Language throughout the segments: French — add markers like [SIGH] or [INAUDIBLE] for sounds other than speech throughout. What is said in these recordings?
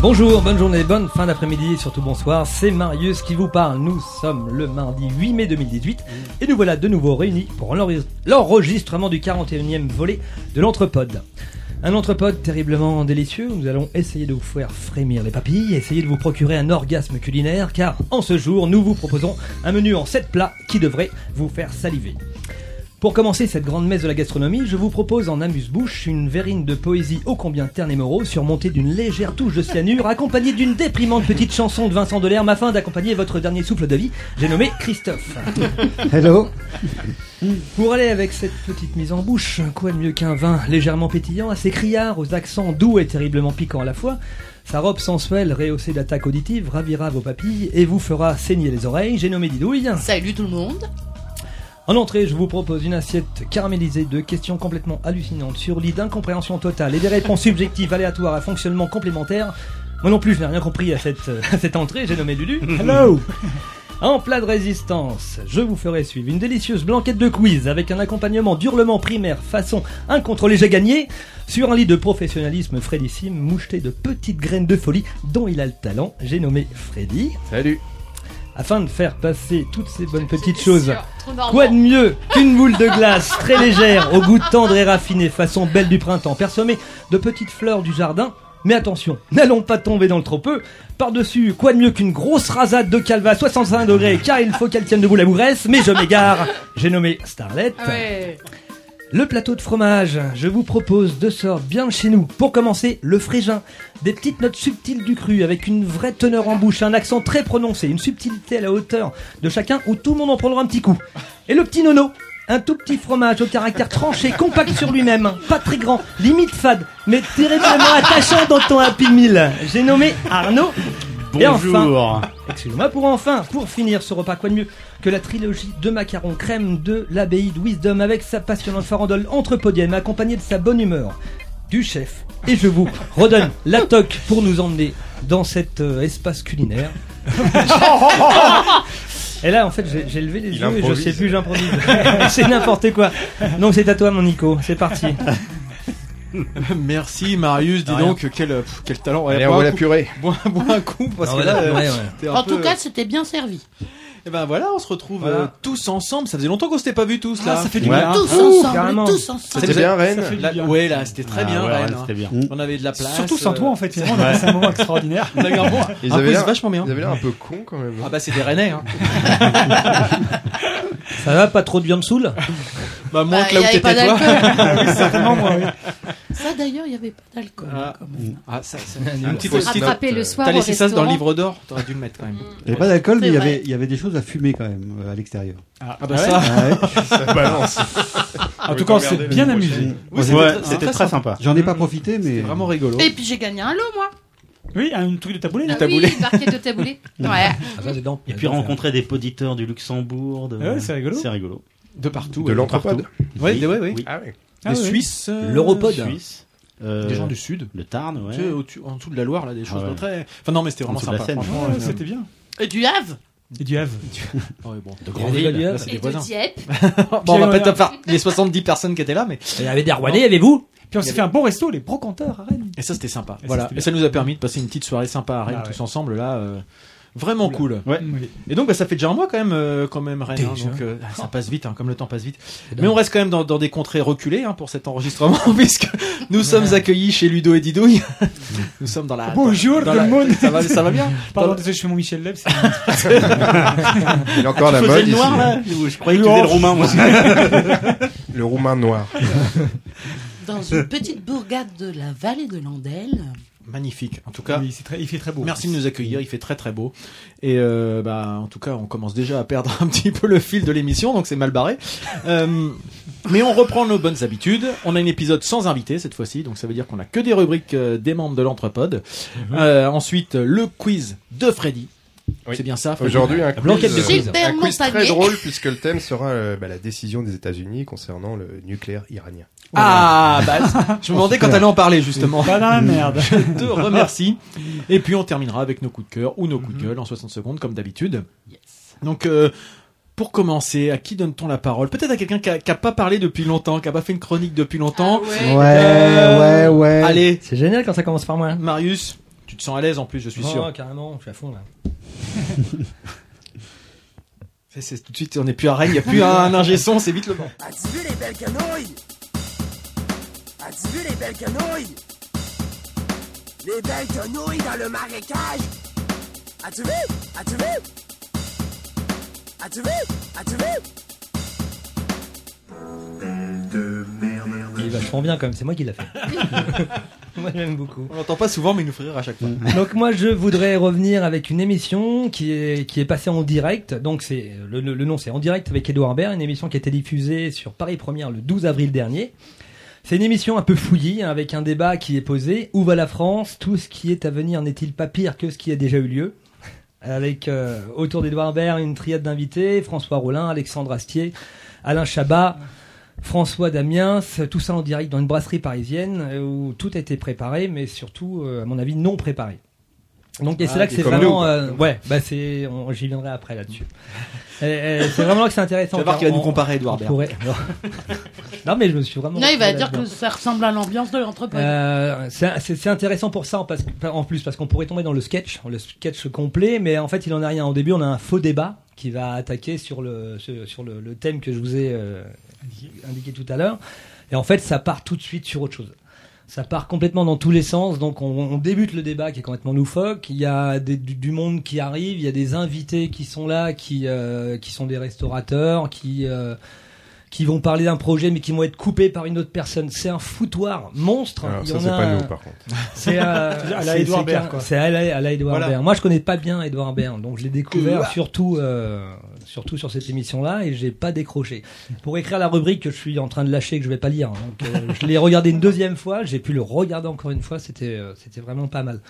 Bonjour, bonne journée, bonne fin d'après-midi et surtout bonsoir, c'est Marius qui vous parle. Nous sommes le mardi 8 mai 2018 et nous voilà de nouveau réunis pour l'enre- l'enregistrement du 41e volet de l'Entrepode. Un entrepode terriblement délicieux où nous allons essayer de vous faire frémir les papilles, essayer de vous procurer un orgasme culinaire car en ce jour nous vous proposons un menu en 7 plats qui devrait vous faire saliver. Pour commencer cette grande messe de la gastronomie, je vous propose en amuse-bouche une verrine de poésie ô combien terne et morose, surmontée d'une légère touche de cyanure, accompagnée d'une déprimante petite chanson de Vincent Delerme afin d'accompagner votre dernier souffle de vie, j'ai nommé Christophe. Hello Pour aller avec cette petite mise en bouche, quoi de mieux qu'un vin légèrement pétillant, assez criard, aux accents doux et terriblement piquants à la fois Sa robe sensuelle, rehaussée d'attaques auditives, ravira vos papilles et vous fera saigner les oreilles, j'ai nommé Didouille. Salut tout le monde. En entrée, je vous propose une assiette caramélisée de questions complètement hallucinantes sur lit d'incompréhension totale et des réponses subjectives aléatoires à fonctionnement complémentaire. Moi non plus, je n'ai rien compris à cette, [LAUGHS] à cette entrée, j'ai nommé Lulu. Hello En plat de résistance, je vous ferai suivre une délicieuse blanquette de quiz avec un accompagnement d'hurlements primaires façon incontrôlée j'ai gagné sur un lit de professionnalisme frédissime moucheté de petites graines de folie dont il a le talent, j'ai nommé Freddy. Salut Afin de faire passer toutes ces bonnes petites choses Quoi de mieux qu'une boule de glace très légère, au goût tendre et raffiné, façon belle du printemps, parsemée de petites fleurs du jardin Mais attention, n'allons pas tomber dans le trop peu. Par-dessus, quoi de mieux qu'une grosse rasade de calva à 65 degrés, car il faut qu'elle tienne debout la bougresse, mais je m'égare. J'ai nommé Starlet. Ouais. Le plateau de fromage, je vous propose deux sortes bien de chez nous. Pour commencer, le frégin. Des petites notes subtiles du cru, avec une vraie teneur en bouche, un accent très prononcé, une subtilité à la hauteur de chacun, où tout le monde en prendra un petit coup. Et le petit nono, un tout petit fromage au caractère tranché, compact sur lui-même, pas très grand, limite fade, mais terriblement attachant dans ton Happy Meal. J'ai nommé Arnaud. Et enfin, Bonjour Excusez-moi pour enfin, pour finir ce repas, quoi de mieux que la trilogie de macarons crème de l'abbaye de Wisdom avec sa passionnante farandole anthropodienne accompagnée de sa bonne humeur du chef. Et je vous redonne la toque pour nous emmener dans cet euh, [LAUGHS] espace culinaire. Et là, en fait, j'ai- j'ai levé les Il yeux et je improvise. sais plus, j'improvise. [LAUGHS] c'est n'importe quoi. Donc, c'est à toi, mon Nico. C'est parti. [LAUGHS] Merci Marius, dis De rien. donc quel, euh, pff, quel talent. Allez, Ouais, on bois voit un la coup. purée [LAUGHS] Bois, bois un coup parce Ah, que voilà, là, euh, ouais, ouais. t'es un En peu- tout cas, c'était bien servi. eh ben voilà, on se retrouve Voilà. euh, tous ensemble. Ça faisait longtemps qu'on s'était pas vus tous là. ça fait du bien. tous ouh, ensemble, carrément. tous ensemble. C'était faisait- Ça bien, fait Rennes du bien. Ouais, là, c'était très Ah, bien. ouais, Rennes, ouais, hein. C'était bien. On avait de la place. euh, Surtout sans toi, en fait. c'est vraiment, on a passé un moment extraordinaire. [LAUGHS] On a eu un bon. Ils un avaient quiz l'air- vachement bien. Ils avaient l'air un peu cons quand même. Ah bah c'est des Rennais. Hein. [LAUGHS] Ça va, pas trop de viande saoule Bah moins Bah, que il là y où avait pas t'étais toi. [LAUGHS] Ah d'alcool. Certainement, moi, oui. ça d'ailleurs, il n'y avait pas d'alcool. Ah. Comme- Ah ça, ça- Ah, une petite faut se petite- Rattraper le soir T'as au laissé ça dans le restaurant. livre d'or. T'aurais dû le mettre quand même. Il n'y avait pas d'alcool, mais C'est il y, vrai. avait, il y avait des choses à fumer quand même euh, à l'extérieur. Ah, Ah bah ouais. ça. Ah ouais. [LAUGHS] Ça balance. En tout cas, on s'est bien amusé. Oui, c'était Ouais, très- c'était très sympa. J'en ai pas profité, mais. C'est vraiment rigolo. Et puis j'ai gagné un lot, moi. Oui, un truc de taboulé. Ah là. taboulé. Oui, une barquette de [LAUGHS] [LAUGHS] taboulé. Ouais. Ah, ça, c'est dans- Et puis rencontrer des poditeurs du Luxembourg. de- Ah Ouais, c'est rigolo. C'est rigolo. De partout. De ouais, l'anthropode partout. Ouais, Oui, de- ouais, ouais. oui. Ah ouais. Ah, Des ouais. Suisses. euh, L'Europod. Suisse. euh, Des gens du Sud. Le Tarn, ouais. Tu sais, au-dessus- en dessous de la Loire, là, des choses ouais. très. Enfin, non, mais c'était vraiment En dessous de sympa. la Seine. franchement. euh, Ouais, ouais, c'était bien. Et du Havre. Et du [LAUGHS] Havre. Ah Ouais, bon, de Il y avait des là, gars c'est Et des de voisins. Dieppe. [LAUGHS] Bon, on va pas Pierre- te faire les 70 personnes qui étaient là, mais. Il y avait des Rouennais, avez-vous Puis on s'est fait un bon resto, les brocanteurs à Rennes. Et ça, c'était sympa. Et ça, voilà. c'était Et ça nous a permis de passer une petite soirée sympa à Rennes, Ah ouais. tous ensemble, là. euh, Vraiment cool. Ouais. Oui. Et donc, bah, ça fait déjà un mois quand même, euh, quand même Rennes. hein, Déjà. donc, euh, ça passe vite, hein, comme le temps passe vite. dingue. Mais on reste quand même dans, dans des contrées reculées hein, pour cet enregistrement, [LAUGHS] puisque nous sommes accueillis chez Ludo et Didouille. [LAUGHS] nous sommes dans la. Bonjour, dans tout la- le monde. Ça va, ça va [LAUGHS] bien. [LAUGHS] Pardon, Dans- désolé, je fais mon Michel Leb. c'est- [LAUGHS] Il est encore à la Tu faisais mode le noir, ici. là Je croyais que tu faisais le roumain, moi. [LAUGHS] Le roumain noir. [LAUGHS] Dans une petite bourgade de la vallée de l'Andelle. Magnifique. En tout cas, Oui, c'est très- il fait très beau. Merci de nous accueillir, il fait très très beau. Et euh, bah, en tout cas, on commence déjà à perdre [LAUGHS] un petit peu le fil de l'émission, donc c'est mal barré. Euh, mais on reprend nos bonnes habitudes. On a un épisode sans invité cette fois-ci, donc ça veut dire qu'on a que des rubriques euh, des membres de l'entrepode. Mhm. Euh, ensuite, le quiz de Freddy. Oui. C'est bien ça. Freddy Aujourd'hui, un quiz, blanquette de euh, quiz. un Super quiz très montagnier. drôle puisque le thème sera euh, bah, la décision des États-Unis concernant le nucléaire iranien. Ah, bah, [LAUGHS] je me demandais quand t'allais en parler justement. Pas dans la merde. [LAUGHS] Je te remercie. Et puis on terminera avec nos coups de cœur ou nos coups de gueule en 60 secondes comme d'habitude. Donc euh, pour commencer, à qui donne-t-on la parole Peut-être à quelqu'un qui a, qui a pas parlé depuis longtemps, qui a pas fait une chronique depuis longtemps. Ah Ouais, ouais. ouais, Euh, ouais. Allez, C'est génial quand ça commence par moi. Oh, hein. Marius, Tu te sens à l'aise en plus, je suis Non, sûr. non, carrément, je suis à fond là. C'est- c'est- tout de suite, on n'est plus à Rennes, il n'y a plus un, un ingé son, c'est vite le banc. As-tu vu les belles canouilles? As-tu vu les belles canouilles? Les belles canouilles dans le marécage! As-tu vu? As-tu vu? As-tu vu? As-tu vu? Il est vachement bien quand même, c'est moi qui l'a fait. [LAUGHS] moi j'aime beaucoup. On l'entend pas souvent, mais il nous fait rire à chaque fois. Donc moi je voudrais revenir avec une émission qui est, qui est passée en direct. Donc c'est le, le- le nom c'est En direct avec Edouard Baird, une émission qui a été diffusée sur Paris Première le 12 avril dernier. C'est une émission un peu fouillie hein, avec un débat qui est posé. Où va la France Tout ce qui est à venir n'est-il pas pire que ce qui a déjà eu lieu Avec euh, autour d'Edouard Baird une triade d'invités François Rollin, Alexandre Astier, Alain Chabat. François Damiens, tout ça en direct dans une brasserie parisienne euh, où tout a été préparé, mais surtout, euh, à mon avis, non préparé. Donc, et c'est Ah, là que et c'est comme nous, vraiment, quoi. euh, ouais, bah c'est, on- j'y viendrai après là-dessus. Et, et c'est vraiment là que c'est Tu intéressant. vas voir car qu'il va nous on- comparer, on Edouard Baird. pourrait- [LAUGHS] non. Non, mais je me suis vraiment. Non, il va retrouvé dire là-dedans. que ça ressemble à l'ambiance de l'entreprise. Euh, c'est c'est- c'est intéressant pour ça en, parce- en plus parce qu'on pourrait tomber dans le sketch, le sketch complet, mais en fait il en a rien. Au début on a un faux débat qui va attaquer sur le sur sur le, le thème que je vous ai euh, indiqué tout à l'heure, et en fait ça part tout de suite sur autre chose. Ça part complètement dans tous les sens, donc on, on débute le débat qui est complètement loufoque. Il y a des- du, du monde qui arrive, il y a des invités qui sont là, qui euh, qui sont des restaurateurs, qui euh, qui vont parler d'un projet mais qui vont être coupés par une autre personne. C'est un foutoir monstre. Alors, Il y ça, en c'est a- pas nous, par contre. [LAUGHS] [LAUGHS] [LAUGHS] c'est euh, À la c'est- Édouard c'est Baird, car- quoi. C'est à la, à la Édouard Voilà. Baird. Moi, je connais pas bien Edouard Baird, donc je l'ai découvert surtout, euh, surtout sur cette émission-là et j'ai pas décroché. Pour écrire la rubrique que je suis en train de lâcher, que je vais pas lire, hein, donc, euh, je l'ai regardé une deuxième fois, j'ai pu le regarder encore une fois, c'était, euh, c'était vraiment pas mal.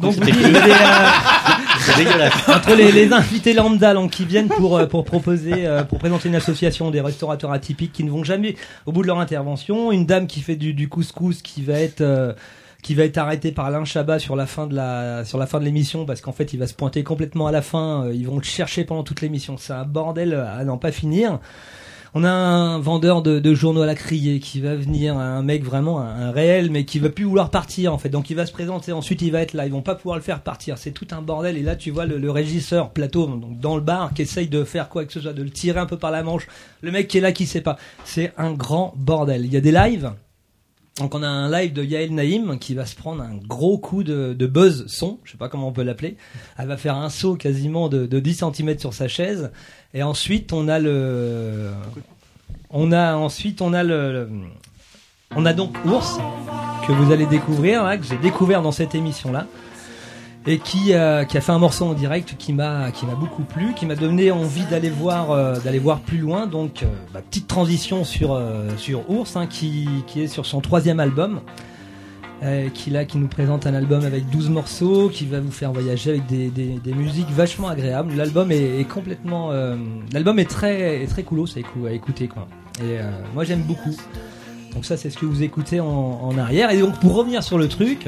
Donc, vous dites, vous avez, euh, [LAUGHS] C'est dégueulasse. entre les, les invités lambda donc, qui viennent pour, euh, pour proposer, euh, pour présenter une association des restaurateurs atypiques qui ne vont jamais au bout de leur intervention, une dame qui fait du, du couscous qui va être... euh, qui va être arrêtée par Alain Chabat sur la fin de la sur la fin de l'émission parce qu'en fait il va se pointer complètement à la fin euh, ils vont le chercher pendant toute l'émission c'est un bordel à n'en pas finir on a un vendeur de, de journaux à la criée qui va venir, un mec vraiment un, un réel, mais qui va plus vouloir partir en fait. Donc il va se présenter, ensuite il va être là, ils vont pas pouvoir le faire partir. C'est tout un bordel. Et là tu vois le, le régisseur plateau donc dans le bar qui essaye de faire quoi que ce soit, de le tirer un peu par la manche. Le mec qui est là qui sait pas. C'est un grand bordel. Il y a des lives. Donc on a un live de Yael Naïm qui va se prendre un gros coup de, de buzz son, je sais pas comment on peut l'appeler. Elle va faire un saut quasiment de, de 10 cm sur sa chaise. Et ensuite on a le... On a ensuite on a le, le- on a donc Ours que vous allez découvrir, là, que j'ai découvert dans cette émission là. Et qui, euh, qui a fait un morceau en direct qui m'a qui m'a beaucoup plu, qui m'a donné envie d'aller voir euh, d'aller voir plus loin. Donc euh, bah, petite transition sur euh, sur Ours hein, qui, qui est sur son troisième album, euh, qui là qui nous présente un album avec 12 morceaux, qui va vous faire voyager avec des, des, des musiques vachement agréables. L'album est, est complètement euh, l'album est très est très coolos à écou- à écouter quoi. Et euh, moi j'aime beaucoup. Donc ça c'est ce que vous écoutez en, en arrière. Et donc pour revenir sur le truc,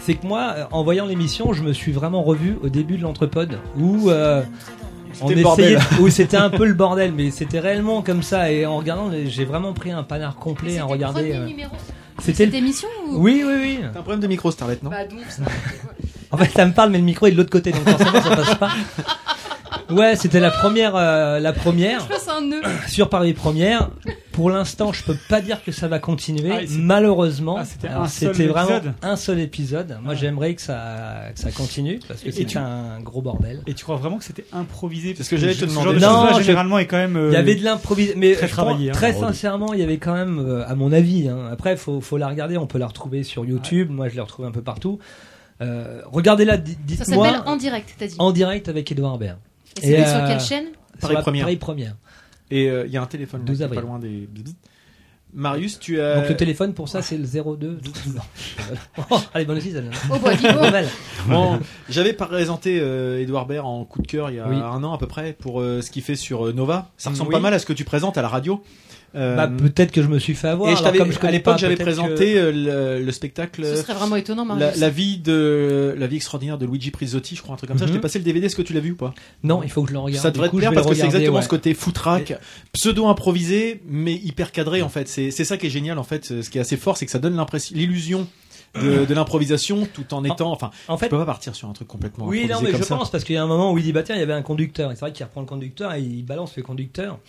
c'est que moi euh, en voyant l'émission, je me suis vraiment revu au début de l'entrepode où euh, on C'était le bordel. essayait, où c'était un peu le bordel, mais c'était réellement comme ça. Et en regardant, j'ai vraiment pris un panard complet à regarder. C'était le euh, premier numéro C'était de le... cette émission ou Oui, oui, oui. T'as un problème de micro, Starlet, non Bah donc, ça- En fait, ça me parle, mais le micro est de l'autre côté, donc forcément, ça passe pas. Ouais, c'était la première, euh, la première je pense un [COUGHS] nœud. sur Paris Première. Pour l'instant, je peux pas dire que ça va continuer, Ah, et c'est- malheureusement. Ah, c'était Alors, un seul c'était vraiment épisode un seul épisode. Moi, j'aimerais que ça, que ça continue parce que Et c'est tu- un gros bordel. Et tu crois vraiment que c'était improvisé C'est ce que j'allais Ce te genre demander. de choses-là, Non, je- généralement, est quand même. euh, Il y avait de l'improvisation, mais très je pense- travaillé, hein. très sincèrement, il y avait quand même, euh, à mon avis, hein, après, faut, faut la regarder, on peut la retrouver sur YouTube, moi je la retrouve un peu partout. Euh, Regardez-la, di- Ça dites-moi. s'appelle En direct, t'as dit. en direct avec Edouard Baird. Et c'est Et, sur euh, quelle chaîne Paris Sur la Première. Paris Première. Et euh, il y a un téléphone là, 12 qui est avril. pas loin des. Marius, tu as. Donc le téléphone pour ça c'est le 02. [LAUGHS] oh, allez, bonne nuit, celle-là. Au bois Vivo. [LAUGHS] Pas mal. Bon, j'avais présenté euh, Edouard Baird en coup de cœur il y a Oui. un an à peu près pour euh, ce qu'il fait sur euh, Nova. Ça ressemble Oui. pas mal à ce que tu présentes à la radio. Euh, Bah, peut-être que je me suis fait avoir. et je alors, t'avais- comme je à connais l'époque, pas, j'avais peut-être que- présenté euh, le, le spectacle Ce serait vraiment étonnant, la, Marius. la vie de la vie extraordinaire de Luigi Prisotti, je crois un truc comme ça. Je Mhm. t'ai passé le DVD. Est-ce que tu l'as vu ou pas Non, il faut que je le regarde. Ça devrait Du coup, te plaire je vais parce que c'est le regarder, exactement ouais. ce côté foutraque, pseudo improvisé, mais hyper cadré en fait. C'est c'est ça qui est génial en fait. Ce qui est assez fort, c'est que ça donne l'impression, l'illusion de, de l'improvisation tout en étant. Enfin, En tu fait, peux pas partir sur un truc complètement. oui, non, improvisé mais je comme ça. pense parce qu'il y a un moment où il dit bah tiens, il y avait un conducteur. Et c'est vrai qu'il reprend le conducteur et il balance le conducteur.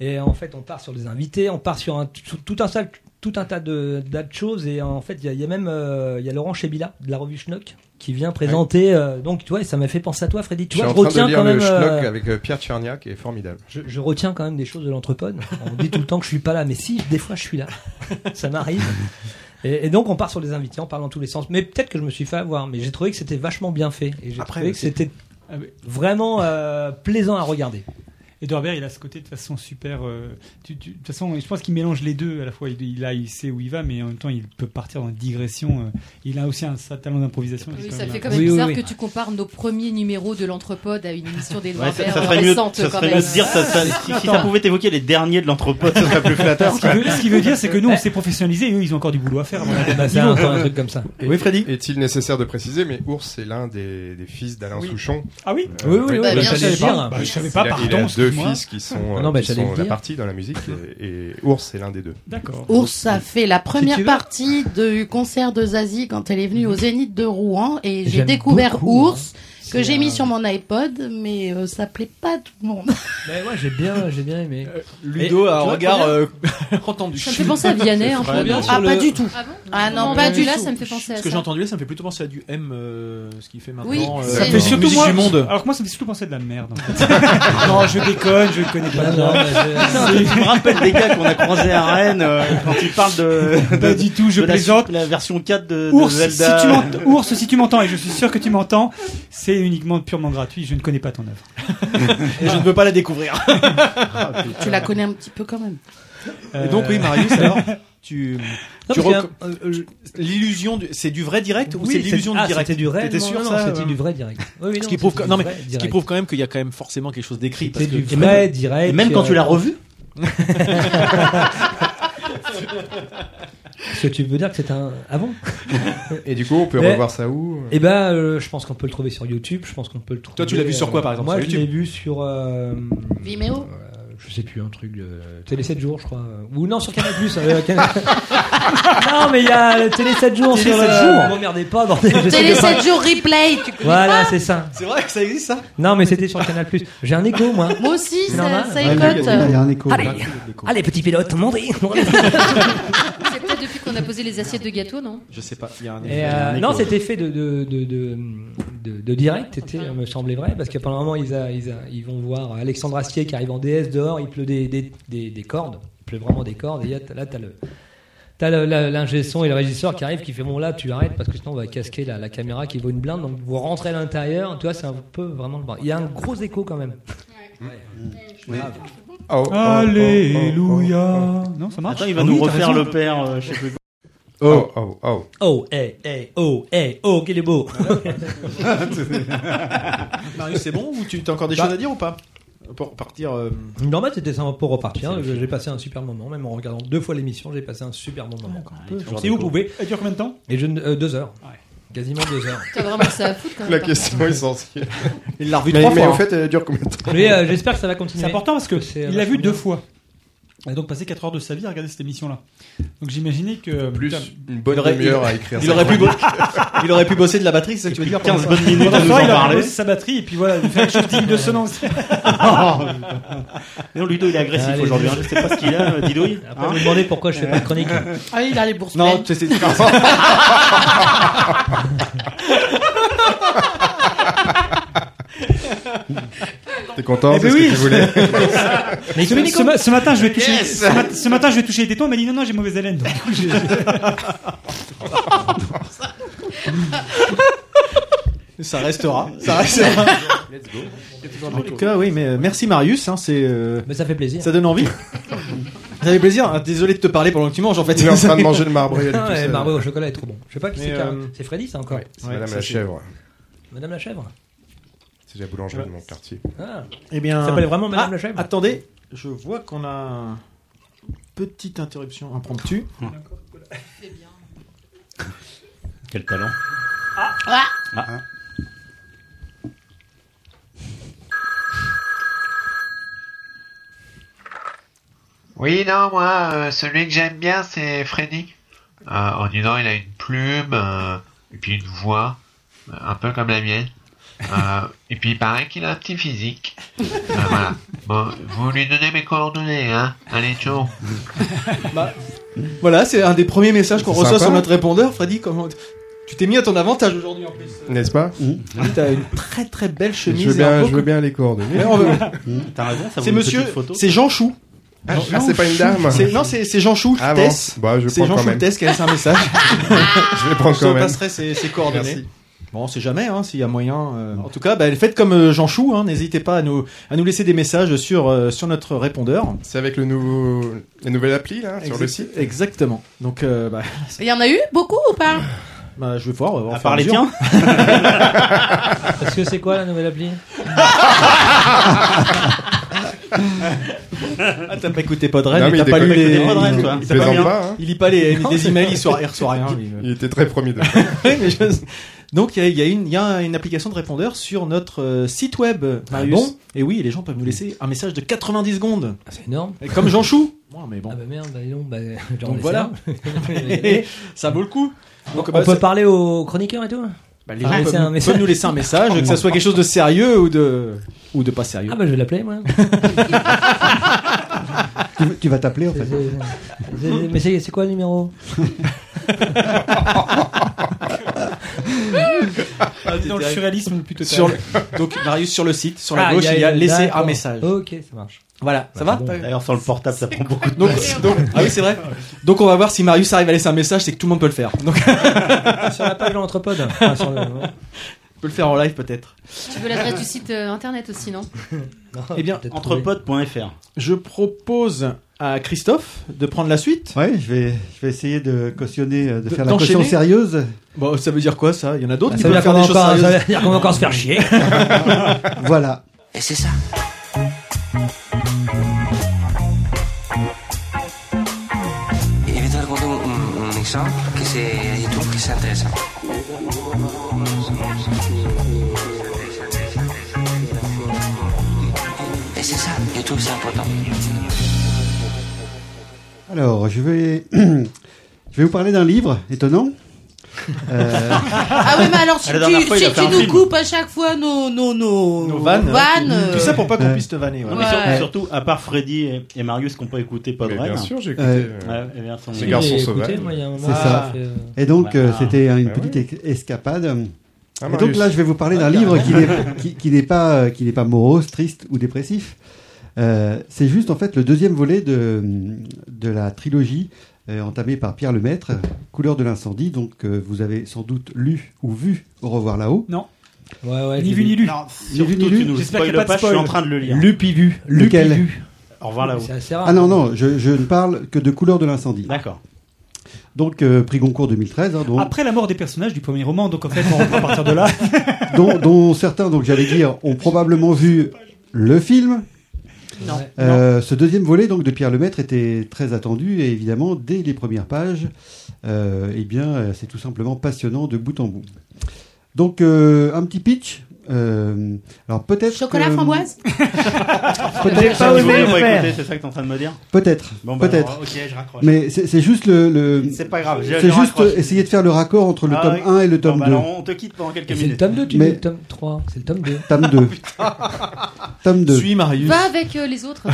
Et en fait, on part sur des invités, on part sur un, tout, tout un sale- tout un tas de, tas de choses. Et en fait, il y a, il y a même euh, il y a Laurent Chebila de la revue Schnock qui vient présenter. Ah euh, donc, tu vois, et ça m'a fait penser à toi, Freddy. Tu je vois, suis en train je retiens de lire quand même. le euh, schnock avec euh, Pierre Tchernia qui est formidable. Je, je retiens quand même des choses de l'entrepode. On dit tout le temps que je suis pas là, mais si, des fois je suis là. Ça m'arrive. Et, et donc on part sur les invités, on parle dans tous les sens. Mais peut-être que je me suis fait avoir, mais j'ai trouvé que c'était vachement bien fait. Et j'ai Après, trouvé que c'est- c'était Ah, mais- vraiment euh, plaisant à regarder. Et Dorbert, il a ce côté de façon super. euh, tu- tu- de toute façon, je pense qu'il mélange les deux. À la fois, il, il, a, il sait où il va, mais en même temps, il peut partir dans une digression. euh. il a aussi un certain talent d'improvisation. Oui, C'est ça même fait là. quand même Oui, oui, bizarre oui. que tu compares nos premiers numéros de l'Anthropode à une émission des Ouais, droits ça, ça ferait mieux, récente ça quand serait même. Ah, mieux de dire ça, ça- si, si ça pouvait évoquer les derniers de l'anthropode, ce serait plus flatteur. Ce qui veut, ce qui veut dire, c'est que nous, on s'est professionnalisés et eux, ils ont encore du boulot à faire. Voilà. [LAUGHS] Bah, c'est un, un truc comme ça. Et- Oui, Freddy Est-il nécessaire de préciser, mais Ours c'est l'un des, des fils d'Alain Souchon. Ah oui Euh, Oui, oui, oui, Bah, bah, bien j'allais sûr. dire. bah, Je savais Il pas, a, il a pardon. deux excuse-moi. fils qui sont, euh, Non, bah, qui j'allais sont le la dire. partie dans la musique et, et Ours c'est l'un des deux. D'accord. Ours a fait la première veux. partie du concert de Zazie quand elle est venue au Zénith de Rouen et j'ai J'aime découvert beaucoup, Ours que C'est j'ai un- mis sur mon iPod mais euh, ça plaît pas à tout le monde. Mais ouais, j'ai bien, j'ai bien aimé. Euh, Ludo Et- a tu un vois, regard euh, entendu. Ça me fait [LAUGHS] penser à Vianney un peu. bien Ah sur pas le- du tout. Ah bon Ah non, Comment pas tu du l'as, tout. ça me fait penser à Ce que j'ai ça. entendu, ça me fait plutôt penser à du M, euh, ce qu'il fait maintenant. Oui, euh, c'est- dans Ça la fait surtout musique moi. du monde. [LAUGHS] Alors que moi, ça me fait surtout penser à de la merde. en fait. non, oh, je déconne, je le connais pas. Non, non, mais je- Je me rappelle des gars qu'on a croisés à Rennes euh, quand ils parlent de, Pas de, du tout, je de la, plaisante. la version 4 de, de Ours, si Zelda. tu m'ent- Ours, si tu m'entends, et je suis sûr que tu m'entends, c'est uniquement purement gratuit, je ne connais pas ton œuvre. Et [LAUGHS] je ne veux pas la découvrir. Ah, Ah, Tu la connais un petit peu quand même. Et donc, oui, [LAUGHS] Marius, alors, tu. Non, tu parce qu'il y a- rec- euh, L'illusion, du... c'est du vrai direct ou Oui, c'est de l'illusion ah, du direct C'était du réel. T'étais non, sûr non, ça C'était euh, du vrai direct. Oui, oui, Ce non, qui prouve c'était que- du non, mais vrai Ce qui direct. prouve quand même qu'il y a quand même forcément quelque chose d'écrit. C'était parce que- du Et même- vrai direct. Et même quand euh, tu l'as [LAUGHS] revu, Parce que tu veux dire que c'est un. Ah bon Et du coup on peut Mais- revoir ça où Eh ben, euh, je pense qu'on peut le trouver sur YouTube. Je pense qu'on peut le trouver. Toi, euh, tu l'as vu sur quoi, par exemple, Moi, sur je l'ai vu sur. euh, Vimeo euh, Je sais plus, un truc. euh, Télé 7 jours, je crois. Ou non, sur Canal Plus. euh, [LAUGHS] Canal- non, mais il y a le Télé 7 jours. Télé sur, 7 euh, jours. M'emmerdez pas, bordel. je sais Télé pas. 7 jours replay, tu connais Voilà, c'est ça. C'est vrai que ça existe ça Non, mais c'était sur Canal Plus. J'ai un écho, moi. Moi aussi, C'est ça, normal. ça Ouais, il y a- écoute. il y a un écho. Allez. Allez, petit pilote, [LAUGHS] montez. C'est peut-être depuis qu'on a posé les assiettes de gâteau, non Je sais pas. Il y a un. Et, euh, non, cet effet de, de, de, de, de- de direct était, me semblait vrai, parce qu'à un moment, ils, a- ils, a- ils vont voir Alexandre Astier qui arrive en DS dehors, il pleut des, des, des, des cordes, il pleut vraiment des cordes, et il y a- là, t'as le. T'as le- la- l'ingé son et le régisseur qui arrivent qui fait bon là tu arrêtes parce que sinon on va casquer la, la caméra qui vaut une blinde donc vous rentrez à l'intérieur tu vois c'est un peu vraiment le bordel. il y a un gros écho quand même Oh, oh, oh, oh, oh, oh. Alléluia. Non, ça marche Attends, il va Ah nous oui, t'as refaire raison. le père, euh, je sais plus. [LAUGHS] Oh oh oh. oh eh eh oh eh oh qu'il est beau Marius, c'est bon ou tu as encore des Bah. choses à dire ou pas Pour partir. euh, normal c'était sympa pour repartir j'ai passé un super moment même en regardant deux fois l'émission j'ai passé un super bon moment si vous pouvez Elle dure combien de temps Et je, ne- euh, deux heures. Ouais. Quasiment deux heures. T'as vraiment que ça à foutre quand même. La par question essentielle. Il l'a revu Mais, trois mais fois. au hein. fait elle dure combien de temps Mais euh, j'espère que ça va continuer. C'est important parce que C'est il l'a vu vachement deux bien. fois. Il a donc passé 4 heures de sa vie à regarder cette émission-là. Donc j'imaginais que. Plus Putain, une bonne Il aurait- demi-heure à écrire. Il ça. aurait pu. [LAUGHS] bo- [LAUGHS] Il aurait pu bosser de la batterie, c'est ça que tu veux dire 15 bonnes minutes pendant à ce nous temps, en il a parler. reposé sa batterie et puis voilà, il fait quelque chose digne de ce nom. [LAUGHS] Non, Ludo, il est agressif Allez, aujourd'hui, hein, je sais pas ce qu'il a, euh, Didouille. Après, Hein vous me demandez pourquoi je fais pas de chronique. hein. Ah, il a les bourses Non, pleines. c'est c'est- [LAUGHS] [LAUGHS] T'es content Eh c'est ben ce oui. que [LAUGHS] tu voulais. Mais ce, ce ma- ce matin, je vais toucher. Yes. ce, ma- ce matin, je vais toucher les tétons. Elle m'a dit non, non, j'ai mauvaise haleine. Donc, j'ai- Ça restera. [LAUGHS] Ça restera. En tout cas, oui, mais euh, merci Marius. hein, c'est, euh, Mais ça fait plaisir. ça donne envie. [LAUGHS] Ça fait plaisir. Ah, Désolé de te parler pendant que tu manges en fait. Il est en train [LAUGHS] de manger le marbré. [LAUGHS] Ah, elle est ouais, tout bah seule. ouais, au chocolat est trop bon. Je sais pas qui Mais, c'est. qui a- euh, C'est Freddy, ça encore. C'est Ouais, Madame ça, la c'est- chèvre. Madame la chèvre. C'est la boulangerie de mon quartier. [LAUGHS] Ah. Eh bien, Ça s'appelle vraiment Madame Ah, la chèvre Attendez, je vois qu'on a un- petite interruption impromptue. Ah. Quel talent. Ah, Hein. Ah, Oui, non, moi, euh, celui que j'aime bien, c'est Freddy. Euh, oh, dis donc, il a une plume euh, et puis une voix euh, un peu comme la mienne. Euh, et puis il paraît qu'il a un petit physique. Euh, voilà. Bon, vous lui donnez mes coordonnées, hein Allez, ciao. Voilà, c'est un des premiers messages qu'on C'est reçoit sympa. sur notre répondeur. Freddy, comment tu t'es mis à ton avantage aujourd'hui en plus N'est-ce pas Oui, T'as une très très belle chemise. Je veux et un bien, beau je veux bien les coordonnées. Ouais, on [LAUGHS] veut- Mmh. T'as raison, ça vaut C'est une monsieur, petite photo. c'est Jean Chou. Ah, ah, c'est pas une dame. C'est- Non, c'est c'est Jean Chou, Ah bon. Tess. Bah, je vais c'est prendre Jean quand Chou, même. Tess qui a laissé un message. [LAUGHS] Je vais prendre Je quand te même. passerai ses, ses coordonnées. Merci. Bon, on sait jamais hein, s'il y a moyen. euh, En tout cas, bah, faites comme euh, Jean Chou. hein, N'hésitez pas à nous, à nous laisser des messages sur, euh, sur notre répondeur. C'est avec le nouveau, la nouvelle appli là, sur le site. Exactement. Donc, euh, bah, [LAUGHS] Il y en a eu beaucoup ou pas bah, je vais voir. on va voir au part fur et les à mesure. [LAUGHS] Parce que c'est quoi la nouvelle appli [LAUGHS] Ah, t'as pas écouté Podren, Non, et mais t'as il pas lu déconne. les. Il- il- toi. il Il, t'a pas plaisante mis- pas, hein. il lit pas les, Non, les c'est- emails, [LAUGHS] il reçoit, il reçoit rien. lui. Il était très promis de. [LAUGHS] Oui, mais je- Donc il y a- il y, a une- il y a une application de répondeur sur notre euh, site web, Ah, Marius. bon et oui, les gens peuvent nous laisser un message de 90 secondes. C'est énorme. Et comme Jean Chou. Moi, mais bon. Ah bah merde, bah dis donc, bah, j'en Donc ai voilà. ça. [LAUGHS] ça vaut le coup. Donc, on bah, peut ça- parler aux chroniqueurs et tout bah, les Ah, gens laisser peuvent, un nous- message. peuvent nous laisser un message, [LAUGHS] que ça soit quelque chose de sérieux ou de ou de pas sérieux. Ah bah je vais l'appeler moi. [LAUGHS] Tu, veux- tu vas t'appeler en fait. C'est- Mais c'est c'est quoi le [LAUGHS] numéro Ah, Dans le surréalisme le plus total. Ah, Sur le- donc Marius sur le site, sur la Ah, gauche, il y a laisser un d'accord. message. Ok, ça marche. Voilà, ça va T'as- Bah, D'ailleurs, sur le portable, ça prend beaucoup de Donc, place. donc- ah oui, c'est vrai. Donc, on va voir si Marius arrive à laisser un message, c'est que tout le monde peut le faire. Donc, on [LAUGHS] Sur la page de l'entrepode. Enfin, [LAUGHS] sur le- ouais. peut le faire en live peut-être. Tu veux l'adresse du site euh, internet aussi, non Non, Eh bien, peut-être trouver. Entrepod.fr. Je propose à Christophe de prendre la suite. Ouais, je vais, je vais essayer de cautionner, euh, de De- faire la d'enchaîner. caution sérieuse. Ah, Bon, ça veut dire quoi ça Il y en a d'autres Ça qui veut peuvent dire qu'on Oh, faire va des choses encore- ça sérieuses. veut dire qu'on va encore se [LAUGHS] faire chier. Voilà. Et c'est ça. Et je vais te raconter un, un exemple que c'est, je trouve que c'est intéressant. Et c'est ça, je trouve que c'est important. Alors, je vais, [CLEARS THROAT] je vais vous parler d'un livre étonnant. Euh, Ah oui, mais alors si La dernière tu, fois, il si a fait tu un nous film. coupes à chaque fois nos, nos, nos, Nos hein. vannes. vannes, Tout ça pour pas qu'on Ouais. puisse te vanner. ouais. Non, mais sur- euh. Ouais. surtout, à part Freddy et, et Marius qu'on peut écouter pas de Mais rêve. [LAUGHS] bien sûr, j'ai écouté. Ouais. euh, Ouais, eh bien, son- Les garçons J'ai sauvages. écouté, moi, il y a un moment, C'est ça. fait, euh, et donc, euh, Voilà. c'était une Bah petite ex- escapade. Ah, Et donc Marius. là, je vais vous parler d'un Ah, livre qui [LAUGHS] n'est- qui qui n'est pas, euh, qui n'est pas morose, triste ou dépressif. Euh, c'est juste en fait le deuxième volet de, de la trilogie euh, entamée par Pierre Lemaître, Couleur de l'incendie. Donc euh, vous avez sans doute lu ou vu Au revoir là-haut. Ouais, ouais. Ni j'ai vu ni lu. Non, Ni vu, surtout, ni tu lu. nous J'espère qu'il spoil y a pas, pas de je suis en spoil. train de le lire. Lupi vu. Lupi Lequel vu. Au revoir là-haut. C'est assez rare. Ah non, non, je, je ne parle que de Couleur de l'incendie. D'accord. Donc euh, prix Goncourt 2013, hein, donc- Après la mort des personnages du premier roman, donc en fait, on reprend à partir de là. dont, dont certains, donc j'allais dire, ont probablement vu le film. [LAUGHS] Non. Euh, ce deuxième volet donc de Pierre Lemaître était très attendu et évidemment dès les premières pages, euh, eh bien euh, c'est tout simplement passionnant de bout en bout. Donc euh, un petit pitch. euh, alors peut-être Chocolat, que- framboise Peut-être Tu voulais peut-être, pas écouter, c'est ça que t'es en train de me dire peut-être, Bon, bah, peut-être. alors, Ok, je raccroche. Mais c'est c'est juste le, le- C'est pas grave. je- je c'est juste raccroche. essayer de faire le raccord entre le Ah, tome oui. 1 et le Bon, tome bah, 2. alors, on te quitte pendant quelques Et C'est le minutes. Oh, tome 2, tu Mais- dis le tome 3. C'est le tome 2. Tome [LAUGHS] 2. tome 2. Suis Marius. Va avec euh, les autres. [LAUGHS]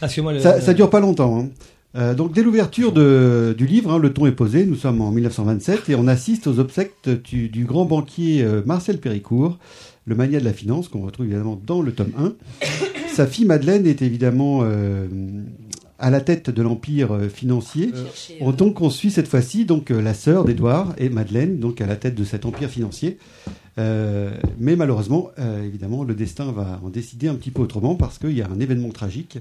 Parce que Ah, moi, le- Ça, le- ça dure pas longtemps. hein. Euh, donc dès l'ouverture de- du livre, hein, le ton est posé. Nous sommes en 1927 et on assiste aux obsèques du, du grand banquier euh, Marcel Péricourt, le mania de la finance qu'on retrouve évidemment dans le tome 1. Sa fille Madeleine est évidemment euh, à la tête de l'empire euh, financier. On, donc on suit cette fois-ci donc euh, la sœur d'Édouard et Madeleine donc à la tête de cet empire financier. Euh, mais malheureusement, euh, évidemment, le destin va en décider un petit peu autrement parce qu'il y a un événement tragique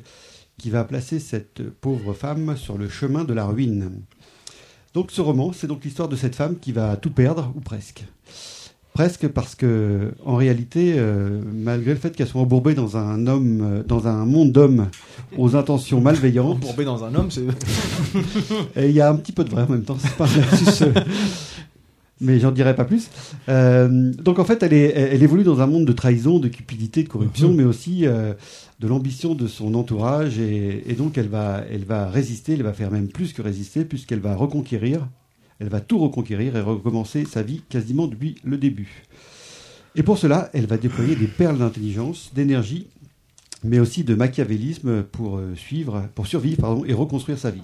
qui va placer cette pauvre femme sur le chemin de la ruine. Donc ce roman, c'est donc l'histoire de cette femme qui va tout perdre, ou presque. Presque parce que, en réalité, euh, malgré le fait qu'elle soit embourbée dans un homme, euh, dans un monde d'hommes aux intentions malveillantes, Embourbé dans un homme, c'est. [LAUGHS] [LAUGHS] et il y a un petit peu de vrai en même temps, c'est pas un lapsus, euh, Mais j'en dirai pas plus. Euh, donc en fait, elle, est, elle évolue dans un monde de trahison, de cupidité, de corruption, mais aussi euh, de l'ambition de son entourage. Et, et donc elle va, elle va résister, elle va faire même plus que résister, puisqu'elle va reconquérir Elle va tout reconquérir et recommencer sa vie quasiment depuis le début. Et pour cela, elle va déployer des perles d'intelligence, d'énergie, mais aussi de machiavélisme pour, euh, suivre, pour survivre pardon, et reconstruire sa vie.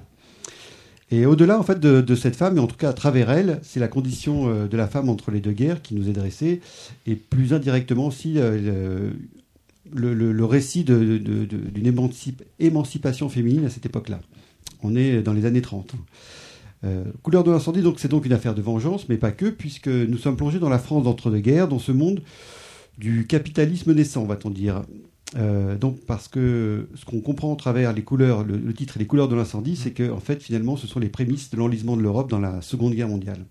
Et au-delà en fait de, de cette femme, et en tout cas à travers elle, c'est la condition euh, de la femme entre les deux guerres qui nous est dressée, et plus indirectement aussi euh, le, le- le récit de- de- de- de- d'une émancip- émancipation féminine à cette époque-là. On est dans les années 30. Euh, couleur de l'incendie, donc c'est donc une affaire de vengeance, mais pas que, puisque nous sommes plongés dans la France d'entre-deux-guerres, dans ce monde du capitalisme naissant, va-t-on dire. Euh, donc parce que ce qu'on comprend à travers les couleurs, le, le titre et les couleurs de l'incendie, c'est que en fait finalement ce sont les prémices de l'enlisement de l'Europe dans la Seconde Guerre mondiale.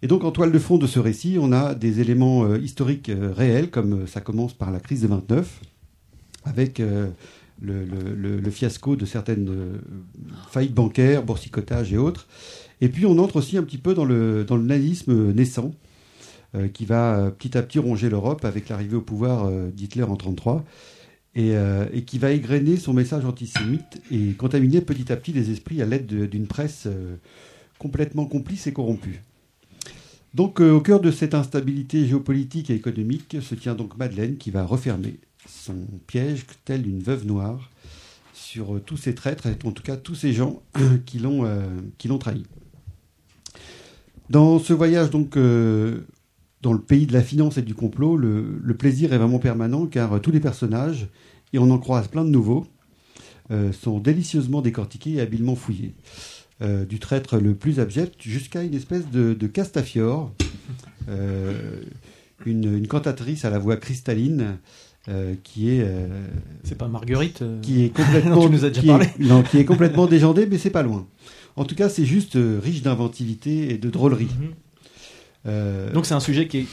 Et donc en toile de fond de ce récit, on a des éléments euh, historiques euh, réels, comme euh, ça commence par la crise de 29, avec euh, le, le- le- le fiasco de certaines euh, faillites bancaires, boursicotages et autres. Et puis on entre aussi un petit peu dans le, dans le nazisme naissant, euh, qui va euh, petit à petit ronger l'Europe avec l'arrivée au pouvoir euh, d'Hitler en 1933, et, euh, et qui va égrener son message antisémite et contaminer petit à petit les esprits à l'aide de- d'une presse euh, complètement complice et corrompue. Donc, euh, au cœur de cette instabilité géopolitique et économique se tient donc Madeleine qui va refermer son piège, telle une veuve noire, sur euh, tous ces traîtres, et en tout cas tous ces gens [CLEARS THROAT] qui l'ont euh, qui l'ont trahi. Dans ce voyage, donc, euh, dans le pays de la finance et du complot, le, le plaisir est vraiment permanent car euh, tous les personnages, et on en croise plein de nouveaux, euh, sont délicieusement décortiqués et habilement fouillés. Euh, du traître le plus abject jusqu'à une espèce de, de castafiore, euh, une, une cantatrice à la voix cristalline euh, qui est. C'est pas Marguerite euh, [LAUGHS] Qui est complètement. dont tu nous as déjà qui est- parlé. non, qui est complètement déjandé, mais c'est pas loin. En tout cas, c'est juste euh, riche d'inventivité et de drôlerie. Euh, [LAUGHS] Mhm. Donc c'est un sujet qui est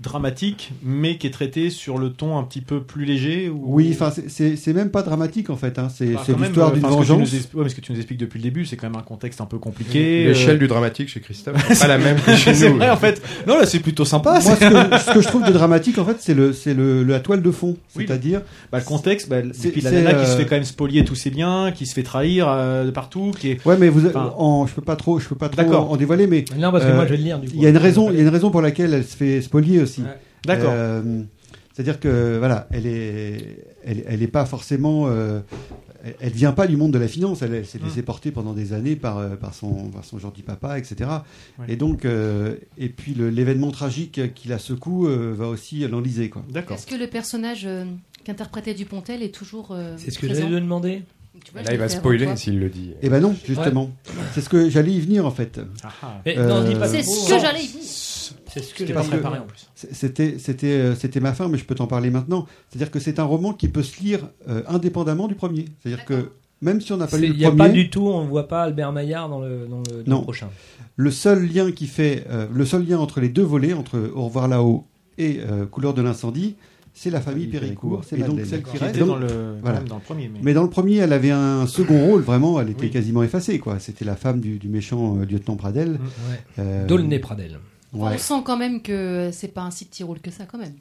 dramatique, mais qui est traité sur le ton un petit peu plus léger. Ou... Oui, enfin, c'est- c'est c'est même pas dramatique en fait. hein. C'est Enfin, c'est quand même, l'histoire euh, d'une enfin, ce que tu nous vengeance. expli- ouais, mais ce que tu nous expliques depuis le début, c'est quand même un contexte un peu compliqué. Mmh. L'échelle euh, du dramatique chez [LAUGHS] Christophe, c'est pas la même que chez c'est nous. vrai en fait. Non, là c'est plutôt Moi, sympa. ce c'est- [LAUGHS] que, ce que je trouve de dramatique en fait, c'est le, c'est le, le- la toile de fond, c'est-à-dire. Bah, le contexte, bah, C'est- c'est puis la c'est, nana qui euh, se fait quand même spolier tous ses biens, qui se fait trahir euh, de partout, qui est. Ouais, mais vous, Enfin, en, je peux pas trop, je peux pas trop D'accord. en dévoiler, mais euh, Non, parce que moi, je vais le lire, du coup. Il y a une raison, il y a une raison pour laquelle elle se fait spolier aussi. D'accord. Euh, C'est-à-dire que voilà, elle est, elle, elle est pas forcément, euh, elle, elle vient pas du monde de la finance. Elle, elle s'est Mmh. laissée porter pendant des années par euh, par son par son gentil papa, etc. Ouais. Et donc euh, et puis le- l'événement tragique qui la secoue euh, va aussi l'enliser quoi. D'accord. Est-ce que le personnage euh, qu'interprétait Dupontel est toujours. euh, C'est ce que présent j'allais lui demander. Tu vois, Là, je l'ai il va fait avant spoiler toi. s'il le dit. Eh ben non, justement. C'est ce que j'allais y venir en fait. Ah, Euh, Mais non, dis pas C'est trop. ce que j'allais dire. C'est ce que C'était j'allais parce dire. que c- C'était c'était euh, c'était ma fin, mais je peux t'en parler maintenant. C'est-à-dire que c'est un roman qui peut se lire euh, indépendamment du premier. C'est-à-dire que même si on n'a pas C'est- lu le Il premier, n'y a pas du tout, on ne voit pas Albert Maillard dans le, dans le, dans non. le prochain. Le seul lien qui fait euh, le seul lien entre les deux volets, entre Au revoir là-haut et euh, Couleur de l'incendie, c'est la famille Péricourt. c'est Et donc Madeleine. celle qui Qui reste. était dans Donc, le- quand même dans le premier, mais- mais... dans le premier, elle avait un second rôle vraiment. Elle était quasiment effacée quoi. C'était la femme du, du méchant euh, lieutenant Pradel. Euh, Mm, D'aulnay Pradel. Ouais. On sent quand même que euh, c'est pas un si petit rôle que ça, quand même.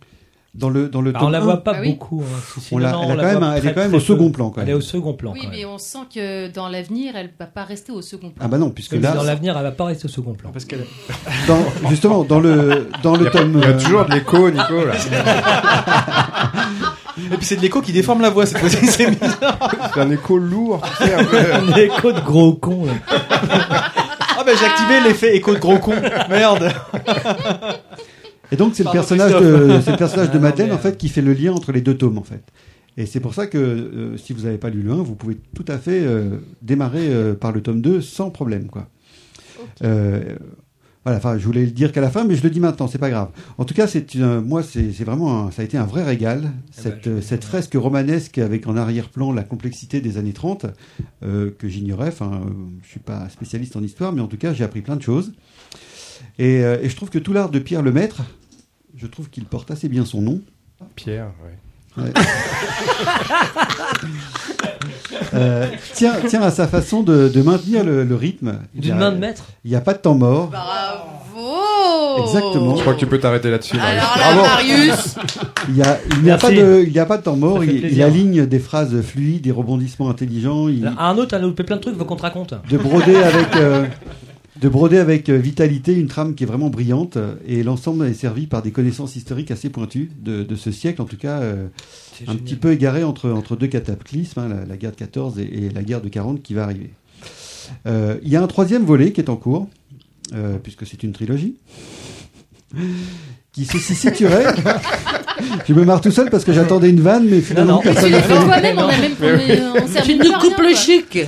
Dans le dans le. Alors, Bah, on tome la un, voit pas Ah oui. beaucoup. hein. Si, si, On non, la- non, elle on est la quand voit même- elle très, est quand même très au second peu. plan, quand Elle est même. au second plan. oui, quand même. mais on sent que dans l'avenir, elle va pas rester au second plan. Ah bah non, puisque Oui, mais là- dans l'avenir, elle va pas rester au second plan. Parce qu'elle. [LAUGHS] Dans- justement, dans le, dans le Il y a- tome. il y a euh, toujours de l'écho, Nico, là. Et puis c'est de l'écho qui déforme la voix cette fois-ci, c'est [LAUGHS] Ah, bizarre. C'est un écho lourd, tu sais, un peu. [LAUGHS] Un écho de gros con. là. Ah bah j'ai activé l'effet écho de gros con. Merde. Et donc c'est le Pardon, personnage de Christophe. c'est le personnage [LAUGHS] Ah, de non, Madeleine mais, en fait qui fait le lien entre les deux tomes en fait. Et c'est pour ça que euh, si vous n'avez pas lu le 1, vous pouvez tout à fait euh, démarrer euh, par le tome 2 sans problème quoi. Euh, voilà, enfin, je voulais le dire qu'à la fin, mais je le dis maintenant, c'est pas grave. En tout cas, c'est une- moi, c'est c'est vraiment, un- ça a été un vrai Eh ben, régal. Cette, euh, cette fresque romanesque avec en arrière-plan la complexité des années 30 euh, que j'ignorais. Enfin, euh, je suis pas spécialiste en histoire, mais en tout cas, j'ai appris plein de choses. Et, euh, et je trouve que tout l'art de Pierre Lemaître, je trouve qu'il porte assez bien son nom. Pierre, ouais. Ouais. [LAUGHS] [LAUGHS] Euh, tient, tient à sa façon de, de maintenir le, le rythme. D'une main de maître Il n'y a pas de temps mort. Bravo Exactement. Je crois que tu peux t'arrêter là-dessus. Marie. Oh. Alors là, Marius Il n'y a, il n'y a Merci. pas de, il n'y a pas de temps mort. Ça fait Il, il plaisir. aligne des phrases fluides, des rebondissements intelligents. Il, Arnaud, t'as loupé plein de trucs, faut qu'on te raconte. de broder avec, euh, de broder avec euh, vitalité une trame qui est vraiment brillante euh, et l'ensemble est servi par des connaissances historiques assez pointues de, de ce siècle, en tout cas euh, un petit peu égaré entre, entre deux cataclysmes, hein, la, la guerre de 14 et, et la guerre de 40 qui va arriver. Euh, Il y a un troisième volet qui est en cours, euh, puisque c'est une trilogie, qui [LAUGHS] se situerait. Je me marre tout seul parce que j'attendais une vanne, mais finalement non. personne Mais tu l'as fait n'a fait. toi-même, on a même- on est- euh, on s'est Tu remis nous par rien, coupes le quoi. chic. Ouais.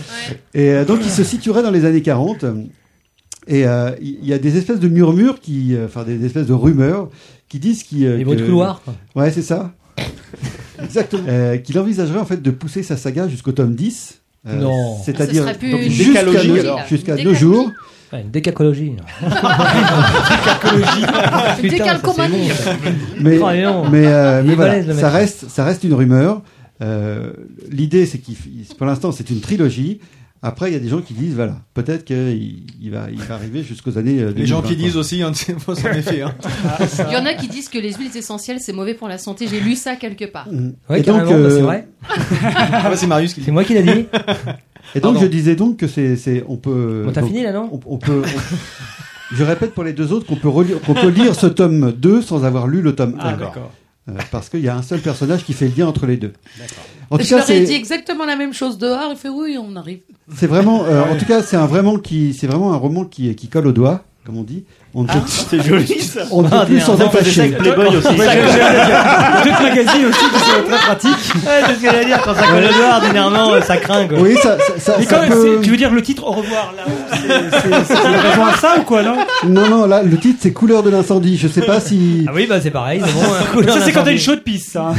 Et euh, donc, il se situerait dans les années 40. Et euh, il y a des espèces de murmures, qui, euh, enfin des espèces de rumeurs, qui disent qu'il. euh, Des bruits de que- couloir, quoi. Ouais, c'est ça. Exactement. Euh, qu'il envisagerait en fait de pousser sa saga jusqu'au tome 10. euh, Non. C'est-à-dire Ce serait plus donc, une jusqu'à décalogie, nos- alors. jusqu'à Une nos décalogie. jours. Ouais, une [LAUGHS] décalcologie. Putain, Décalcomanie. ça, c'est bon, ça. mais Oh, et non. mais, euh, Il mais est voilà, balèze, le ça mec. reste ça reste une rumeur. Euh, L'idée c'est qu'il f- pour l'instant c'est une trilogie. Après il y a des gens qui disent voilà peut-être qu'il il va il va arriver jusqu'aux années. euh, Les gens 2020, qui disent quoi. aussi, hein, [LAUGHS] c'est faux, en effet. hein. Il y en a qui disent que les huiles essentielles c'est mauvais pour la santé. J'ai lu ça quelque part. Mm. Ouais, Et donc, carrément, bah, c'est euh, vrai. Ah bah, c'est Marius qui C'est moi qui l'a dit. Et donc Pardon. je disais donc que c'est c'est on peut. Bon, t'as donc, fini, là, non on, on peut. [LAUGHS] on- je répète pour les deux autres qu'on peut relire- qu'on peut lire ce tome 2 sans avoir lu le tome 1. Ah, d'accord. Euh, parce qu'il y a un seul personnage qui fait le lien entre les deux. En tout Je cas, leur c'est ai dit exactement la même chose dehors. Il fait oui, on arrive. C'est vraiment, euh, en tout cas, c'est un vraiment qui, c'est vraiment un roman qui, qui colle au doigt, comme on dit. On ne peut, [LAUGHS] c'est joli, ça. On ne peut Ah, plus merde. s'en Non, on faisait empêcher. ça avec Playboy aussi. Ouais, j'ai- j'ai- D'autres magazines aussi, parce que c'est très pratique. Ouais, c'est ce que j'allais dire, quand ça colle au doigt, ordinairement, euh, ça craint, quoi. Oui, ça, ça, ça, Mais ça quand même, peut- c'est- tu veux dire le titre Au revoir là c'est- c'est- C'est vraiment à ça ou quoi non Non, non, là, le titre, c'est Couleur de l'incendie. Je sais pas si, Ah oui, bah c'est pareil, c'est bon. hein. Ça c'est quand t'as une hein. chaude piste [LAUGHS] ça.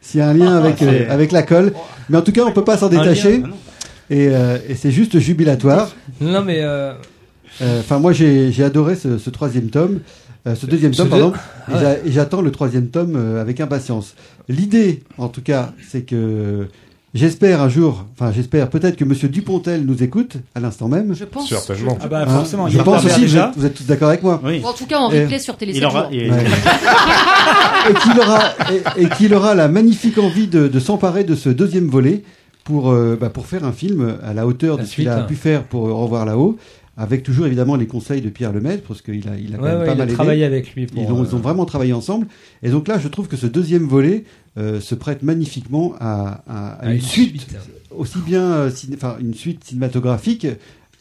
s'il y a un lien avec, euh, avec la colle. Mais en tout cas, on peut pas s'en détacher. Et, euh, et c'est juste jubilatoire. Non, mais. euh, Euh, Enfin, moi, j'ai j'ai adoré ce, ce troisième tome, euh, ce deuxième Ce tome, deux- pardon, et Ah j'a- et j'attends le troisième tome euh, avec impatience. L'idée, en tout cas, c'est que j'espère un jour, enfin, j'espère peut-être que Monsieur Dupontel nous écoute à l'instant même. Je pense. Certainement. Ah bah forcément, il je est pense pervers aussi, vous déjà. êtes, vous êtes tous d'accord avec moi. Oui. Ou en tout cas en Et- replay sur Télé Il 7 aura, jours. il- Ouais. et qu'il aura, et, et qu'il aura la magnifique envie de, de s'emparer de ce deuxième volet pour, euh, bah, pour faire un film à la hauteur La de ce qu'il suite, a hein. pu faire pour euh, Au revoir là-haut, avec toujours évidemment les conseils de Pierre Lemaitre, parce qu'il a, il a quand Ouais, même ouais, pas il a mal aidé. travaillé avec lui. Pour, Ils ont, euh, ils ont vraiment travaillé ensemble. Et donc là, je trouve que ce deuxième volet euh, se prête magnifiquement à, à- à à une suite, aussi bien euh, ciné- enfin, une suite cinématographique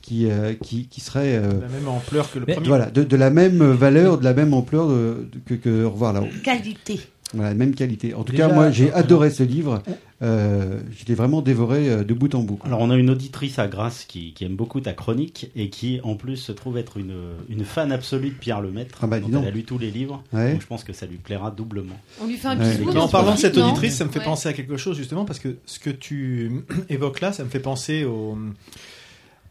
qui, euh, qui, qui serait euh, La même ampleur que le Mais- premier. voilà, de, de la même valeur, de la même ampleur euh, de- de- que, que Au revoir là-haut. Qualité. Voilà, la même qualité. En tout Déjà, cas, moi, j'ai euh, adoré ce livre. Euh, je l'ai vraiment dévoré euh, de bout en bout. quoi. Alors on a une auditrice à Grasse qui, qui aime beaucoup ta chronique et qui en plus se trouve être une, une fan absolue de Pierre Lemaître. Ah bah, dis dont donc. elle a lu tous les livres, Ouais. donc je pense que ça lui plaira doublement. On lui fait un Ouais. bisou. Mais dans en ce parlant de public, cette non auditrice, ça me fait Ouais. penser à quelque chose justement parce que ce que tu [CLEARS THROAT] évoques là, ça me fait penser au,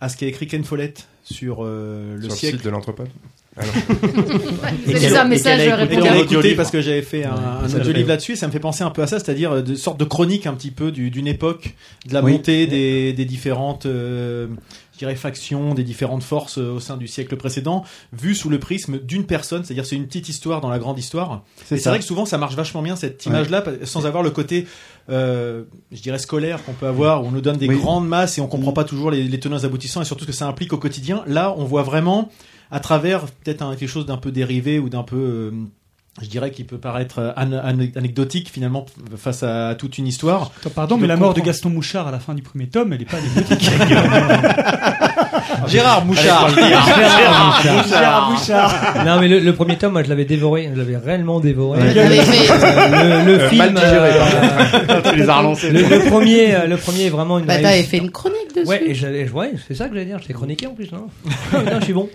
à ce qu'a écrit Ken Follett sur euh, le Sur le siècle. site de l'anthropode. [LAUGHS] C'est qu'elle- ça, et message qu'elle a Et répondu. Dans qu'on a écouté l'audiolivre. parce que j'avais fait un, un ça audiolivre fait. là-dessus, et ça me fait penser un peu à ça, c'est-à-dire euh, de sorte de chronique un petit peu du- d'une époque, de la Oui. montée des, des différentes euh, je dirais, factions, des différentes forces euh, au sein du siècle précédent, vue sous le prisme d'une personne, c'est-à-dire c'est une petite histoire dans la grande histoire. Et c'est ça. vrai que souvent ça marche vachement bien cette image-là, pa- sans avoir le côté, euh, je dirais, scolaire qu'on peut avoir, où on nous donne des Oui. Mm. grandes masses et on comprend pas toujours les, les tenants et aboutissants et surtout ce que ça implique au quotidien. Là, on voit vraiment, à travers peut-être un- quelque chose d'un peu dérivé ou d'un peu... euh, je dirais qui peut paraître euh, an- an- anecdotique finalement face à toute une histoire. Attends, Pardon, Je mais la mort de comprends. Gaston Mouchard à la fin du premier tome, elle est pas anecdotique. [LAUGHS] [LAUGHS] Gérard Mouchard. Gérard Mouchard. Mouchard, Mouchard. Non, mais le, le premier tome, moi, je l'avais dévoré, je l'avais réellement dévoré. Ouais. Euh, Mais- mais- le, le Euh, film, mal digéré, euh, tu les as relancés. le, le premier, euh, le premier est vraiment une. Bah t'avais réussite. fait une chronique dessus. Ouais, et j'avais, ouais, c'est ça que j'allais dire. Je t'ai chroniqué en plus, [LAUGHS] non Ah, putain, je suis bon.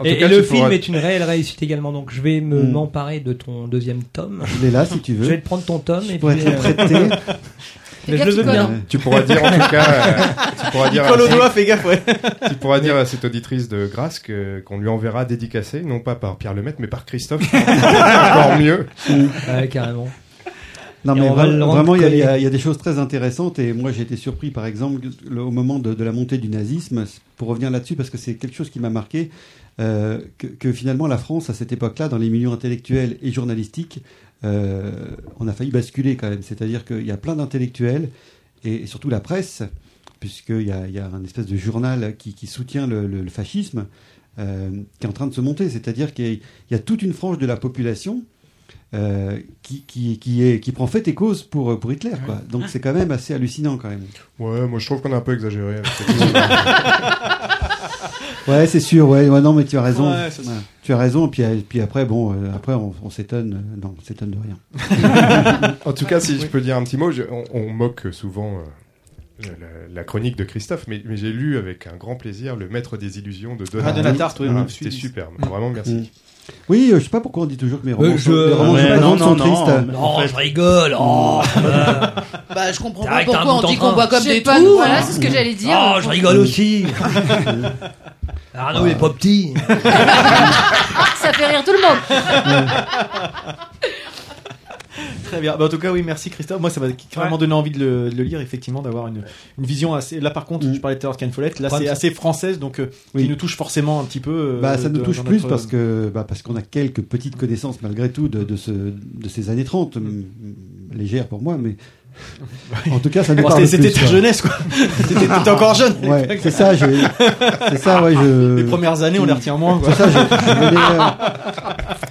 En tout Et, et cas, le tu film pourras- est une réelle réussite également. Donc, je vais me Mm. m'emparer de ton deuxième tome. Il est là, si tu Je vais veux. te prendre ton tome et Pour puis. être euh, [LAUGHS] prêté. mais je Quelqu'un le qui veux colle, bien. hein. Tu [LAUGHS] pourras dire en tout cas, euh, tu pourras dire, Colle au à, doigt, fais gaffe, ouais. tu pourras dire à cette auditrice de Grasse que qu'on lui enverra dédicacé, non pas par Pierre Lemaitre, mais par [LAUGHS] Christophe. Encore mieux. Ouais, carrément. Non, Et mais on va vra- le rendre vraiment, il y a- il y, a- collé. il y a des choses très intéressantes. Et moi, j'ai été surpris, par exemple, le- au moment de, de la montée du nazisme, c- pour revenir là-dessus, parce que c'est quelque chose qui m'a marqué, euh, que, que finalement, la France, à cette époque-là, dans les milieux intellectuels et journalistiques, euh, on a failli basculer quand même. C'est-à-dire qu'il y a plein d'intellectuels, et, et surtout la presse, puisqu'il y a, il y a un espèce de journal qui, qui soutient le, le- le fascisme. euh, qui est en train de se monter. C'est-à-dire qu'il y a- il y a toute une frange de la population euh, qui, qui, qui, est, qui prend fait et cause pour, pour Hitler. Quoi. Donc c'est quand même assez hallucinant quand même. Ouais, moi je trouve qu'on a un peu exagéré. avec [LAUGHS] cette- Ouais, c'est sûr. Ouais, ouais, non, mais tu as raison. Ouais, c'est ça. Ouais, Tu as raison. Puis, euh, puis après, bon, euh, après, on, on s'étonne. euh, Non, on s'étonne de rien. en tout cas, si je peux dire un petit mot, je- on, on moque souvent euh, la, la chronique de Christophe, mais, mais j'ai lu avec un grand plaisir Le Maître des Illusions de Donat. Ah, Donat Hart, oui, oui, C'était oui. superbe, vraiment Mm. merci. Oui, euh, je sais pas pourquoi on dit toujours que mes romans, Euh, sont- je- mes romans Ouais, sont, non, sont non, tristes. non, en fait- je rigole. oh, euh, Bah, je comprends pas Direct, un pourquoi bout on dit en train. qu'on boit comme Je sais des pas, trous. voilà, hein. c'est ce que j'allais dire. Oh, je rigole [LAUGHS] aussi. Arnaud est pas petit. Ah Ah, Ça fait rire tout le monde. [LAUGHS] Très bien. Bah, en tout cas, oui, merci Christophe. Moi, ça m'a carrément donné envie de le, de le lire, effectivement, d'avoir une, une vision assez. Là, par Mm. contre, je parlais tout à l'heure de Ken Follett. Là, c'est Problème, assez française, donc euh, qui nous touche forcément un petit peu. euh, Bah, ça nous de- touche dans plus notre- parce que bah, parce qu'on a quelques petites connaissances malgré tout de, de, ce, de ces années Mm. 30, m- m- légères pour moi, [LAUGHS] mais en tout cas ça nous Bon, parle c'était- c'était plus, ta [LAUGHS] jeunesse, quoi. T'étais- t'étais encore jeune. Ouais, c'est ça. je- C'est ça, ouais. Je... Les premières années, on les [LAUGHS] retient moins, quoi. Mm. C'est ça. Je, je venais, euh,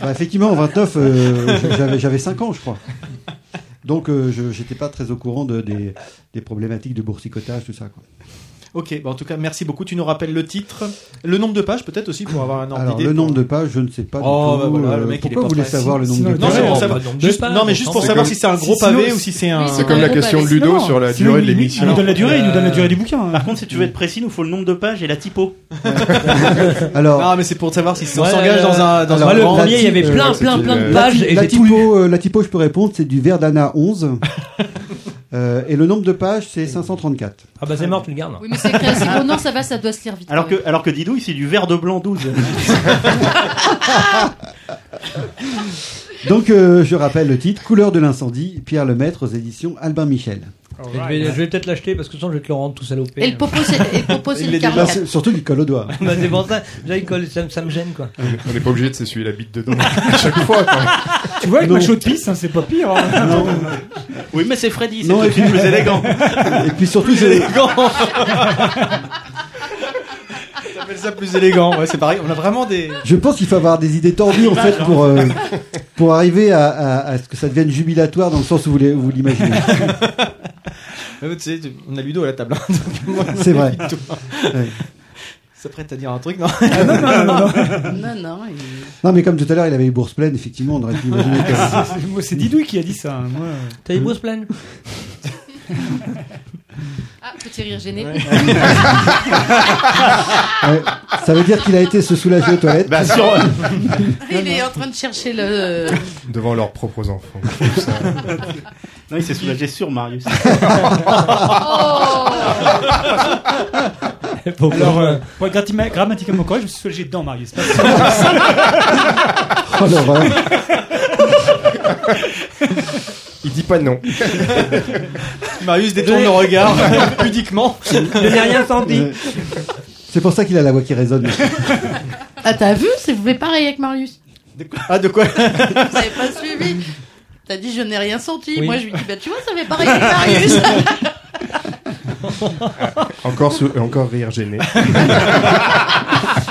bah, effectivement, en 29, euh, j'avais j'avais 5 ans, je crois. Donc euh, je j'étais pas très au courant de, des, des problématiques de boursicotage, tout ça. Quoi. Ok, bah, en tout cas, merci beaucoup. Tu nous rappelles le titre, le nombre de pages, peut-être aussi, pour avoir un ordre Alors d'idée. le nombre de pages, je ne sais pas. du Oh, tout. bah voilà, le Euh, mec, il est pourquoi pas vous voulez prêt. savoir le nombre Sinon, de pages non, mais on sait pas. Juste- non, mais juste pour savoir si hein. c'est un gros pavé ou si c'est un- C'est comme la question de Ludo sur la Sinon, durée de il- il l'émission. euh, nous donne la durée, il nous donne la durée hein. du bouquin. Par contre, si tu veux être précis, il nous faut le nombre de pages et la [LAUGHS] typo. Alors. Non, mais c'est pour savoir si on Ouais, s'engage dans un. Dans euh, Alors, un la grand- type, euh, c'était, euh, la type- La typo, euh, la typo, je peux répondre, c'est du Verdana [LAUGHS] 11. Euh, et le nombre de pages, c'est 534. Ah bah c'est mort, tu le gardes. Oui, mais c'est c'est bon, non, ça va, ça doit se lire vite. Alors que, alors que Didouille, c'est du vert de blanc 12. Donc, euh, je rappelle le titre Couleur de l'incendie, Pierre Lemaître aux éditions Albin Michel. Je vais, je vais peut-être l'acheter parce que sinon je vais te le rendre tout salopé. Et le popo, c'est- et le popo, c'est Il le est déjà- Bah, caractère. c'est- surtout du col au doigt. [LAUGHS] Bah, c'est pour ça, déjà, il colle, ça, me- ça me gêne quoi. On n'est pas obligé de s'essuyer la bite [LAUGHS] dedans à chaque fois. Tu vois, avec Non. ma chaude pisse, [LAUGHS] hein, c'est pas pire. hein. Oui, mais c'est Freddy, Non, c'est et tout de puis- suite plus élégant. [LAUGHS] Et puis surtout, Plus c'est- [LAUGHS] élégant. J'appelle ça plus élégant. Ouais, c'est pareil. On a vraiment des. Je pense qu'il faut avoir des idées tordues en fait pour, euh, pour arriver à, à- à ce que ça devienne jubilatoire dans le sens où vous l'avez- vous l'imaginez. Euh, tu sais, tu- on a Ludo à la table. hein, donc moi, C'est vrai. tout. Ouais. Ça prête à dire un truc, non Non, non, il- Non, mais comme tout à l'heure, il avait eu bourse pleine, effectivement, on aurait pu imaginer. que- C'est- moi, C'est Didouille qui a dit ça. hein, moi. T'as eu Hmm. [LAUGHS] bourse pleine Ah, petit rire gêné. Ouais, ça veut dire qu'il a été se soulager aux toilettes. Bah, sur- euh, il est en train de chercher le. Devant leurs propres enfants. Non, il s'est soulagé [LAUGHS] sur Marius. Oh. [LAUGHS] Alors, euh, pour être gratima- grammaticalement correct, je me suis soulagé dedans, Marius. [LAUGHS] Pas sur- Oh l'horreur. Il dit pas non. Marius détourne le regard [LAUGHS] pudiquement. Je n'ai rien senti. C'est pour ça qu'il a la voix qui résonne. Ah, t'as vu C'est vous faites pareil avec Marius. Ah, de quoi Vous avez pas suivi T'as dit je n'ai rien senti. Oui. Moi, je lui dis bah tu vois, ça fait pareil avec Marius. Encore, sou- encore rire gêné.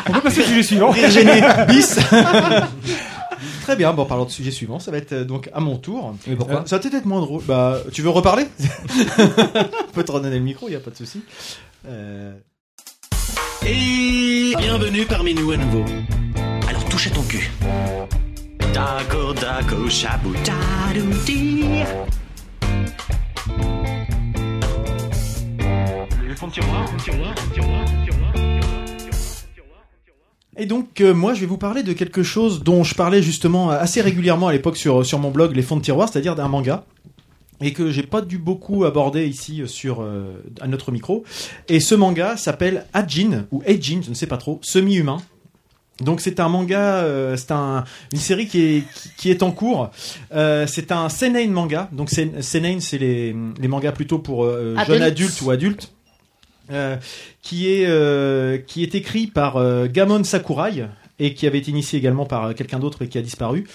On peut passer au sujet suivant. Rire gêné. Bis. [LAUGHS] Très bien, bon, parlant de sujet suivant, ça va être euh, donc à mon tour. Euh, Mais pourquoi Ça va peut-être être moins drôle. Bah, tu veux reparler [LAUGHS] On peut te redonner le micro, il n'y a pas de souci. Euh, Et bienvenue parmi nous à nouveau. Alors touche à ton cul. Dago, dago, chabou, tadoudi. Et donc euh, moi je vais vous parler de quelque chose dont je parlais justement assez régulièrement à l'époque sur, sur mon blog Les Fonds de Tiroir, c'est-à-dire d'un manga et que j'ai pas dû beaucoup aborder ici euh, sur euh, à notre micro. Et ce manga s'appelle Ajin ou Ajin, je ne sais pas trop, semi-humain. Donc c'est un manga, euh, c'est un, une série qui est, qui, qui est en cours. Euh, c'est un seinen manga. Donc sen- seinen, c'est les, les mangas plutôt pour euh, jeunes Adultes. adultes ou adultes. Euh, qui est euh, qui est écrit par euh, Gamon Sakurai et qui avait été initié également par euh, quelqu'un d'autre et qui a disparu.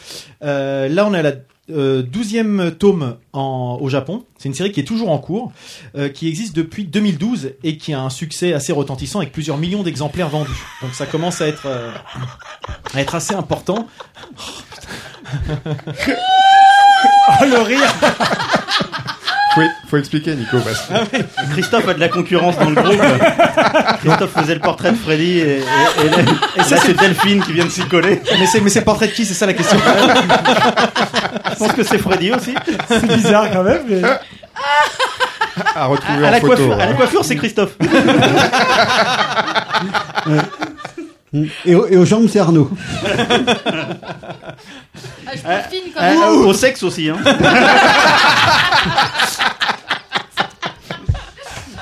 Euh, là, on est à la euh, 12e tome en- au Japon. C'est une série qui est toujours en cours, euh, qui existe depuis 2012 et qui a un succès assez retentissant avec plusieurs millions d'exemplaires vendus. Donc ça commence à être, euh, à être assez important. [LAUGHS] Oh le rire Faut, faut expliquer, Nico. bah, parce que- Ah Christophe a de la concurrence dans le groupe. Christophe faisait le portrait de Freddy et, et- et là, et là, c'est Delphine qui vient de s'y coller. Mais c'est, mais c'est portrait de qui C'est ça la question. Je pense que c'est Freddy aussi. C'est bizarre quand même. mais- À retrouver À en la photo. coiffure, à la hein. coiffure, Ah, c'est Christophe. Mm. Et, au- et aux jambes, c'est Arnaud. Ah, je profite quand Euh, même. au sexe aussi. Hein.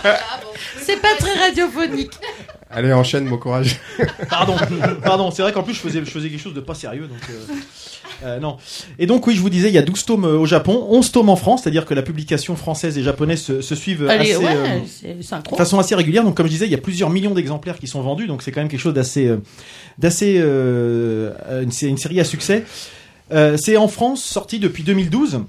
Ah, C'est pas très radiophonique. Allez, enchaîne, mon courage. Pardon, pardon. C'est vrai qu'en plus je faisais, je faisais quelque chose de pas sérieux, donc euh, euh, non. Et donc oui, je vous disais, il y a 12 tomes euh, au Japon, 11 tomes en France, c'est-à-dire que la publication française et japonaise se, se suivent Allez, assez, ouais, euh, c'est de synchro. façon assez régulière. Donc comme je disais, il y a plusieurs millions d'exemplaires qui sont vendus, donc c'est quand même quelque chose d'assez, euh, d'assez, euh, une, sé- une série à succès. Euh, c'est en France, sorti depuis 2012.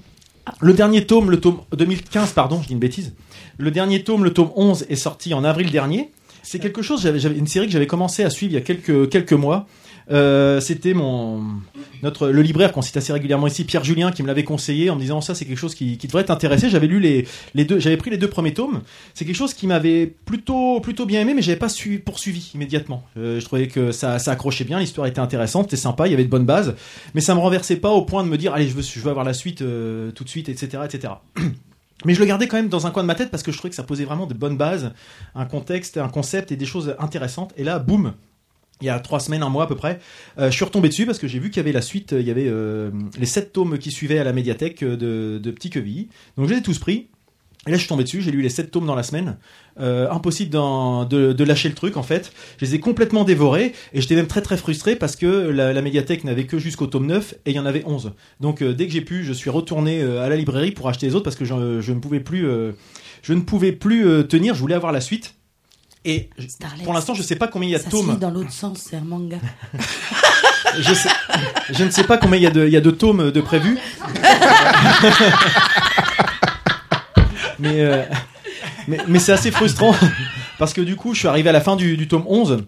Le dernier tome, le tome 2015, pardon, je dis une bêtise. Le dernier tome, le tome 11, est sorti en avril dernier. C'est quelque chose, j'avais, j'avais- une série que j'avais commencé à suivre il y a quelques, quelques mois. Euh, c'était mon notre le libraire qu'on cite assez régulièrement ici, Pierre Julien, qui me l'avait conseillé en me disant ça c'est quelque chose qui, qui devrait t'intéresser. J'avais lu les, les deux, j'avais pris les deux premiers tomes. C'est quelque chose qui m'avait plutôt plutôt bien aimé, mais j'avais pas su, poursuivi immédiatement. Euh, je trouvais que ça, ça accrochait bien, l'histoire était intéressante, c'était sympa, il y avait de bonnes bases, mais ça me renversait pas au point de me dire allez je veux je veux avoir la suite euh, tout de suite, etc., etc. [CLEARS THROAT] Mais je le gardais quand même dans un coin de ma tête parce que je trouvais que ça posait vraiment de bonnes bases, un contexte, un concept et des choses intéressantes. Et là, boum, il y a trois semaines, un mois à peu près, euh, je suis retombé dessus parce que j'ai vu qu'il y avait la suite, euh, il y avait euh, les sept tomes qui suivaient à la médiathèque euh, de, de Petit Quevilly. Donc je les ai tous pris. Et là, je suis tombé dessus, j'ai lu les sept tomes dans la semaine. Euh, impossible d'en- de, de lâcher le truc, en fait. Je les ai complètement dévorés et j'étais même très très frustré parce que la, la médiathèque n'avait que jusqu'au tome 9 et il y en avait 11. Donc euh, dès que j'ai pu, je suis retourné euh, à la librairie pour acheter les autres parce que je, je ne pouvais plus, euh, je ne pouvais plus euh, tenir, je voulais avoir la suite. Et je- Starlet. pour l'instant, je sais pas combien il y a de Ça se tomes lit dans l'autre sens, c'est un manga. je, sais- je ne sais pas combien il y, a de- il y a de tomes de prévus. [LAUGHS] mais euh, mais, mais c'est assez frustrant parce que du coup, je suis arrivé à la fin du, du tome 11.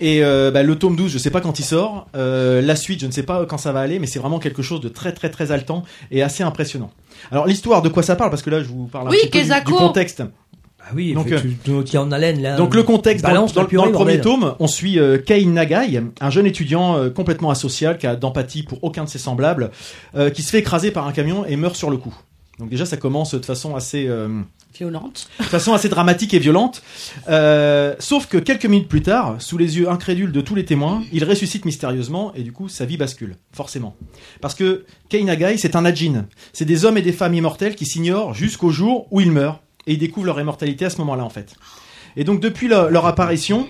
Et euh, bah, le tome 12, je sais pas quand il sort. Euh, la suite, je ne sais pas quand ça va aller, mais c'est vraiment quelque chose de très très très haletant et assez impressionnant. Alors l'histoire, de quoi ça parle Parce que là, je vous parle un Oui, petit peu du- du Kezako. contexte. Ah oui, Donc, euh, donc, tu, tu- tu es en haleine là. Donc le contexte, dans- Balance dans, la dans purée, le premier bordel. tome, on suit euh, Kei Nagai, un jeune étudiant euh, complètement asocial, qui a d'empathie pour aucun de ses semblables, euh, qui se fait écraser par un camion et meurt sur le coup. Donc déjà ça commence de façon assez, euh, Violente. de façon assez dramatique et violente. Euh, sauf que quelques minutes plus tard, sous les yeux incrédules de tous les témoins, il ressuscite mystérieusement et du coup sa vie bascule, forcément. Parce que Kei Nagai c'est un Ajin, c'est des hommes et des femmes immortels qui s'ignorent jusqu'au jour où ils meurent et ils découvrent leur immortalité à ce moment-là en fait. Et donc depuis le- leur apparition,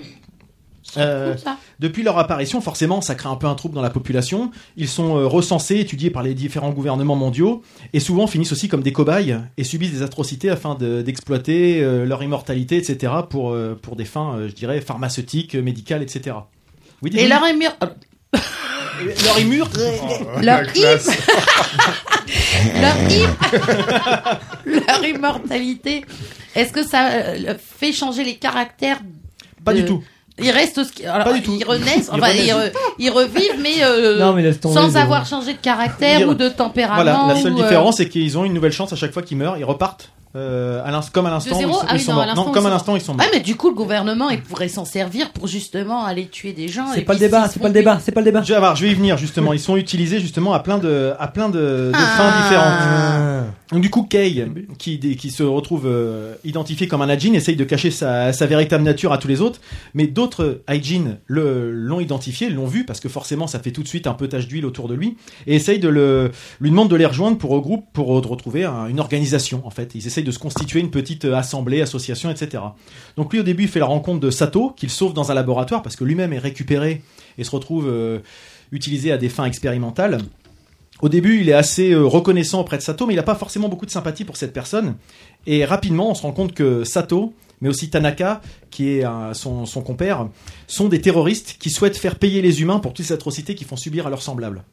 euh, Comme ça. depuis leur apparition, forcément, ça crée un peu un trouble dans la population. Ils sont euh, recensés, étudiés par les différents gouvernements mondiaux, et souvent finissent aussi comme des cobayes et subissent des atrocités afin de- d'exploiter euh, leur immortalité, etc., pour, euh, pour des fins, euh, je dirais, pharmaceutiques, euh, médicales, etc. Oui, Et dis- leur émir- ah, leur immure, Oh, La la classe. leur, im- [LAUGHS] leur immortalité, est-ce que ça euh, fait changer les caractères pas du Euh, tout. Ils restent ce qui- alors, Pas du tout. Ils renaissent, Ils enfin, renaissent. ils, re- ils revivent, mais, euh, Non, mais laisse tomber, sans c'est avoir bon. changé de caractère Ils- ou de tempérament. Voilà, la seule ou, euh, différence, c'est qu'ils ont une nouvelle chance à chaque fois qu'ils meurent, ils repartent. euh, à l'inst- comme à l'instant, De où ils zéro sont, Ah ils oui, non, sont à morts. l'instant, Non, ils comme à sont l'instant, ils sont morts. Ah, mais du coup, le gouvernement, il pourrait s'en servir pour justement aller tuer des gens. C'est et pas le puis débat, s'ils c'est se pas le font débat, c'est pas le débat. Je vais, avoir- je vais y venir justement. Ils sont utilisés justement à plein de, à plein de, de fins Ah. différentes. Donc du coup, Kay, qui, qui se retrouve euh, identifié comme un Ajin, essaye de cacher sa, sa véritable nature à tous les autres, mais d'autres Ajin le- l'ont identifié, l'ont vu, parce que forcément ça fait tout de suite un peu tache d'huile autour de lui, et essaye de le, lui demande de les rejoindre pour regroupe, pour re- retrouver un- une organisation en fait. Ils essayent de se constituer une petite euh, assemblée, association, etc. Donc lui au début il fait la rencontre de Sato, qu'il sauve dans un laboratoire, parce que lui-même est récupéré et se retrouve euh, utilisé à des fins expérimentales. Au début, il est assez euh, reconnaissant auprès de Sato, mais il n'a pas forcément beaucoup de sympathie pour cette personne. Et rapidement, on se rend compte que Sato, mais aussi Tanaka, qui est un- son, son compère, sont des terroristes qui souhaitent faire payer les humains pour toutes les atrocités qu'ils font subir à leurs semblables.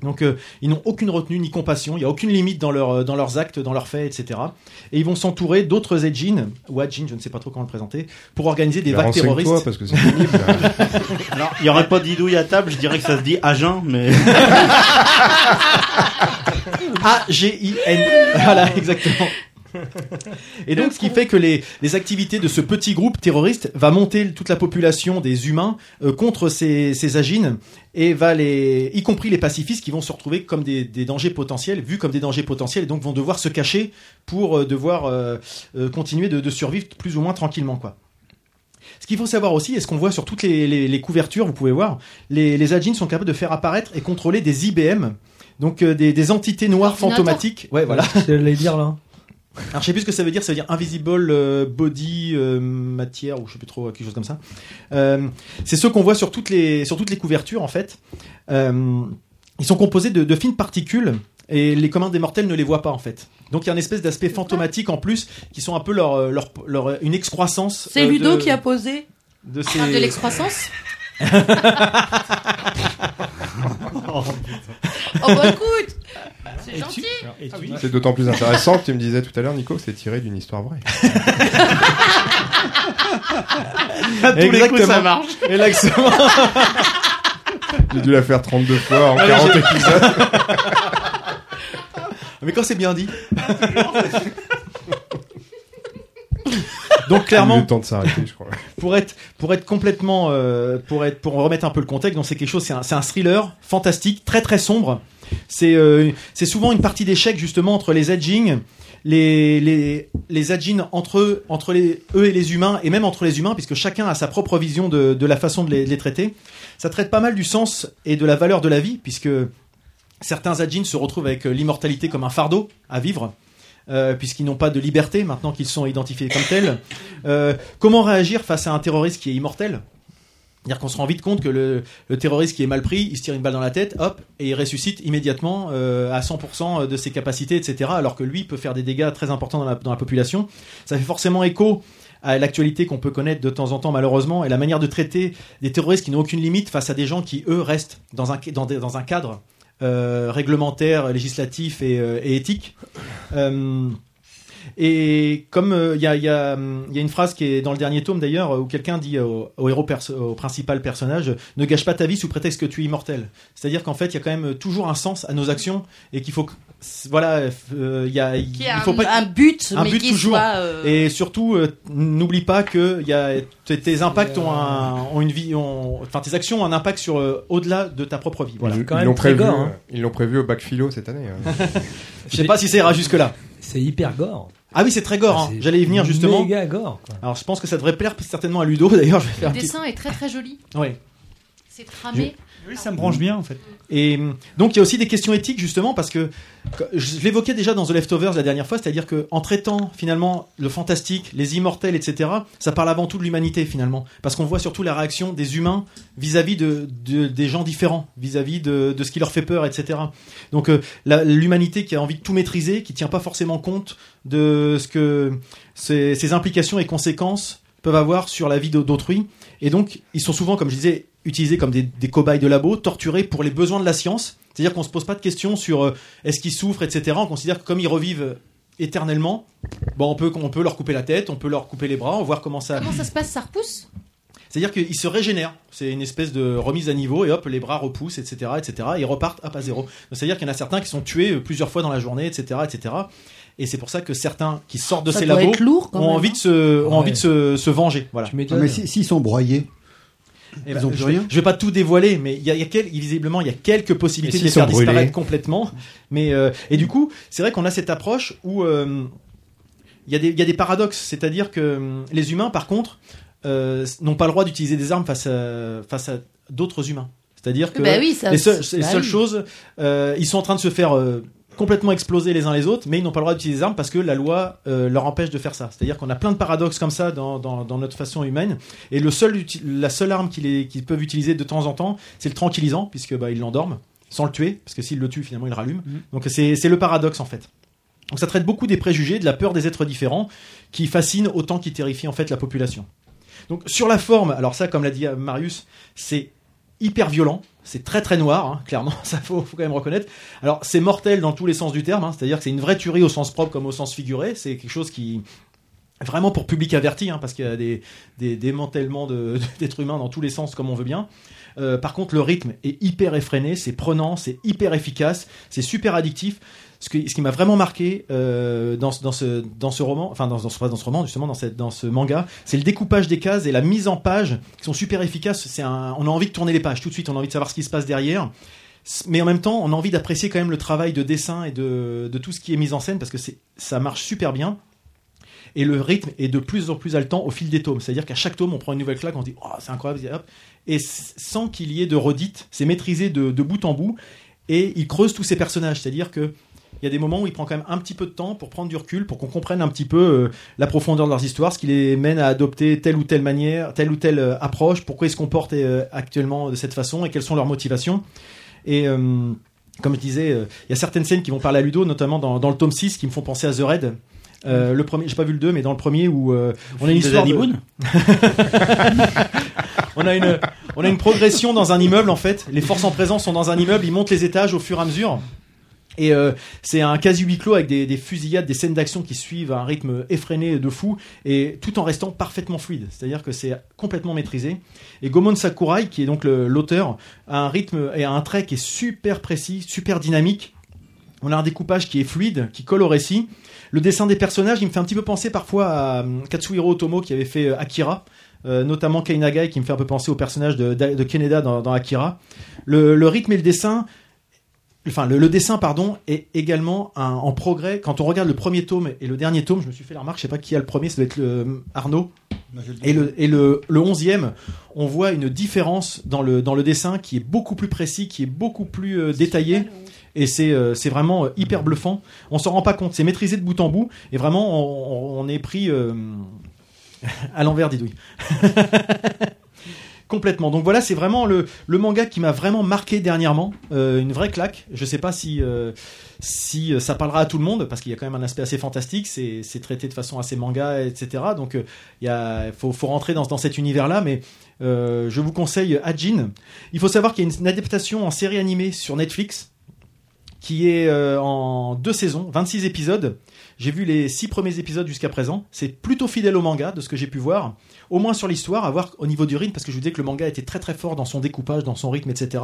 Donc euh, ils n'ont aucune retenue ni compassion, il n'y a aucune limite dans, leur- euh, dans leurs actes, dans leurs faits, etc. Et ils vont s'entourer d'autres Edjin, ou Adjin, je ne sais pas trop comment le présenter, pour organiser des Mais vagues Bah, renseigne-toi, terroristes. parce que [LAUGHS] Alors, il n'y aurait pas d'idouille à table, je dirais que ça se dit Agen, mais. A-G-I-N. Voilà, exactement. [LAUGHS] Et donc, ce qui fait que les, les activités de ce petit groupe terroriste va monter toute la population des humains euh, contre ces, ces agines et va les, y compris les pacifistes qui vont se retrouver comme des, des dangers potentiels, vus comme des dangers potentiels, et donc vont devoir se cacher pour euh, devoir euh, euh, continuer de, de survivre plus ou moins tranquillement, quoi. Ce qu'il faut savoir aussi, et ce qu'on voit sur toutes les, les- les couvertures, vous pouvez voir, les, les Adjins sont capables de faire apparaître et contrôler des IBM, donc euh, des, des entités noires Ordinateur. fantomatiques. Ouais, voilà. J'allais dire là. Alors je sais plus ce que ça veut dire, ça veut dire invisible euh, body euh, matière ou je sais plus trop quelque chose comme ça. Euh, c'est ceux qu'on voit sur toutes les sur toutes les couvertures en fait. Euh, ils sont composés de, de fines particules et les communs des mortels ne les voient pas en fait. Donc il y a une espèce d'aspect fantomatique en plus qui sont un peu leur euh, leur, leur- une excroissance. C'est euh, Ludo de- qui a posé. de ces- Ah, de [LAUGHS] l'excroissance oh, bah écoute C'est gentil Ah C'est d'autant plus intéressant que tu me disais tout à l'heure, Nico, que c'est tiré d'une histoire vraie. [LAUGHS] À tous les coups, Exactement. ça marche. Exactement. J'ai dû la faire 32 fois en Ah, mais 40 je- épisodes. Mais quand c'est bien [LAUGHS] dit. [LAUGHS] Donc clairement, Il est temps de s'arrêter, je crois. pour être pour être complètement euh, pour être pour remettre un peu le contexte, donc c'est quelque chose, c'est un, c'est un thriller fantastique, très très sombre. C'est euh, c'est souvent une partie d'échec justement entre les edging, les les les Adjin entre eux entre les eux et les humains et même entre les humains puisque chacun a sa propre vision de de la façon de les, de les traiter. Ça traite pas mal du sens et de la valeur de la vie puisque certains Adjin se retrouvent avec euh, l'immortalité comme un fardeau à vivre. euh, puisqu'ils n'ont pas de liberté maintenant qu'ils sont identifiés comme tels. Euh, comment réagir face à un terroriste qui est immortel c'est-à-dire qu'on se rend vite compte que le, le terroriste qui est mal pris, il se tire une balle dans la tête, hop, et il ressuscite immédiatement euh, à 100% de ses capacités, etc. Alors que lui peut faire des dégâts très importants dans la, dans la population. Ça fait forcément écho à l'actualité qu'on peut connaître de temps en temps malheureusement et la manière de traiter des terroristes qui n'ont aucune limite face à des gens qui, eux, restent dans un, dans des- dans un cadre euh, réglementaire, législatif et, euh, et éthique. Euh, et comme euh, il y, a, il y a, hum, il y a une phrase qui est dans le dernier tome d'ailleurs, euh, où quelqu'un dit au, au héros perso- au principal personnage, euh, ne gâche pas ta vie sous prétexte que tu es immortel. C'est-à-dire qu'en fait, il y a quand même euh, toujours un sens à nos actions et qu'il faut que- c'est- voilà, euh, euh, il y a, il y a il faut un- pas un but, mais qui soit, euh, Et surtout, euh, n'oublie pas que il y a, tes- tes impacts ont, un- ont une vie, ont- enfin tes actions ont un impact sur euh, au-delà de ta propre vie. Voilà. Ils- ils l'ont prévu, hein. hein. euh, ils l'ont prévu au bac philo cette année. [LAUGHS] hein. Je sais pas si ça ira jusque là. C'est hyper gore. Ah oui, c'est très gore. hein. J'allais y venir justement. méga gore, Alors je pense que ça devrait plaire certainement à Ludo. [LAUGHS] D'ailleurs, je vais Le faire un petit- dessin est très très joli. Ouais. C'est tramé. Oui, ça me branche bien en fait. Et hum, donc il y a aussi des questions éthiques justement parce que que- je je l'évoquais déjà dans The Leftovers la dernière fois, c'est-à-dire que en traitant finalement le fantastique, les immortels, etc., ça parle avant tout de l'humanité finalement, parce qu'on voit surtout la réaction des humains vis-à-vis de, de- des gens différents, vis-à-vis de, de ce qui leur fait peur, etc. Donc euh, la- l'humanité qui a envie de tout maîtriser, qui tient pas forcément compte de ce que ces, ces implications et conséquences peuvent avoir sur la vie d'au- d'autrui. Et donc, ils sont souvent, comme je disais, utilisés comme des, des cobayes de labo, torturés pour les besoins de la science. C'est-à-dire qu'on ne se pose pas de questions sur euh, est-ce qu'ils souffrent, etc. On considère que comme ils revivent éternellement, bon, on, peut, on peut leur couper la tête, on peut leur couper les bras, on va voir comment ça... Comment ça se passe Ça repousse C'est-à-dire qu'ils se régénèrent. C'est une espèce de remise à niveau et hop, les bras repoussent, etc., etc. Et ils repartent hop, à zéro. Donc, C'est-à-dire qu'il y en a certains qui sont tués euh, plusieurs fois dans la journée, etc., etc. Et c'est pour ça que certains qui sortent de Ça ces doit labos être lourd, quand ont même, hein. envie de se, ont Ouais. envie de se, se venger. Voilà. Ah, mais si- s'ils sont broyés, Eh ils ben, ont je, plus vais- rien. je vais pas tout dévoiler, mais il y a, il y a quel- visiblement il y a quelques possibilités Et s'ils de les faire sont brûlés disparaître complètement. Mais euh, et du coup, c'est vrai qu'on a cette approche où euh, il y, a des- il y a des paradoxes, c'est-à-dire que euh, les humains, par contre, euh, n'ont pas le droit d'utiliser des armes face à, face à d'autres humains. C'est-à-dire que Bah oui, ça- les, seules- bah les seules oui. choses, euh, ils sont en train de se faire euh, complètement exploser les uns les autres, mais ils n'ont pas le droit d'utiliser des armes parce que la loi euh, leur empêche de faire ça. C'est-à-dire qu'on a plein de paradoxes comme ça dans, dans- dans notre façon humaine, et le seul, uti- la seule arme qu'ils les- qu'ils peuvent utiliser de temps en temps, c'est le tranquillisant, Mmh. puisque bah, ils l'endorment sans le tuer, parce que s'ils le tuent, finalement, ils rallument. Donc c'est c'est le paradoxe en fait. Donc ça traite beaucoup des préjugés, de la peur des êtres différents, qui fascinent autant qu'ils terrifient en fait la population. Donc sur la forme, alors ça, comme l'a dit euh, Marius, c'est hyper violent, c'est très très noir, hein, clairement, [LAUGHS] ça faut, faut quand même reconnaître. Alors c'est mortel dans tous les sens du terme, hein, c'est-à-dire que c'est une vraie tuerie au sens propre comme au sens figuré, c'est quelque chose qui vraiment pour public averti, hein, parce qu'il y a des, des démantèlements de- [LAUGHS] d'êtres humains dans tous les sens comme on veut bien. Euh, par contre, le rythme est hyper effréné, c'est prenant, c'est hyper efficace, c'est super addictif. Ce, que- ce qui m'a vraiment marqué euh, dans, ce- dans, ce, dans ce roman, enfin dans, dans, ce, pas dans ce roman justement, dans, cette, dans ce manga, c'est le découpage des cases et la mise en page qui sont super efficaces. C'est un- on a envie de tourner les pages tout de suite, on a envie de savoir ce qui se passe derrière. Mais en même temps, on a envie d'apprécier quand même le travail de dessin et de, de tout ce qui est mis en scène parce que c'est- ça marche super bien et le rythme est de plus en plus haletant au fil des tomes. C'est-à-dire qu'à chaque tome, on prend une nouvelle claque, on dit oh, c'est incroyable, et hop. et s- sans qu'il y ait de redite, c'est maîtrisé de, de bout en bout, et il creuse tous ses personnages. C'est-à-dire que il y a des moments où il prend quand même un petit peu de temps pour prendre du recul, pour qu'on comprenne un petit peu euh, la profondeur de leurs histoires, ce qui les mène à adopter telle ou telle manière, telle ou telle euh, approche, pourquoi ils se comportent euh, actuellement de cette façon et quelles sont leurs motivations. Et euh, comme je disais, euh, il y a certaines scènes qui vont parler à Ludo, notamment dans, dans le tome 6, qui me font penser à The Raid. Euh, le premier, j'ai pas vu le 2, mais dans le premier où euh, on a une film de histoire Danny de- Boone [LAUGHS] on a une on a une progression dans un immeuble en fait. Les forces en présence sont dans un immeuble, ils montent les étages au fur et à mesure. Et euh, c'est un quasi huis clos avec des, des fusillades, des scènes d'action qui suivent à un rythme effréné de fou, et tout en restant parfaitement fluide. C'est-à-dire que c'est complètement maîtrisé. Et Gomon Sakurai, qui est donc le- l'auteur, a un rythme et a un trait qui est super précis, super dynamique. On a un découpage qui est fluide, qui colle au récit. Le dessin des personnages, il me fait un petit peu penser parfois à hum, Katsuhiro Otomo qui avait fait euh, Akira, euh, notamment Kainagai qui me fait un peu penser au personnage de, de Keneda dans, dans Akira. Le, le rythme et le dessin, enfin le, le dessin pardon, est également un- en progrès. Quand on regarde le premier tome et le dernier tome, je me suis fait la remarque, je sais pas qui a le premier, ça doit être le, hum, Arnaud. Moi, je le dis. Et le, et le, le 11e, on voit une différence dans le, dans le dessin qui est beaucoup plus précis, qui est beaucoup plus euh, détaillé. Et c'est euh, c'est vraiment euh, hyper bluffant. On s'en rend pas compte. C'est maîtrisé de bout en bout. Et vraiment, on, on est pris euh, [LAUGHS] à l'envers, dis Complètement. Donc voilà, c'est vraiment le, le manga qui m'a vraiment marqué dernièrement. Euh, une vraie claque. Je sais pas si, euh, si euh, ça parlera à tout le monde, parce qu'il y a quand même un aspect assez fantastique. C'est c'est traité de façon assez manga, etc. Donc euh, il y a, faut, faut rentrer dans, dans cet univers-là. Mais euh, je vous conseille Ajin. Il faut savoir qu'il y a une, une adaptation en série animée sur Netflix qui est euh, en deux saisons, 26 épisodes. J'ai vu les six premiers épisodes jusqu'à présent. C'est plutôt fidèle au manga, de ce que j'ai pu voir. Au moins sur l'histoire, à voir au niveau du rythme, parce que je vous disais que le manga était très très fort dans son découpage, dans son rythme, etc.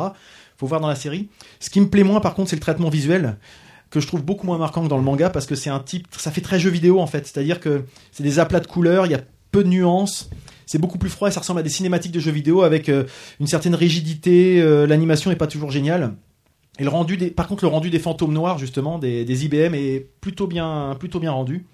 Faut voir dans la série. Ce qui me plaît moins, par contre, c'est le traitement visuel que je trouve beaucoup moins marquant que dans le manga parce que c'est un type, ça fait très jeu vidéo en fait, c'est-à-dire que c'est des aplats de couleurs, il y a peu de nuances, c'est beaucoup plus froid, et ça ressemble à des cinématiques de jeux vidéo avec euh, une certaine rigidité, euh, l'animation est pas toujours géniale. Et le rendu des, par contre, le rendu des fantômes noirs, justement, des, des IBM est plutôt bien, plutôt bien rendu.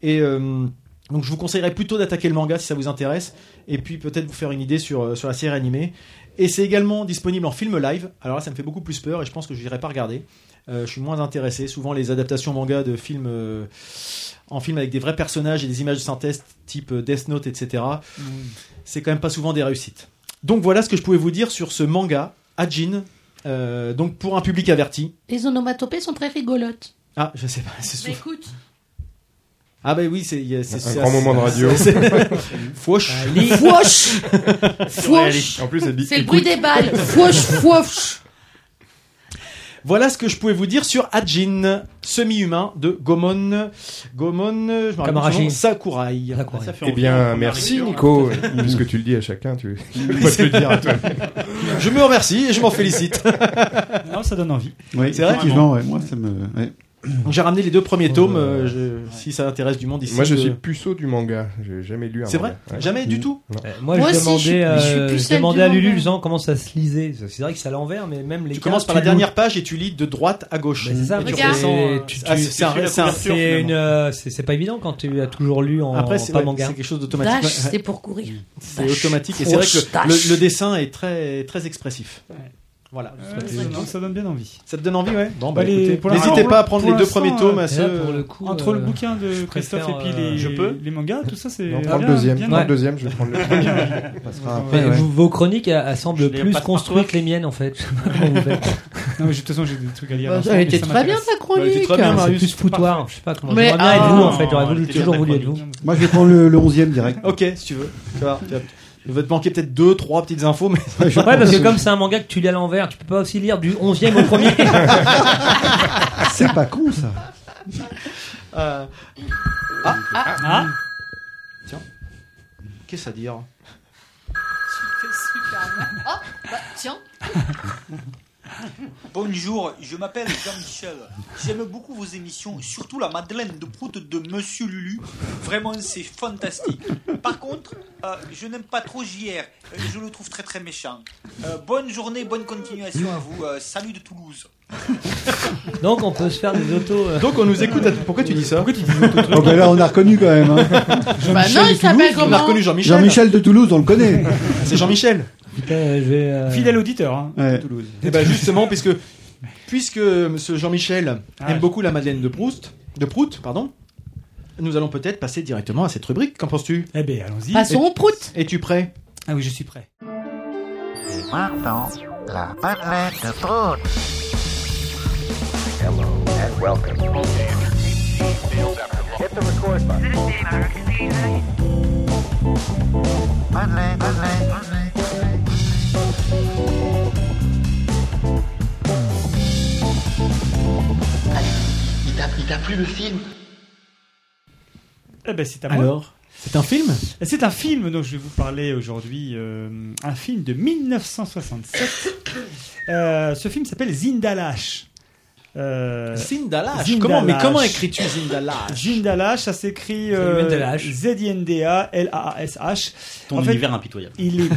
Et euh, donc, je vous conseillerais plutôt d'attaquer le manga si ça vous intéresse, et puis peut-être vous faire une idée sur, euh, sur la série animée. Et c'est également disponible en film live. Alors là, ça me fait beaucoup plus peur, et je pense que je n'irai pas regarder. Euh, je suis moins intéressé. Souvent, les adaptations manga de films euh, en film avec des vrais personnages et des images de synthèse, type euh, Death Note, etc. C'est quand même pas souvent des réussites. Donc voilà ce que je pouvais vous dire sur ce manga, Ajin. Euh, donc pour un public averti. Les onomatopées sont très rigolotes. Ah, je sais pas, c'est souvent- [LAUGHS] écoute. Ah bah oui, c'est il y a- c'est- Un c'est grand moment de radio. [LAUGHS] Fouoche. Allez. [LAUGHS] Fouoche Fouoche. En plus, elle dit, C'est le bruit écoute. des balles. Fouoche, fouoche. Voilà ce que je pouvais vous dire sur Ajin, semi-humain de Gomon, Gomon, euh, je me rappelle Kamarashi. son nom, Sakurai. Ça fait Eh envie, bien, hein. merci Nico. [LAUGHS] Puisque tu le dis à chacun, tu je peux pas te le dire à toi. Je me remercie et je m'en félicite. [LAUGHS] Non, ça donne envie. Oui, C'est vrai effectivement, ouais, moi, ça me. ouais. Donc, J'ai ramené les deux premiers Oh, tomes, euh, je- si ça intéresse du monde ici. euh, Moi, je que- suis puceau du manga. J'ai jamais lu un C'est manga. Mm. vrai Jamais du tout Non. Euh, Moi, Moi je aussi, je suis- demandais, je suis euh, plus je celle demandais du à Lulu manga. Jean comment ça se lisait. C'est vrai que c'est à l'envers, mais même les. Tu cas, commences par la loues. dernière page et tu lis de droite à gauche. Bah, c'est ça, Et mais tu tu- redescends, euh, tu- tu- ah, c'est- c'est un- c'est un- c'est une, euh, c'est c'est pas évident quand tu as toujours lu en Après, c'est pas ouais, manga. c'est quelque chose d'automatique. Dash, Ouais. c'est pour courir. C'est Dash. automatique. Et c'est vrai que Dash. le, le dessin est très, très expressif. Voilà. ça, donne- ça donne bien envie. Ça te donne envie, ouais Bon, bah, Allez, écoutez, pour l'instant, n'hésitez pas à pour prendre les deux l'instant, premiers tomes à euh, ceux. là, pour le coup, Entre le euh, bouquin de je Christophe préfère, et puis les, euh, je peux les mangas, tout ça, c'est. Non, Ah, bien- prends le deuxième. bien Prends le entendu. deuxième, je vais [LAUGHS] prendre le premier. Ça sera Mais après, ouais. vous- Vos chroniques euh, elles semblent les plus passe construites que les miennes en fait. Je sais pas [LAUGHS] comment vous faites. Non, mais de toute façon, j'ai des trucs à lire. Bah, à l'instant, elle mais était ça très bien, m'intéresse. ta chronique. Elle était très bien, C'est Marius, plus c'est foutoir, parfait. je sais pas comment. Mais- J'aurais bien être vous en fait, Oh, j'aurais Ah, voulu, elle était toujours bien voulu être vous. Moi, je vais prendre le, le 11e [LAUGHS] direct. Ok, si tu veux. Tu vas, tu vas- il va te manquer peut-être deux, trois petites infos, mais Ouais, je Ouais, parce que pense- comme c'est un manga que tu lis à l'envers, tu peux pas aussi lire du 11e au [LAUGHS] premier. C'est pas con, [LAUGHS] ça. Euh, Ah, qu'est-ce à dire Bah, tiens, Bonjour, je m'appelle Jean-Michel. J'aime beaucoup vos émissions, surtout la Madeleine de Prout de Monsieur Lulu. Vraiment, c'est fantastique. Par contre, euh, je n'aime pas trop JR. Euh, Je le trouve très très méchant. Euh, bonne journée, bonne continuation à vous. Euh, salut de Toulouse. Donc on peut se faire des autos. euh. Donc on nous écoute. à- Pourquoi tu dis ça Oh, ben là, on a reconnu quand même. hein. Bah non, il s'appelle On a comment reconnu [LAUGHS] Jean-Michel. Jean-Michel de Toulouse, on le connaît. C'est Jean-Michel. Putain, euh, je vais. euh, fidèle auditeur. hein. Ouais. Et bah justement, puisque puisque Monsieur Jean-Michel Ah, aime je- beaucoup la Madeleine de Proust, de Prout, pardon, nous allons peut-être passer directement à cette rubrique. Qu'en penses-tu Eh bien, allons-y. Passons au prout. Es-tu prêt Ah oui, je suis prêt. Maintenant, la Madeleine de Prout. Madeleine, Madeleine, Madeleine. Il t'a plu le film Eh ben, c'est à moi. Alors, c'est un film C'est un film dont je vais vous parler aujourd'hui, euh, un film de 1967. [COUGHS] Euh, ce film s'appelle Zindalash. Euh, Zindalash. Zindalash. Comment mais comment écris-tu Zindalash Zindalash, ça s'écrit euh, Zindalash. Z-I-N-D-A-L-A-S-H. Ton En fait- univers impitoyable. Il est. [LAUGHS]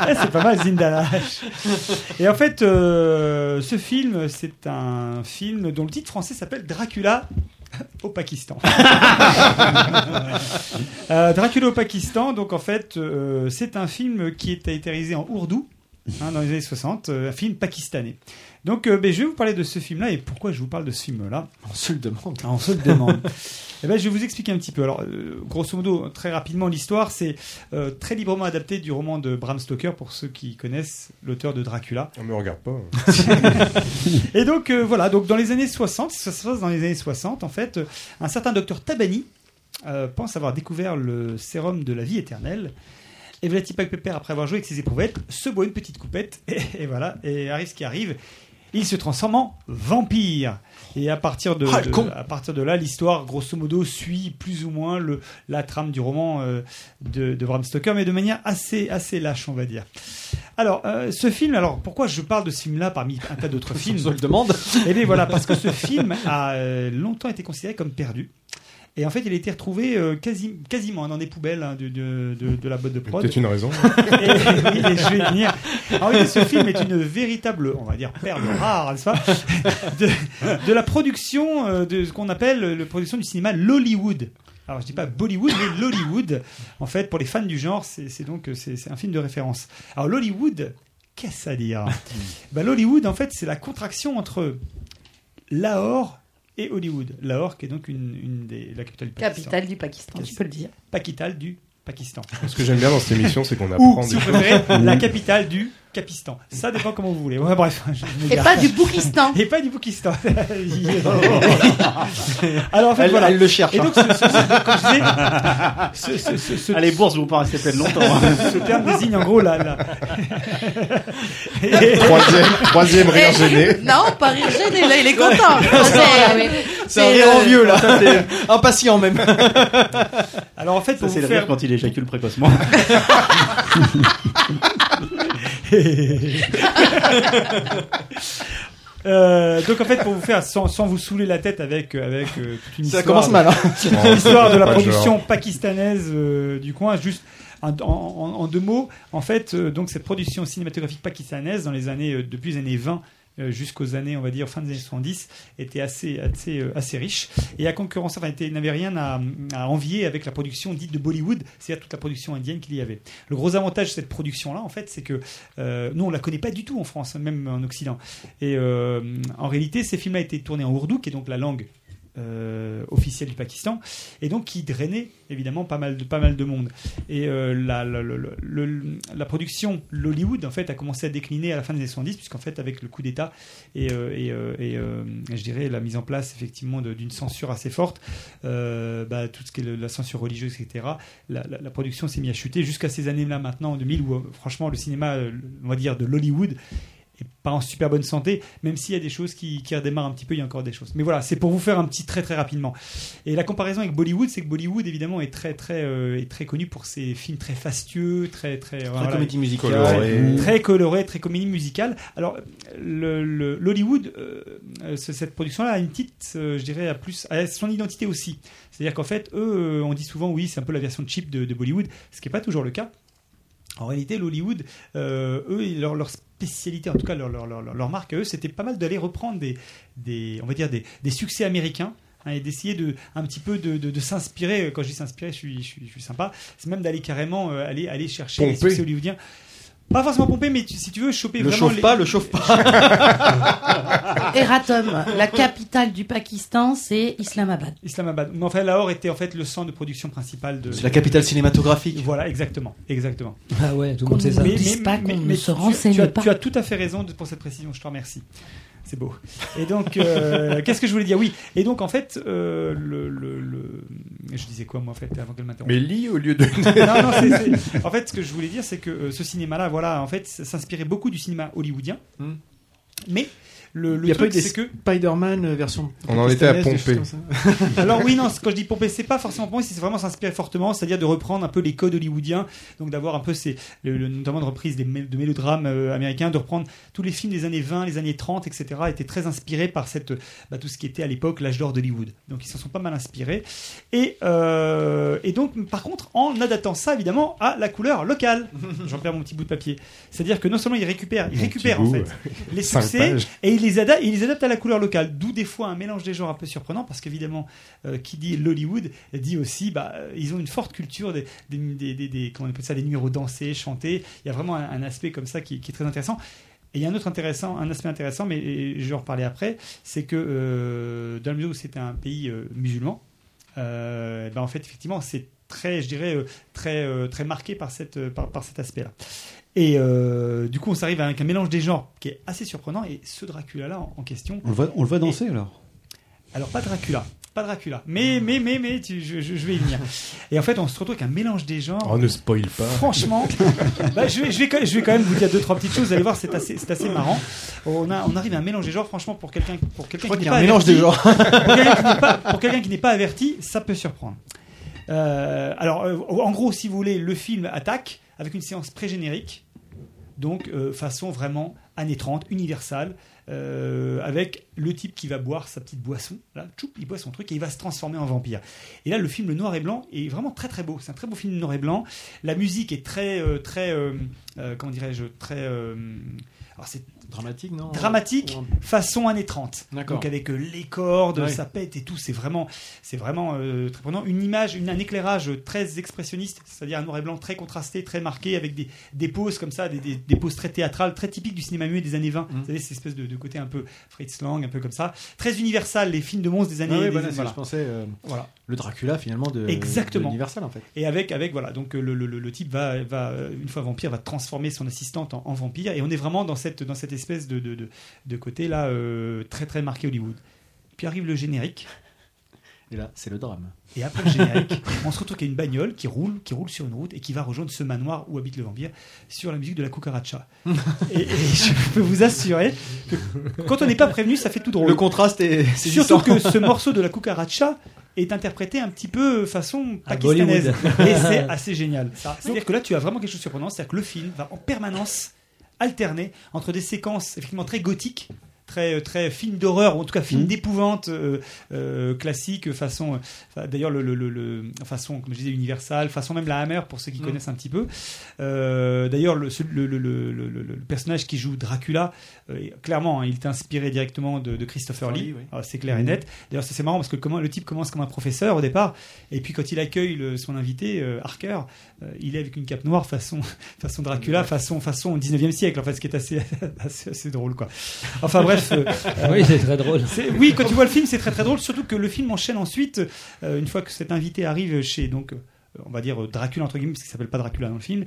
Ah, c'est pas mal, Zindalash. Et en fait, euh, ce film, c'est un film dont le titre français s'appelle Dracula au Pakistan. Euh, Dracula au Pakistan, donc en fait, euh, c'est un film qui est été réalisé en ourdou. hein, dans les années 60, euh, un film pakistanais. Donc, euh, ben, je vais vous parler de ce film-là et pourquoi je vous parle de ce film-là. On se le demande. Ah, on se le [LAUGHS] demande. Eh ben, je vais vous expliquer un petit peu. Alors, euh, grosso modo, très rapidement, l'histoire, c'est euh, très librement adapté du roman de Bram Stoker, pour ceux qui connaissent l'auteur de Dracula. On me regarde pas. hein. [LAUGHS] Et donc, euh, voilà, donc dans les années 60, ça se passe dans les années 60, en fait, euh, un certain docteur Tabani euh, pense avoir découvert le sérum de la vie éternelle. Et Vladipak Pepper, après avoir joué avec ses éprouvettes, se boit une petite coupette, [LAUGHS] et, et voilà, et arrive ce qui arrive. Il se transforme en vampire. Et à partir de, Ah, le de- con. à partir de là, l'histoire, grosso modo, suit plus ou moins le, la trame du roman euh, de, de Bram Stoker, mais de manière assez, assez lâche, on va dire. Alors, euh, ce film, alors pourquoi je parle de ce film-là parmi un tas [LAUGHS] d'autres On films se le demande. eh bien voilà, parce que ce film a euh, longtemps été considéré comme perdu. Et en fait, il a été retrouvé euh, quasi- quasiment dans des poubelles hein, de, de- de- de la boîte de prod. Peut-être une raison. Et, oui, et je vais y venir. Ah oui, ce film est une véritable, on va dire, perle rare, n'est-ce pas de, de la production, euh, de ce qu'on appelle la production du cinéma Lollywood. Alors, je dis pas Bollywood, mais Lollywood. En fait, pour les fans du genre, c'est c'est donc euh, c'est c'est un film de référence. Alors, Lollywood, qu'est-ce à dire bah, Lollywood, en fait, c'est la contraction entre Lahore et Hollywood. Lahore, qui est donc une, une des, la capitale du Pakistan. Capitale du Pakistan, tu peux le dire. Pakitale du Pakistan. [LAUGHS] Ce que j'aime bien dans cette émission, c'est qu'on Ou, apprend si des vous choses. préférez, la capitale du Capistan. Ça dépend comment vous voulez. Ouais, bref, je Et m'égare. pas du Boukistan. Et pas du [LAUGHS] Pakistan. [LAUGHS] Alors en fait, Elle, voilà. elle le cherche. Et hein. donc, ce, ce- ce- comme [LAUGHS] je disais, ce- ce- ce- ce- Allez, bourse, vous pas rester pleine longtemps. hein. ce terme désigne en gros la. la- [LAUGHS] Troisième, troisième rire gêné. Eh, Non, pas rire gêné, là, il est content. Ah, c'est- C'est un rire euh, envieux là. [LAUGHS] Impatient même. Ah Alors en fait, Ça, pour c'est vous le faire rire quand il éjacule précocement. Euh, donc en fait, pour vous faire, sans, sans vous saouler la tête avec, euh, avec euh, toute une Ça histoire, [LAUGHS] commence mal. hein. l'histoire de la Pas le production genre. pakistanaise euh, du coin, juste un- en, en- en deux mots, en fait, euh, donc cette production cinématographique pakistanaise dans les années, euh, depuis les années 20 euh, jusqu'aux années, on va dire, fin des années 70, était assez, assez, euh, assez riche et à concurrence, enfin, était- n'avait rien à, à envier avec la production dite de Bollywood, c'est-à-dire toute la production indienne qu'il y avait. Le gros avantage de cette production-là, en fait, c'est que euh, nous, on la connaît pas du tout en France, même en Occident. Et euh, en réalité, ces films-là étaient tournés en ourdou, qui est donc la langue euh, officielle du Pakistan, et donc qui drainait évidemment pas mal de, pas mal de monde. Et euh, la, la, la- la- la- la production, l'Hollywood, en fait, a commencé à décliner à la fin des années 70, puisqu'en fait, avec le coup d'État et, euh, et, euh, et, euh, je dirais la mise en place effectivement de- d'une censure assez forte, euh, bah, tout ce qui est le- la censure religieuse, etc., la, la- la production s'est mise à chuter jusqu'à ces années-là maintenant, en 2000, où euh, franchement, le cinéma, euh, on va dire, de l'Hollywood, et pas en super bonne santé, même s'il y a des choses qui, qui redémarrent un petit peu, il y a encore des choses. Mais voilà, c'est pour vous faire un petit très très rapidement. Et la comparaison avec Bollywood, c'est que Bollywood évidemment est très très euh, est très connu pour ses films très fastueux, très très, voilà, comédie musicale. coloré. Coloré. très coloré, très comédie musicale. Alors le- le- l'Hollywood, euh, euh, ce- cette production-là a une petite, euh, je dirais, à plus à son identité aussi. C'est-à-dire qu'en fait, eux, euh, on dit souvent oui, c'est un peu la version cheap de, de Bollywood, ce qui n'est pas toujours le cas. En réalité, l'Hollywood, euh, eux, et leur, leur spécialité, en tout cas leur, leur, leur, leur marque à eux, c'était pas mal d'aller reprendre des, des, on va dire des, des succès américains. hein, et d'essayer de un petit peu de, de- de s'inspirer Euh, quand je dis s'inspirer je suis, je suis, je suis sympa c'est même d'aller carrément euh, aller aller chercher les Pomper. succès hollywoodiens pas forcément pomper mais tu- si tu veux choper Le vraiment chauffe les- pas, le chauffe [LAUGHS] pas. Eratom, la capitale du Pakistan, c'est Islamabad. Islamabad. Mais enfin, Lahore était en fait le centre de production principal de. C'est la capitale cinématographique. Voilà, exactement, exactement. Ah ouais, tout le monde sait ça. Mais- Qu'on ne dise mais- pas, mais- qu'on mais ne tu- se renseigne tu as- pas. Tu as tout à fait raison de- pour cette précision. Je te remercie. C'est beau. Et donc, [LAUGHS] euh, [LAUGHS] qu'est-ce que je voulais dire Oui. Et donc, en fait, euh, le, le- le- je disais quoi moi en fait avant qu'elle m'interrompe Mais lis au lieu de- non, non, c'est- c'est- En fait, ce que je voulais dire, c'est que euh, ce cinéma-là, voilà, en fait, s- s'inspirait beaucoup du cinéma hollywoodien. Hmm. Mais le, le Il y a pas eu truc, des c'est que Spider-Man euh, version. On en était à pakistanaise, des pomper. choses comme [LAUGHS] ça. [LAUGHS] Alors oui, non, ce- quand je dis pomper, c'est pas forcément pomper, c'est vraiment s'inspirer fortement, c'est-à-dire de reprendre un peu les codes hollywoodiens, donc d'avoir un peu ces, le- le- notamment de reprise des, mé- de mélodrames euh, américains, de reprendre tous les films des années 20, les années 30, etc. étaient très inspirés par cette, bah, tout ce qui était à l'époque l'âge d'or d'Hollywood. Donc ils s'en sont pas mal inspirés. Et, euh, et donc, par contre, en adaptant ça évidemment à la couleur [LAUGHS] locale. J'en perds mon petit bout de papier. C'est-à-dire que non seulement ils récupèrent, ils Mon récupèrent petit en bout, fait ouais. les Cinq succès pages. et ils les adaptent, ils les adaptent à la couleur locale. D'où des fois un mélange des genres un peu surprenant, parce qu'évidemment, euh, qui dit l'Hollywood dit aussi, bah, euh, ils ont une forte culture des, des, des- des- des- comment on appelle ça, des numéros dansés, chantés. Il y a vraiment un, un aspect comme ça qui, qui est très intéressant. Et il y a un autre intéressant, un aspect intéressant, mais et je vais en reparler après, c'est que euh, dans le mesure où c'est un pays euh, musulman, euh, ben en fait effectivement c'est très je dirais euh, très euh, très marqué par cette euh, par, par cet aspect là [LAUGHS] et euh, du coup on s'arrive avec un mélange des genres qui est assez surprenant et ce Dracula là en, en question On le voit, on le voit danser alors. alors pas Dracula pas Dracula Hmm. mais mais mais mais tu- je, je- je vais y venir et en fait on se retrouve avec un mélange des genres Oh, ne spoil pas. [LAUGHS] Franchement, bah, je, vais, je, vais, quand- je vais quand même vous dire deux trois petites choses. Vous allez voir, c'est assez, c'est assez marrant. On, a, on arrive à un mélange des genres. Franchement, pour quelqu'un pour quelqu'un crois qui qu'il y n'est pas a un mélange averti- des genres. pour quelqu'un qui n'est pas- pour quelqu'un qui n'est pas averti, ça peut surprendre. Euh, alors, euh, en gros, si vous voulez, le film attaque avec une séance pré-générique, donc euh, façon vraiment années 30, universelle, euh, avec le type qui va boire sa petite boisson, là, tchoup, il boit son truc et il va se transformer en vampire. Et là, le film, le noir et blanc, est vraiment très très beau. C'est un très beau film noir et blanc. La musique est très, euh, très, euh, euh, comment dirais-je, très. euh, alors c'est dramatique, non Dramatique, façon années 30. D'accord. Donc avec euh, les cordes, Ouais. ça pète et tout. C'est vraiment, c'est vraiment euh, très prenant. Une image, une, un éclairage très expressionniste, c'est-à-dire un noir et blanc très contrasté, très marqué, avec des, des poses comme ça, des, des, des poses très théâtrales, très typiques du cinéma muet des années 20. Mhm. Vous savez, cette espèce de, de côté un peu Fritz Lang, un peu comme ça. Très universal, les films de monstres des années. Ah oui, des- voilà, c'est ce que voilà. je pensais. euh, Voilà. Le Dracula finalement de Exactement. de Universal en fait. Et avec, avec voilà, donc euh, le, le- le- le type va, va, euh, une fois vampire, va transformer son assistante en, en vampire. Et on est vraiment dans cette, dans cette espèce de, de, de- de côté là, euh, très très marqué Hollywood. Puis arrive le générique. Et là, c'est le drame. Et après le générique, [LAUGHS] on se retrouve avec une bagnole qui roule, qui roule sur une route et qui va rejoindre ce manoir où habite le vampire sur la musique de la [LAUGHS] cucaracha. et, et je peux vous assurer que quand on n'est pas prévenu, ça fait tout drôle. Le contraste est Surtout saisissant. que [LAUGHS] ce morceau de la cucaracha est interprété un petit peu façon À pakistanaise. [LAUGHS] Bollywood. Et c'est assez génial. C'est-à-dire que là, tu as vraiment quelque chose de surprenant. C'est-à-dire que le film va en permanence alterner entre des séquences effectivement très gothiques, très, euh, très film d'horreur, ou en tout cas film Mhm. d'épouvante euh, euh, classique, façon, euh, enfin, d'ailleurs, le, le- le- le- façon, comme je disais, universal, façon même la Hammer pour ceux qui Mhm. connaissent un petit peu. Euh, d'ailleurs, le, ce- le- le- le- le- le- le personnage qui joue Dracula, euh, clairement, hein, il est inspiré directement de, de Christopher Lee. Lee, oui. Ah, c'est clair et Mhm. net. D'ailleurs, ça, c'est marrant parce que comment, le type commence comme un professeur au départ, et puis quand il accueille le- son invité, euh, Harker, euh, il est avec une cape noire façon, [LAUGHS] [LAUGHS] façon Dracula, façon, façon 19e siècle, en fait, ce qui est assez, assez, assez drôle. Quoi. Enfin bref, Bref. euh, Oui, c'est très drôle. c'est- Oui, quand tu vois le film, c'est très très drôle. Surtout que le film enchaîne ensuite, euh, une fois que cet invité arrive chez donc. euh, On va dire euh, Dracula entre guillemets parce qu'il s'appelle pas Dracula dans le film.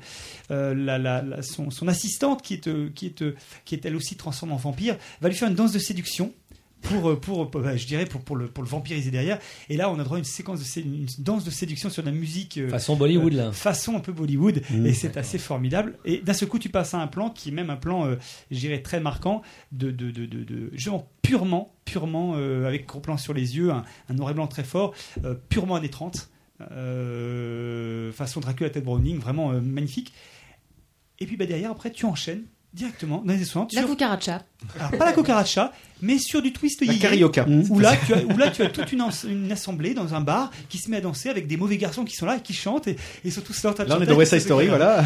euh, la- la- la- son, son assistante qui est euh, qui est euh, qui est elle aussi transformée en vampire va lui faire une danse de séduction pour euh, pour, pour, bah, je dirais pour pour le pour le vampiriser derrière. Et là on a droit à une séquence de sé- une danse de séduction sur de la musique euh, Façon Bollywood, là. façon un peu Bollywood Mmh. et c'est assez formidable et d'un seul coup tu passes à un plan qui est même un plan euh, je dirais très marquant de, de, de, de, de- genre purement purement euh, avec gros plan sur les yeux un, un noir et blanc très fort euh, purement années 30 euh, façon Dracula Ted Browning vraiment euh, magnifique et puis bah, derrière après tu enchaînes directement dans les années 60 La sur- cucaracha. Ah, alors, Ah, pas la cucaracha, mais sur du twist La yéyé, carioca. Mmh. Où [LAUGHS] là, tu as, où là, tu as toute une, ans- une assemblée dans un bar qui se met à danser avec des mauvais garçons qui sont là et qui chantent et, et ils sont tous là en train de Là, on est chanter. dans West Side Story, voilà.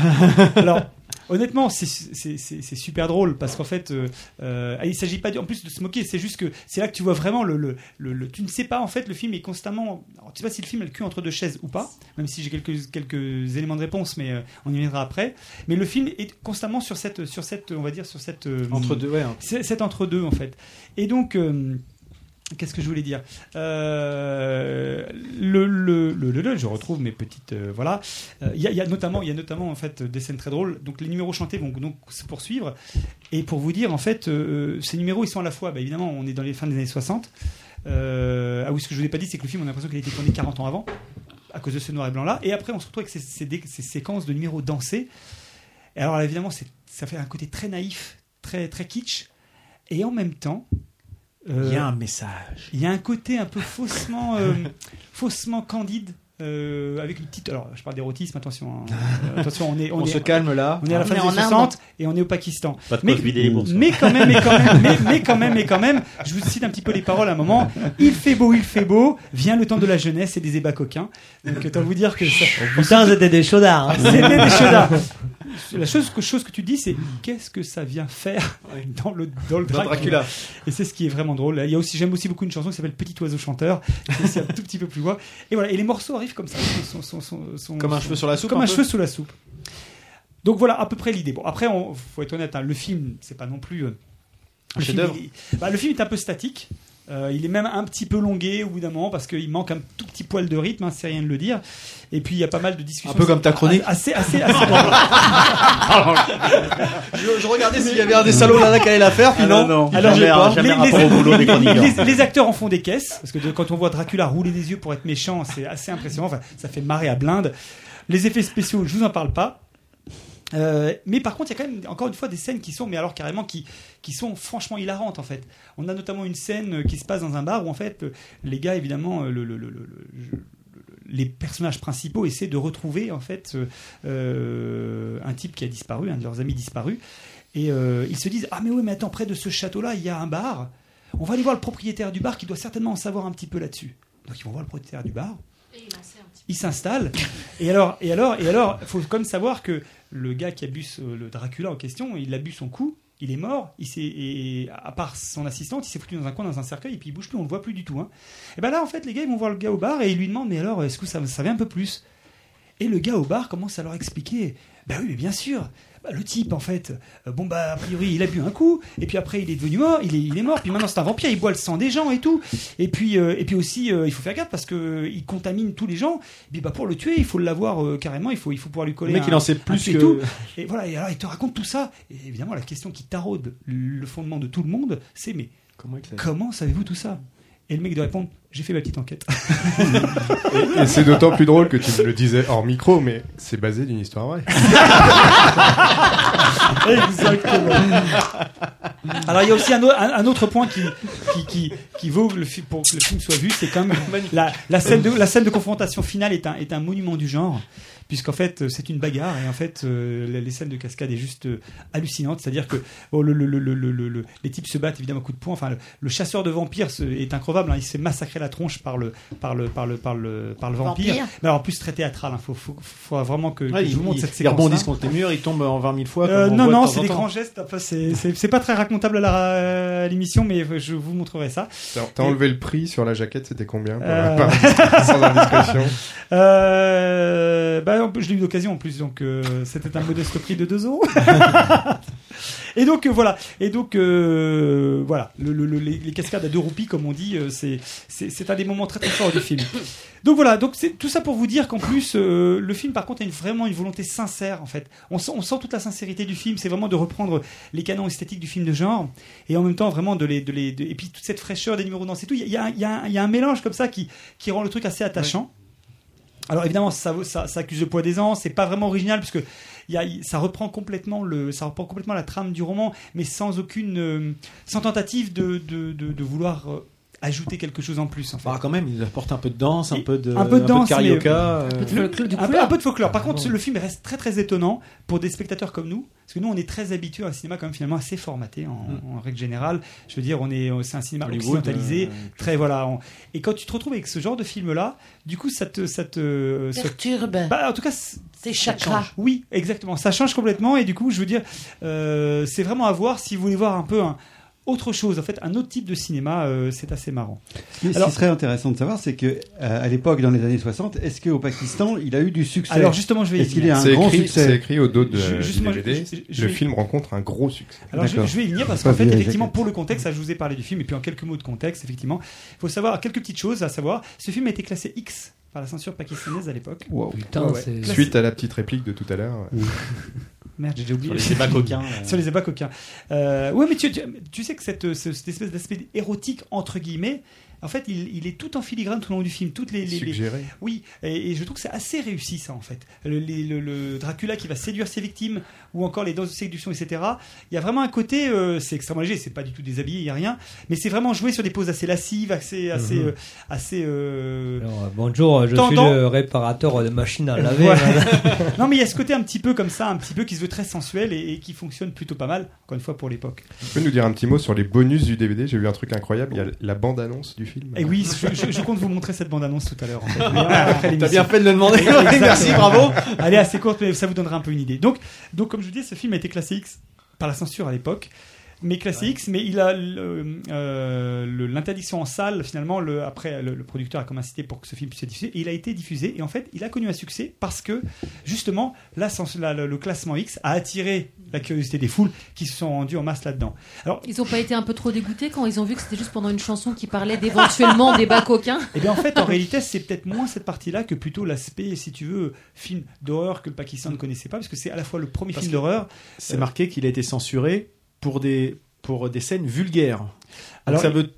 Alors, honnêtement, c'est- c'est c'est- c'est super drôle parce qu'en fait, euh, euh, il s'agit pas de- en plus de se moquer, c'est juste que c'est là que tu vois vraiment le, le, le- le- Tu ne sais pas, en fait, le film est constamment. Alors, tu sais pas si le film a le cul entre deux chaises ou pas, même si j'ai quelques, quelques éléments de réponse, mais euh, on y viendra après. Mais le film est constamment sur cette, sur cette on va dire, sur cette. euh, Entre deux, ouais, hein. c'est c'est entre deux en fait. Et donc, euh, qu'est-ce que je voulais dire Euh, le, le, le, le- le- je retrouve mes petites, euh, voilà. Euh, Il y, a- il y a notamment, il y a notamment en fait des scènes très drôles. Donc les numéros chantés vont donc se poursuivre. Et pour vous dire en fait, euh, ces numéros ils sont à la fois, bah, évidemment, on est dans les fins des années 60. Euh, ah oui, ce que je vous ai pas dit, c'est que le film, on a l'impression qu'il a été tourné 40 ans avant, à cause de ce noir et blanc là. Et après, on se retrouve avec ces, ces dé- ces séquences de numéros dansés. Et alors là, évidemment, c'est- ça fait un côté très naïf, très, très kitsch. Et en même temps. euh, Il y a un message. Il y a un côté un peu faussement, [LAUGHS] euh, faussement candide. euh, avec une petite. Alors, je parle d'érotisme, attention. [LAUGHS] hein. Euh, attention, on est. On est- se calme, là. On est à la On fin est des en 60 Inde. et on est au Pakistan. Pas de mais, quoi se vider les bourses. mais quand même, mais quand même, mais, mais quand même, mais quand même, je vous cite un petit peu les paroles à un moment. Il fait beau, il fait beau, vient le temps de la jeunesse et des ébats coquins. Donc, autant vous dire que ça. [LAUGHS] Putain, c'était [LAUGHS] des chaudards. hein. C'était des chaudards. La chose que, chose que tu dis, c'est qu'est-ce que ça vient faire dans le, dans le Dans Dracula. Dracula. Et c'est ce qui est vraiment drôle. Il y a aussi, j'aime aussi beaucoup une chanson qui s'appelle Petit oiseau chanteur. qui C'est un tout petit peu plus loin. Et voilà. Et les morceaux arrivent comme ça. sont- sont- sont- sont- Comme un sont- cheveu sur la soupe, Comme un un peu. cheveu sous la soupe. Donc voilà à peu près l'idée. Bon, après, on, faut être honnête, hein, le film, c'est pas non plus. euh, Un le film, chef-d'œuvre. il- bah, le film est un peu statique. Euh, il est même un petit peu longué au bout d'un moment parce qu'il manque un tout petit poil de rythme, hein, c'est rien de le dire. Et puis il y a pas mal de discussions. Un peu comme ta chronique. Ah, Assez, assez, assez. [LAUGHS] je, je regardais s'il y avait un des salauds là-là qui allait la faire, puis Ah non. hein. non, non. Il Alors, jugeait jamais- pas. jamais rapport au boulot des chroniqueurs. [LAUGHS] les acteurs en font des caisses, parce que de- quand on voit Dracula rouler des yeux pour être méchant, c'est assez impressionnant. Enfin, ça fait marrer à blinde. Les effets spéciaux, je vous en parle pas. Euh, mais par contre, il y a quand même encore une fois des scènes qui sont, mais alors carrément qui qui sont franchement hilarantes en fait. On a notamment une scène euh, qui se passe dans un bar où en fait euh, les gars évidemment euh, le- le- le- le- le- je- les personnages principaux essaient de retrouver en fait euh, euh, un type qui a disparu, un de leurs amis disparu, et euh, ils se disent ah mais oui mais attends près de ce château-là il y a un bar, on va aller voir le propriétaire du bar qui doit certainement en savoir un petit peu là-dessus. Donc ils vont voir le propriétaire du bar, il s'installe. Et alors, et alors, et alors, faut quand même savoir que le gars qui abuse euh, le Dracula en question, il a bu son coup, il est mort. Il s'est, et à part son assistante, il s'est foutu dans un coin, dans un cercueil, et puis il bouge plus, on le voit plus du tout. hein. Et ben là, en fait, les gars, ils vont voir le gars au bar et ils lui demandent, mais alors, est-ce que ça, ça vient un peu plus et le gars au bar commence à leur expliquer Bah oui, mais bien sûr Bah, le type, en fait, euh, bon bah a priori il a bu un coup, et puis après il est devenu mort, il est, il est mort, puis maintenant c'est un vampire, il boit le sang des gens et tout, et puis euh, et puis aussi euh, il faut faire gaffe parce que euh, il contamine tous les gens, et puis bah pour le tuer il faut l'avoir euh, carrément, il faut il faut pouvoir lui coller. Le mec, un- il en sait un plus tuyau que- et tout. Et voilà, et alors il te raconte tout ça, et évidemment la question qui taraude le fondement de tout le monde, c'est mais comment, savez-vous tout ça Et le mec doit répondre j'ai fait ma petite enquête. Et, et c'est d'autant plus drôle que tu me le disais hors micro, mais c'est basé d'une histoire vraie. Exactement. Alors il y a aussi un, au- un- un autre point qui, qui, qui, qui vaut que le fi- pour que le film soit vu, c'est quand même la, la, scène de, la scène de confrontation finale est un, est un monument du genre, puisqu'en fait euh, c'est une bagarre et en fait euh, les- les scènes de cascade est juste euh, hallucinante, c'est-à-dire que oh, le, le- le- le- le- le- le- les types se battent évidemment à coups de poing, enfin le, le chasseur de vampires se- est incroyable, hein, il s'est massacré la tronche par le, par le, par le, par le, par le vampire. Vampire. mais alors en plus très théâtral, il faut, faut, faut vraiment que, que Ouais, je vous ils, montre ils- cette ils séquence. rebondissent contre les murs, ils tombent en 20 000 fois. Euh, comme on non, voit de non, temps c'est en des temps. grands gestes. Enfin, c'est- c'est c'est pas très racontable à la- à l'émission, mais je vous montrerai ça. T'as t'as Et- [LAUGHS] enlevé le prix sur la jaquette, c'était combien Euh, Pas- Sans indiscrétion. [LAUGHS] Euh, bah, en plus, je l'ai eu d'occasion en plus, donc euh, c'était un modeste prix de [LAUGHS] 2 euros. Et donc euh, voilà. Et donc euh, voilà. Le- le- le- les, les cascades à deux roupies, comme on dit, euh, c'est c'est c'est un des moments très très forts du film. Donc voilà. Donc c'est tout ça pour vous dire qu'en plus euh, le film par contre a une- vraiment une volonté sincère en fait. On sent, on sent toute la sincérité du film. C'est vraiment de reprendre les canons esthétiques du film de genre et en même temps vraiment de les de les de- et puis toute cette fraîcheur des numéros dans c'est tout. Il y a- il y a un- il y, a un- il y a un mélange comme ça qui qui rend le truc assez attachant. Alors évidemment, ça, vaut- ça, ça accuse le poids des ans. C'est pas vraiment original parce que y a, y- ça reprend complètement le, ça reprend complètement la trame du roman, mais sans aucune, euh, sans tentative de, de, de, de vouloir euh, ajouter quelque chose en plus. En fait. Ah, quand même, il apporte un peu de danse, un peu de, un peu de danse, mais- carioca. euh, Le- un, peu, un peu de folklore. Par contre, le film reste très très étonnant pour des spectateurs comme nous, parce que nous on est très habitués à un cinéma quand même finalement assez formaté en, en règle générale. Je veux dire, on est, c'est un cinéma Hollywood, occidentalisé, euh, très voilà. on- Et quand tu te retrouves avec ce genre de film là, du coup ça te, ça te ça- Perturbe. Bah, en tout cas, c'est C'est ça chakra. change. Oui, exactement. Ça change complètement et du coup, je veux dire, euh, c'est vraiment à voir si vous voulez voir un peu un- autre chose. En fait, un autre type de cinéma, euh, c'est assez marrant. Mais ce qui serait intéressant de savoir, c'est que euh, à l'époque, dans les années 60, est-ce qu'au Pakistan, il a eu du succès Alors, justement, je vais y Est-ce qu'il a un C'est grand écrit- succès C'est écrit au dos de, euh, Je- du justement, je- DVD. je- je le vais- film rencontre un gros succès. Alors je, D'accord. je vais y venir parce Pas qu'en fait, vu la effectivement, pour le contexte, ça, je vous ai parlé du film et puis en quelques mots de contexte, effectivement, il faut savoir quelques petites choses à savoir. Ce film a été classé X par la censure pakistanaise à l'époque. Wow. Ouais, ouais. Classé. Classé- Suite à la petite réplique de tout à l'heure. Merde, j'ai oublié. Sur les ébats [LAUGHS] coquins, euh. Sur les ébats coquins. Euh, ouais, mais tu, tu- tu sais que cette, euh, ce- cette espèce d'aspect érotique, entre guillemets, en fait, il, il est tout en filigrane tout au long du film. Toutes les, les- les- Suggéré. Oui, et, et je trouve que c'est assez réussi, ça, en fait. Le, les- le- le Dracula qui va séduire ses victimes, ou encore les danses de séduction, etc. Il y a vraiment un côté, euh, c'est extrêmement léger, c'est pas du tout déshabillé, il n'y a rien, mais c'est vraiment joué sur des poses assez lascives, assez. assez, Mhm. euh, assez euh, Alors, euh, bonjour, je Tendant. suis le réparateur de machines [LAUGHS] à laver. Voilà. Voilà. non, mais il y a ce côté un petit peu comme ça, un petit peu qui se veut très sensuel et, et qui fonctionne plutôt pas mal, encore une fois pour l'époque. Tu peux nous dire un petit mot sur les bonus du DVD J'ai vu un truc incroyable. Il y a la bande-annonce du film. Et Eh oui, je, je- je compte vous montrer cette bande-annonce tout à l'heure. en fait. Mais Ah, T'as l'émission. bien fait de le demander. Exactement. Merci, bravo. Elle est assez courte, mais ça vous donnera un peu une idée. Donc, donc comme je vous disais, ce film a été classé X par la censure à l'époque. Mais classé X, mais il a le- euh, le- l'interdiction en salle, finalement, le, après, le, le producteur a comme incité pour que ce film puisse être diffusé. Et il a été diffusé, et en fait, il a connu un succès parce que, justement, la censure- la- le, le classement X a attiré la curiosité des foules qui se sont rendues en masse là-dedans. Alors, Ils ont pas été un peu trop dégoûtés quand ils ont vu que c'était juste pendant une chanson qui parlait d'éventuellement des bas coquins Eh Et Eh bien en fait, [LAUGHS] en réalité, c'est peut-être moins cette partie-là que plutôt l'aspect, si tu veux, film d'horreur que le Pakistan ne connaissait pas, parce que c'est à la fois le premier Parce film que d'horreur. C'est marqué qu'il a été censuré pour des, pour des scènes vulgaires. Donc Alors, ça, veut,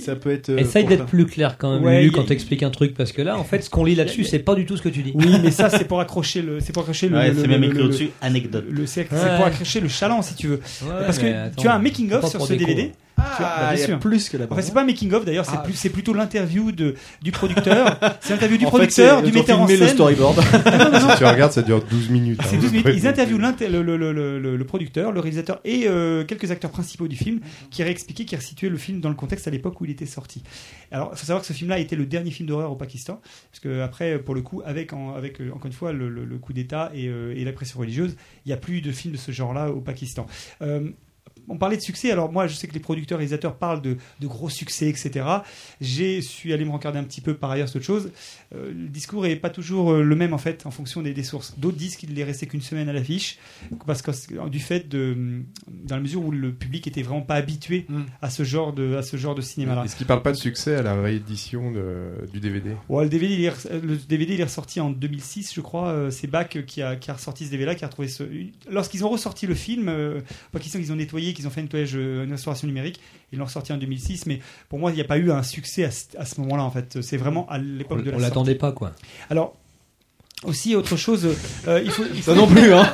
ça peut être. euh, Essaye pour- d'être plus clair quand même, Ouais, Lulu, il- quand t'expliques un truc, parce que là, en fait, ce qu'on lit là-dessus, c'est pas du tout ce que tu dis. Oui, mais ça, [LAUGHS] c'est pour accrocher le. C'est pour accrocher le. Ouais, le- c'est le- même le- écrit le- au-dessus, anecdote. Le, c'est c'est Ouais. pour accrocher le chaland, si tu veux. Ouais, Parce que mais attends, tu as un c'est making-of pas sur pour ce des DVD. cons. tu as- bien Ah, il y a sûr. plus que la Enfin, bande. c'est pas un making-of d'ailleurs, c'est Ah. plus, c'est plutôt l'interview de du [LAUGHS] producteur. C'est l'interview du En fait, producteur, c'est- du ils ont metteur en filmé scène. Ah, le storyboard. [LAUGHS] Non, non, non. si tu regardes, ça dure 12 minutes. C'est hein. 12 minutes. Ils interviewent l'inter- le, le- le- le- le producteur, le réalisateur et euh, quelques acteurs principaux du film qui réexpliquaient, qui resituaient le film dans le contexte à l'époque où il était sorti. Alors, il faut savoir que ce film-là a été le dernier film d'horreur au Pakistan, parce que après, pour le coup, avec, en- avec euh, encore une fois le, le- le coup d'État et, euh, et la pression religieuse, il n'y a plus de films de ce genre-là au Pakistan. Euh, on parlait de succès, alors moi je sais que les producteurs réalisateurs parlent de, de gros succès, etc. J'ai suis allé me rencarder un petit peu par ailleurs sur autre chose. Euh, le discours est pas toujours euh, le même en fait en fonction des, des sources. D'autres disent qu'il est resté qu'une semaine à l'affiche parce que euh, du fait de dans la mesure où le public était vraiment pas habitué Mm. à ce genre de à ce genre de cinéma là. Est-ce qu'ils parlent pas de succès à la réédition de- du DVD Ouais, le, DVD, il est, re- le DVD il est ressorti en 2006, je crois. euh, c'est Bach qui a, qui a ressorti ce DVD-là, qui a retrouvé ce. une- Lorsqu'ils ont ressorti le film, euh, pas qu'ils sont- qu'ils ont nettoyé, qu'ils ont fait un nettoyage, euh, une restauration numérique, ils l'ont ressorti en 2006. Mais pour moi, il n'y a pas eu un succès à, ce- à ce moment-là, en fait. C'est vraiment à l'époque On- de la on sortie. l'attendait pas, quoi. Alors. Aussi, autre chose, euh, il faut, il Ça faut- non [LAUGHS] plus, hein.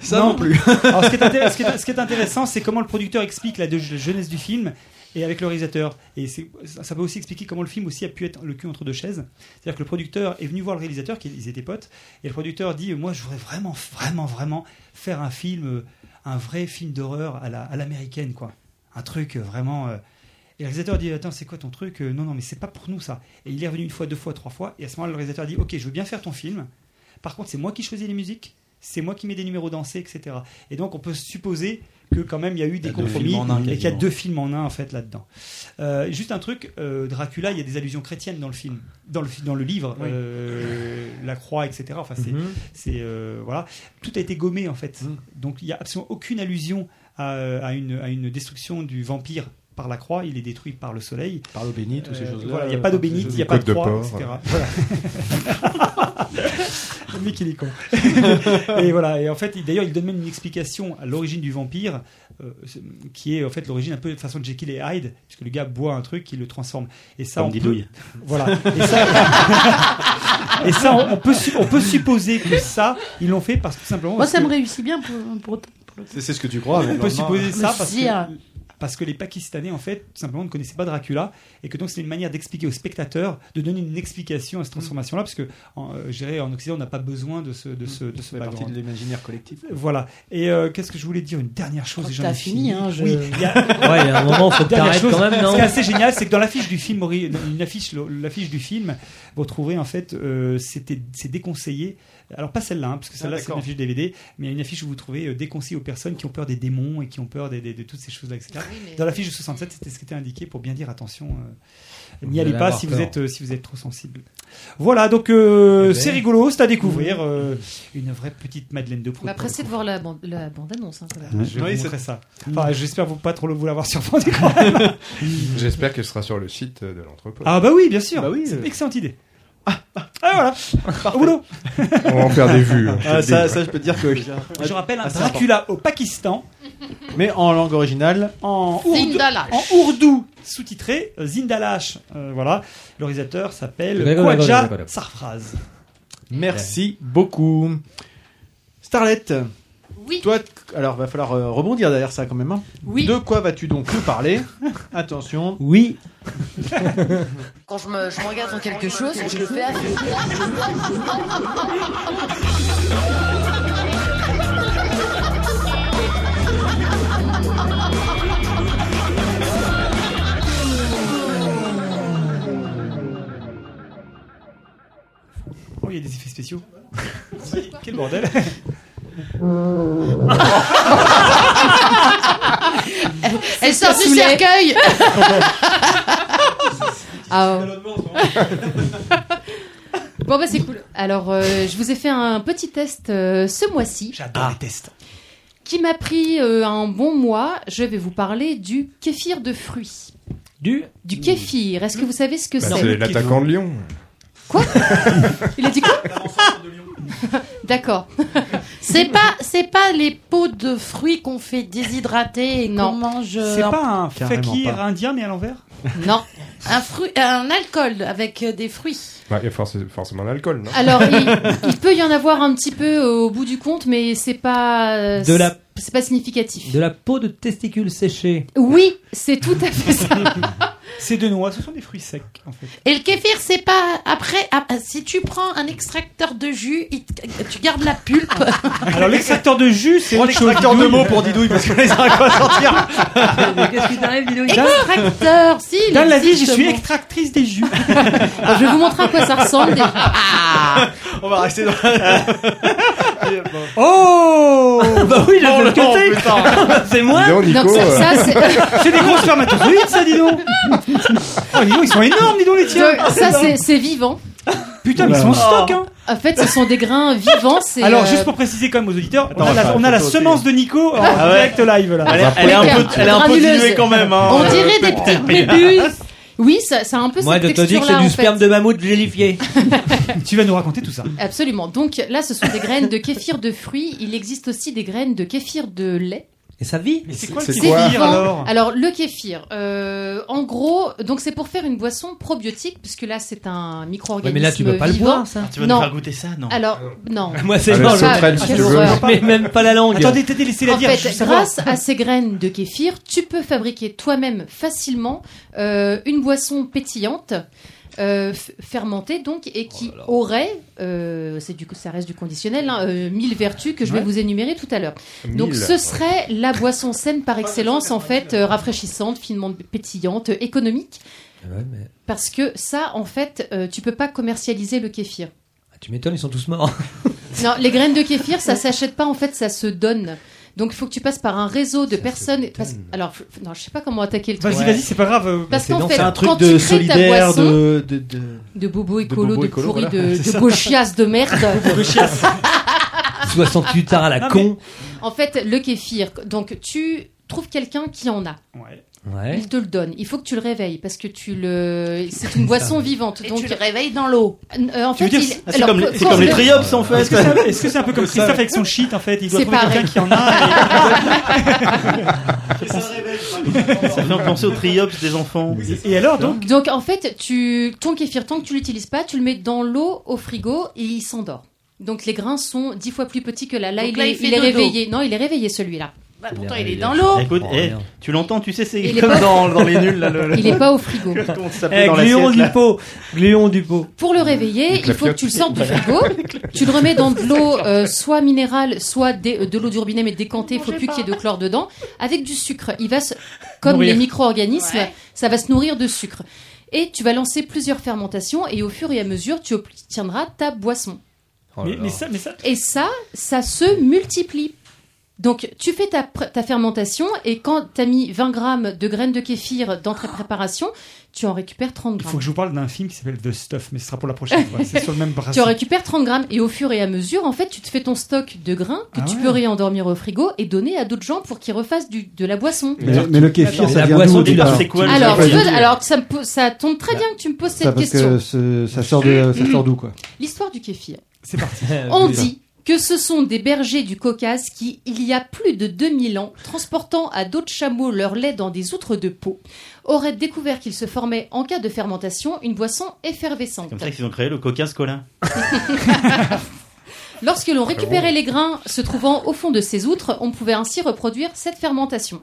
Ça non plus. Alors, ce qui est, intér- ce qui est- ce qui est intéressant, c'est comment le producteur explique la, de- la jeunesse du film et avec le réalisateur. Et c'est- ça ça peut aussi expliquer comment le film aussi a pu être le cul entre deux chaises. C'est-à-dire que le producteur est venu voir le réalisateur, qui- ils étaient potes, et le producteur dit Moi, je voudrais vraiment, vraiment, vraiment faire un film, euh, un vrai film d'horreur à la- à l'américaine, quoi. Un truc euh, vraiment. euh, et le réalisateur dit Attends, c'est quoi ton truc Euh, Non, non, mais c'est pas pour nous ça. Et il est revenu une fois, deux fois, trois fois. Et à ce moment-là, le réalisateur dit Ok, je veux bien faire ton film. Par contre, c'est moi qui choisis les musiques, c'est moi qui mets des numéros dansés, etc. Et donc, on peut supposer que quand même il y a eu des deux compromis films en et un, qu'il y a quasiment. deux films en un en fait là-dedans. Euh, juste un truc, euh, Dracula, il y a des allusions chrétiennes dans le film, dans le fi- dans le livre. Oui. euh, la croix, etc. Enfin, c'est, Mhm. c'est, euh, voilà, tout a été gommé en fait. Donc il n'y a absolument aucune allusion à, euh, à une, à une destruction du vampire par la croix. Il est détruit par le soleil, par l'eau bénite, ou toutes ces choses-là. Euh, il n'y a pas d'eau bénite, il n'y a pas de Côte de croix, porc. etc. [LAUGHS] Voilà. Le mec il est con. [LAUGHS] et voilà. Et en fait, il- d'ailleurs, il donne même une explication à l'origine du vampire, euh, c'est- qui est en fait l'origine un peu de façon de Jekyll et Hyde, puisque le gars boit un truc qui le transforme. Et ça, Comme on des peut- douilles. Voilà. Et ça, [LAUGHS] et ça, on, on peut su- on peut supposer que ça, ils l'ont fait parce que simplement. Moi, parce ça me que- réussit bien pour, pour autant. C'est ce que tu crois. mais on peut normalement- euh, supposer ça Mais parce si, que, hein. parce que les Pakistanais, en fait, tout simplement ne connaissaient pas Dracula et que donc c'est une manière d'expliquer aux spectateurs, de donner une explication à Mm. cette transformation-là, parce que en, euh, je dirais, en Occident, on n'a pas besoin de ce, Mm. de ce, de ce fait partie background. de l'imaginaire collectif. Voilà. Et euh, qu'est-ce que je voulais dire Une dernière chose. Je et crois j'en que ai t'as fini, hein, je- Oui, il y a... [LAUGHS] [LAUGHS] Ouais, il y a un moment, faut que Dernière t'arrêtes chose, quand même, non Ce qui est assez génial, c'est que dans l'affiche du film, ori- dans une affiche, l'affiche du film, vous retrouverez en fait, euh, c'était, c'est déconseillé. Alors pas celle-là, hein, parce que celle-là Ah, c'est d'accord. une affiche DVD, mais il y a une affiche où vous trouvez euh, déconseillé aux personnes qui ont peur des démons et qui ont peur des- des- de toutes ces choses-là, etc. Dans l'affiche de 67, c'était ce qui était indiqué pour bien dire attention, euh, n'y Vous allez allez pas avoir si vous peur. êtes euh, si vous êtes trop sensible. Voilà, donc euh, Eh ben. c'est rigolo, c'est à découvrir. euh, une vraie petite Madeleine de On Proust. va pressé de voir la bande, la bande annonce. Hein, quand même. Je Oui, oui, c'est- c'est ça. Enfin, j'espère vous pas trop le- vous l'avoir surprendu quand même. J'espère qu'elle sera sur le site de l'entrepôt. ah bah oui, bien sûr. Bah oui, c'est euh. une excellente idée. Ah, ah, voilà. Au boulot. On va en faire des vues. hein. Ah, ça, ça, je peux te dire que. Je rappelle un Ah, c'est Dracula au Pakistan important. Mais en langue originale, en ourdou, Zindalash. en ourdou sous-titré euh, Zindalash. Euh, voilà. Le réalisateur s'appelle D'accord, d'accord, Khwaja d'accord, d'accord. Sarfraz. merci beaucoup. Starlette, Oui, toi, t- alors va falloir euh, rebondir derrière ça quand même. hein. oui. De quoi vas-tu donc nous parler Attention. Oui, Quand je me, je me regarde dans quelque chose, je le fais avec. Oh, il y a des effets spéciaux. [LAUGHS] Quel bordel. Elle ça, sort du Soulet. cercueil [LAUGHS] Ah, ouais. [LAUGHS] Bon bah c'est cool. Alors euh, je vous ai fait un petit test euh, ce mois-ci J'adore les tests. qui m'a pris euh, un bon mois. Je vais vous parler du kéfir de fruits. du. Du kéfir. Est-ce que vous savez ce que Bah, c'est c'est l'attaquant de Lyon. Il a dit quoi D'accord. [LAUGHS] C'est pas, c'est pas les pots de fruits qu'on fait déshydrater et qu'on Non. mange. C'est un- pas un Carrément fakir pas. indien mais à l'envers Non, un fruit, un alcool avec euh, des fruits. [LAUGHS] Bah, il y a forc- forcément l'alcool, non [LAUGHS] Alors [LAUGHS] il, il peut y en avoir un petit peu au bout du compte, mais c'est pas euh, [LAUGHS] De la- c'est pas significatif. De la peau de testicule séchée. Oui, c'est tout à fait ça. C'est de noix, ce sont des fruits secs en fait. Et le kéfir, c'est pas après. ah, ah, si tu prends un extracteur de jus, il te- tu gardes la pulpe. Ah. [LAUGHS] Alors l'extracteur de jus, c'est autre chose. Extracteur de mots pour Didouille parce que [LAUGHS] les uns quoi sortir. Qu'est-ce qui t'arrive, Didouille extracteur, si. il Dans la vie, existe, je suis mon- extractrice des jus. Alors, Ah, je vais vous montrer à quoi ça ressemble. déjà. Ah, On va rester dans. Oh [LAUGHS] Bah oui, Oh je le sais temps, ce que putain. c'est. C'est moi. Dis donc, Donc Nico, euh, ça, ça, [LAUGHS] c'est- [LAUGHS] C'est des grosses spermatozoïdes, ça, dis donc Oh, dis donc, ils sont énormes, dis donc, les tiens Donc, ça, c'est- c'est vivant. Putain, mais ils sont en stock, hein En fait, ce sont des grains vivants. c'est, [LAUGHS] Alors, euh, juste pour préciser quand même aux auditeurs, on Attends, a on va la, faire on la a la photo semence de Nico [LAUGHS] euh, en Ah ouais. direct live, là. Elle est- elle est un peu, elle est un peu Granuleuse. diluée quand même. Hein. On Euh, [LAUGHS] dirait des petites bulles. Oui, ça, ça a un peu Moi, je cette te dis que texture-là, c'est en du fait. sperme de mammouth gélifié. [LAUGHS] Tu vas nous raconter tout ça. Absolument. Donc là, ce sont des graines de kéfir de fruits. Il existe aussi des graines de kéfir de lait. Et sa vie Mais c'est quoi le C'est petit quoi délire, alors Alors le kéfir, euh, en gros, donc c'est pour faire une boisson probiotique, puisque là c'est un micro-organisme mais là, tu peux pas le vivant. boire, Ah, ça. Tu vas Non. nous faire goûter ça, non Alors non. [LAUGHS] Ah, Moi, c'est Ah, non, la sauterelle, je- si Quelle tu veux. horreur. Mais même pas la langue. Attendez, t'es laissé la en dire, je veux fait, savoir. grâce à ces graines de kéfir, tu peux fabriquer toi-même facilement euh, une boisson pétillante. euh, f- fermentée donc et Oh qui aurait euh, c'est du ça reste du conditionnel hein, euh, mille vertus que je vais Ouais. vous énumérer tout à l'heure donc Mille. ce serait la boisson saine par excellence en fait euh, rafraîchissante finement pétillante euh, économique Ouais, mais- parce que ça en fait euh, tu peux pas commercialiser le kéfir Ah, Tu m'étonnes, ils sont tous morts. non, les graines de kéfir, ça s'achète pas, en fait, ça se donne. Donc il faut que tu passes par un réseau de personnes. parce- alors, f- non, je sais pas comment attaquer le truc. Vas-y, vas-y, c'est pas grave. euh, Parce qu'en fait, quand tu crées ta boisson, de- de, bobo de écolo, bobo de, écolo, pourri, voilà. de, C'est de ça. [LAUGHS] gauchias de merde. 68 heures à la Non, con. [LAUGHS] En fait, le kéfir, donc tu trouves quelqu'un qui en a. Ouais. Il te le donne. Il faut que tu le réveilles parce que tu le. C'est une boisson vivante. Et donc Euh, tu le réveilles dans l'eau. en Tu fait, veux dire, il- c'est- Ah, c'est comme quand- les- c'est quand comme les le- triopses, en fait. Est-ce que c'est- est-ce que c'est un peu [LAUGHS] comme Christophe avec son shit en fait Il doit C'est trouver quelqu'un pareil. qui en a. et- Ça fait penser aux triops des enfants. Et alors donc donc, en fait, tu, ton kéfir, tant que tu l'utilises pas, tu le mets dans l'eau au frigo et il s'endort. Donc les grains sont dix fois plus petits que là. Là, Donc il, là, est, il fait il est dodo. Bah, réveillé. Non, il est réveillé celui-là. pourtant, il est dans l'eau. Écoute, Oh, eh, tu l'entends, tu sais, c'est Il est comme pas- dans, dans les nuls. Là, le, le- Il est pas au frigo. Comment ça s'appelait Eh, dans gluon l'assiette, du là pot. Gluon du pot. Pour le réveiller, Avec la il faut que tu le sortes du fiotte. frigo. tu le remets dans de l'eau, euh, soit minérale, soit dé- euh, de l'eau du robinet, mais décantée. Il faut plus qu'il y ait de chlore dedans. Avec du sucre. Il va se, comme Nourrir. les micro-organismes, ça va se nourrir de sucre. Et tu vas lancer plusieurs fermentations et au fur et à mesure, tu obtiendras ta boisson. Oh Mais, oh. mais ça, mais ça. Et ça, ça se multiplie. Donc, tu fais ta, pr- ta fermentation et quand tu as mis 20 grammes de graines de kéfir dans ta préparation, tu en récupères 30 Il grammes. faut que je vous parle d'un film qui s'appelle The Stuff, mais ce sera pour la prochaine fois. C'est sur le même bras. Tu en récupères 30 grammes et au fur et à mesure, en fait, tu te fais ton stock de grains que Ah tu ouais. peux réendormir au frigo et donner à d'autres gens pour qu'ils refassent du, de la boisson. Mais- mais le kéfir, Attends, ça la vient boisson d'où, du départ, c'est quoi, le Alors, kéfir tu vois, alors ça, me pose- ça tombe très bien que tu me poses Bah, Ça, cette parce question. Mm. que ce- ça sort de- ça sort d'où, quoi L'histoire du kéfir. C'est parti. Ah On dit que ce sont des bergers du Caucase qui, il y a plus de 2000 ans, transportant à d'autres chameaux leur lait dans des outres de peau, auraient découvert qu'il se formait en cas de fermentation une boisson effervescente. Comme ça qu'ils ont créé le coca scola. Lorsque l'on récupérait Ah bon les grains se trouvant au fond de ces outres, on pouvait ainsi reproduire cette fermentation.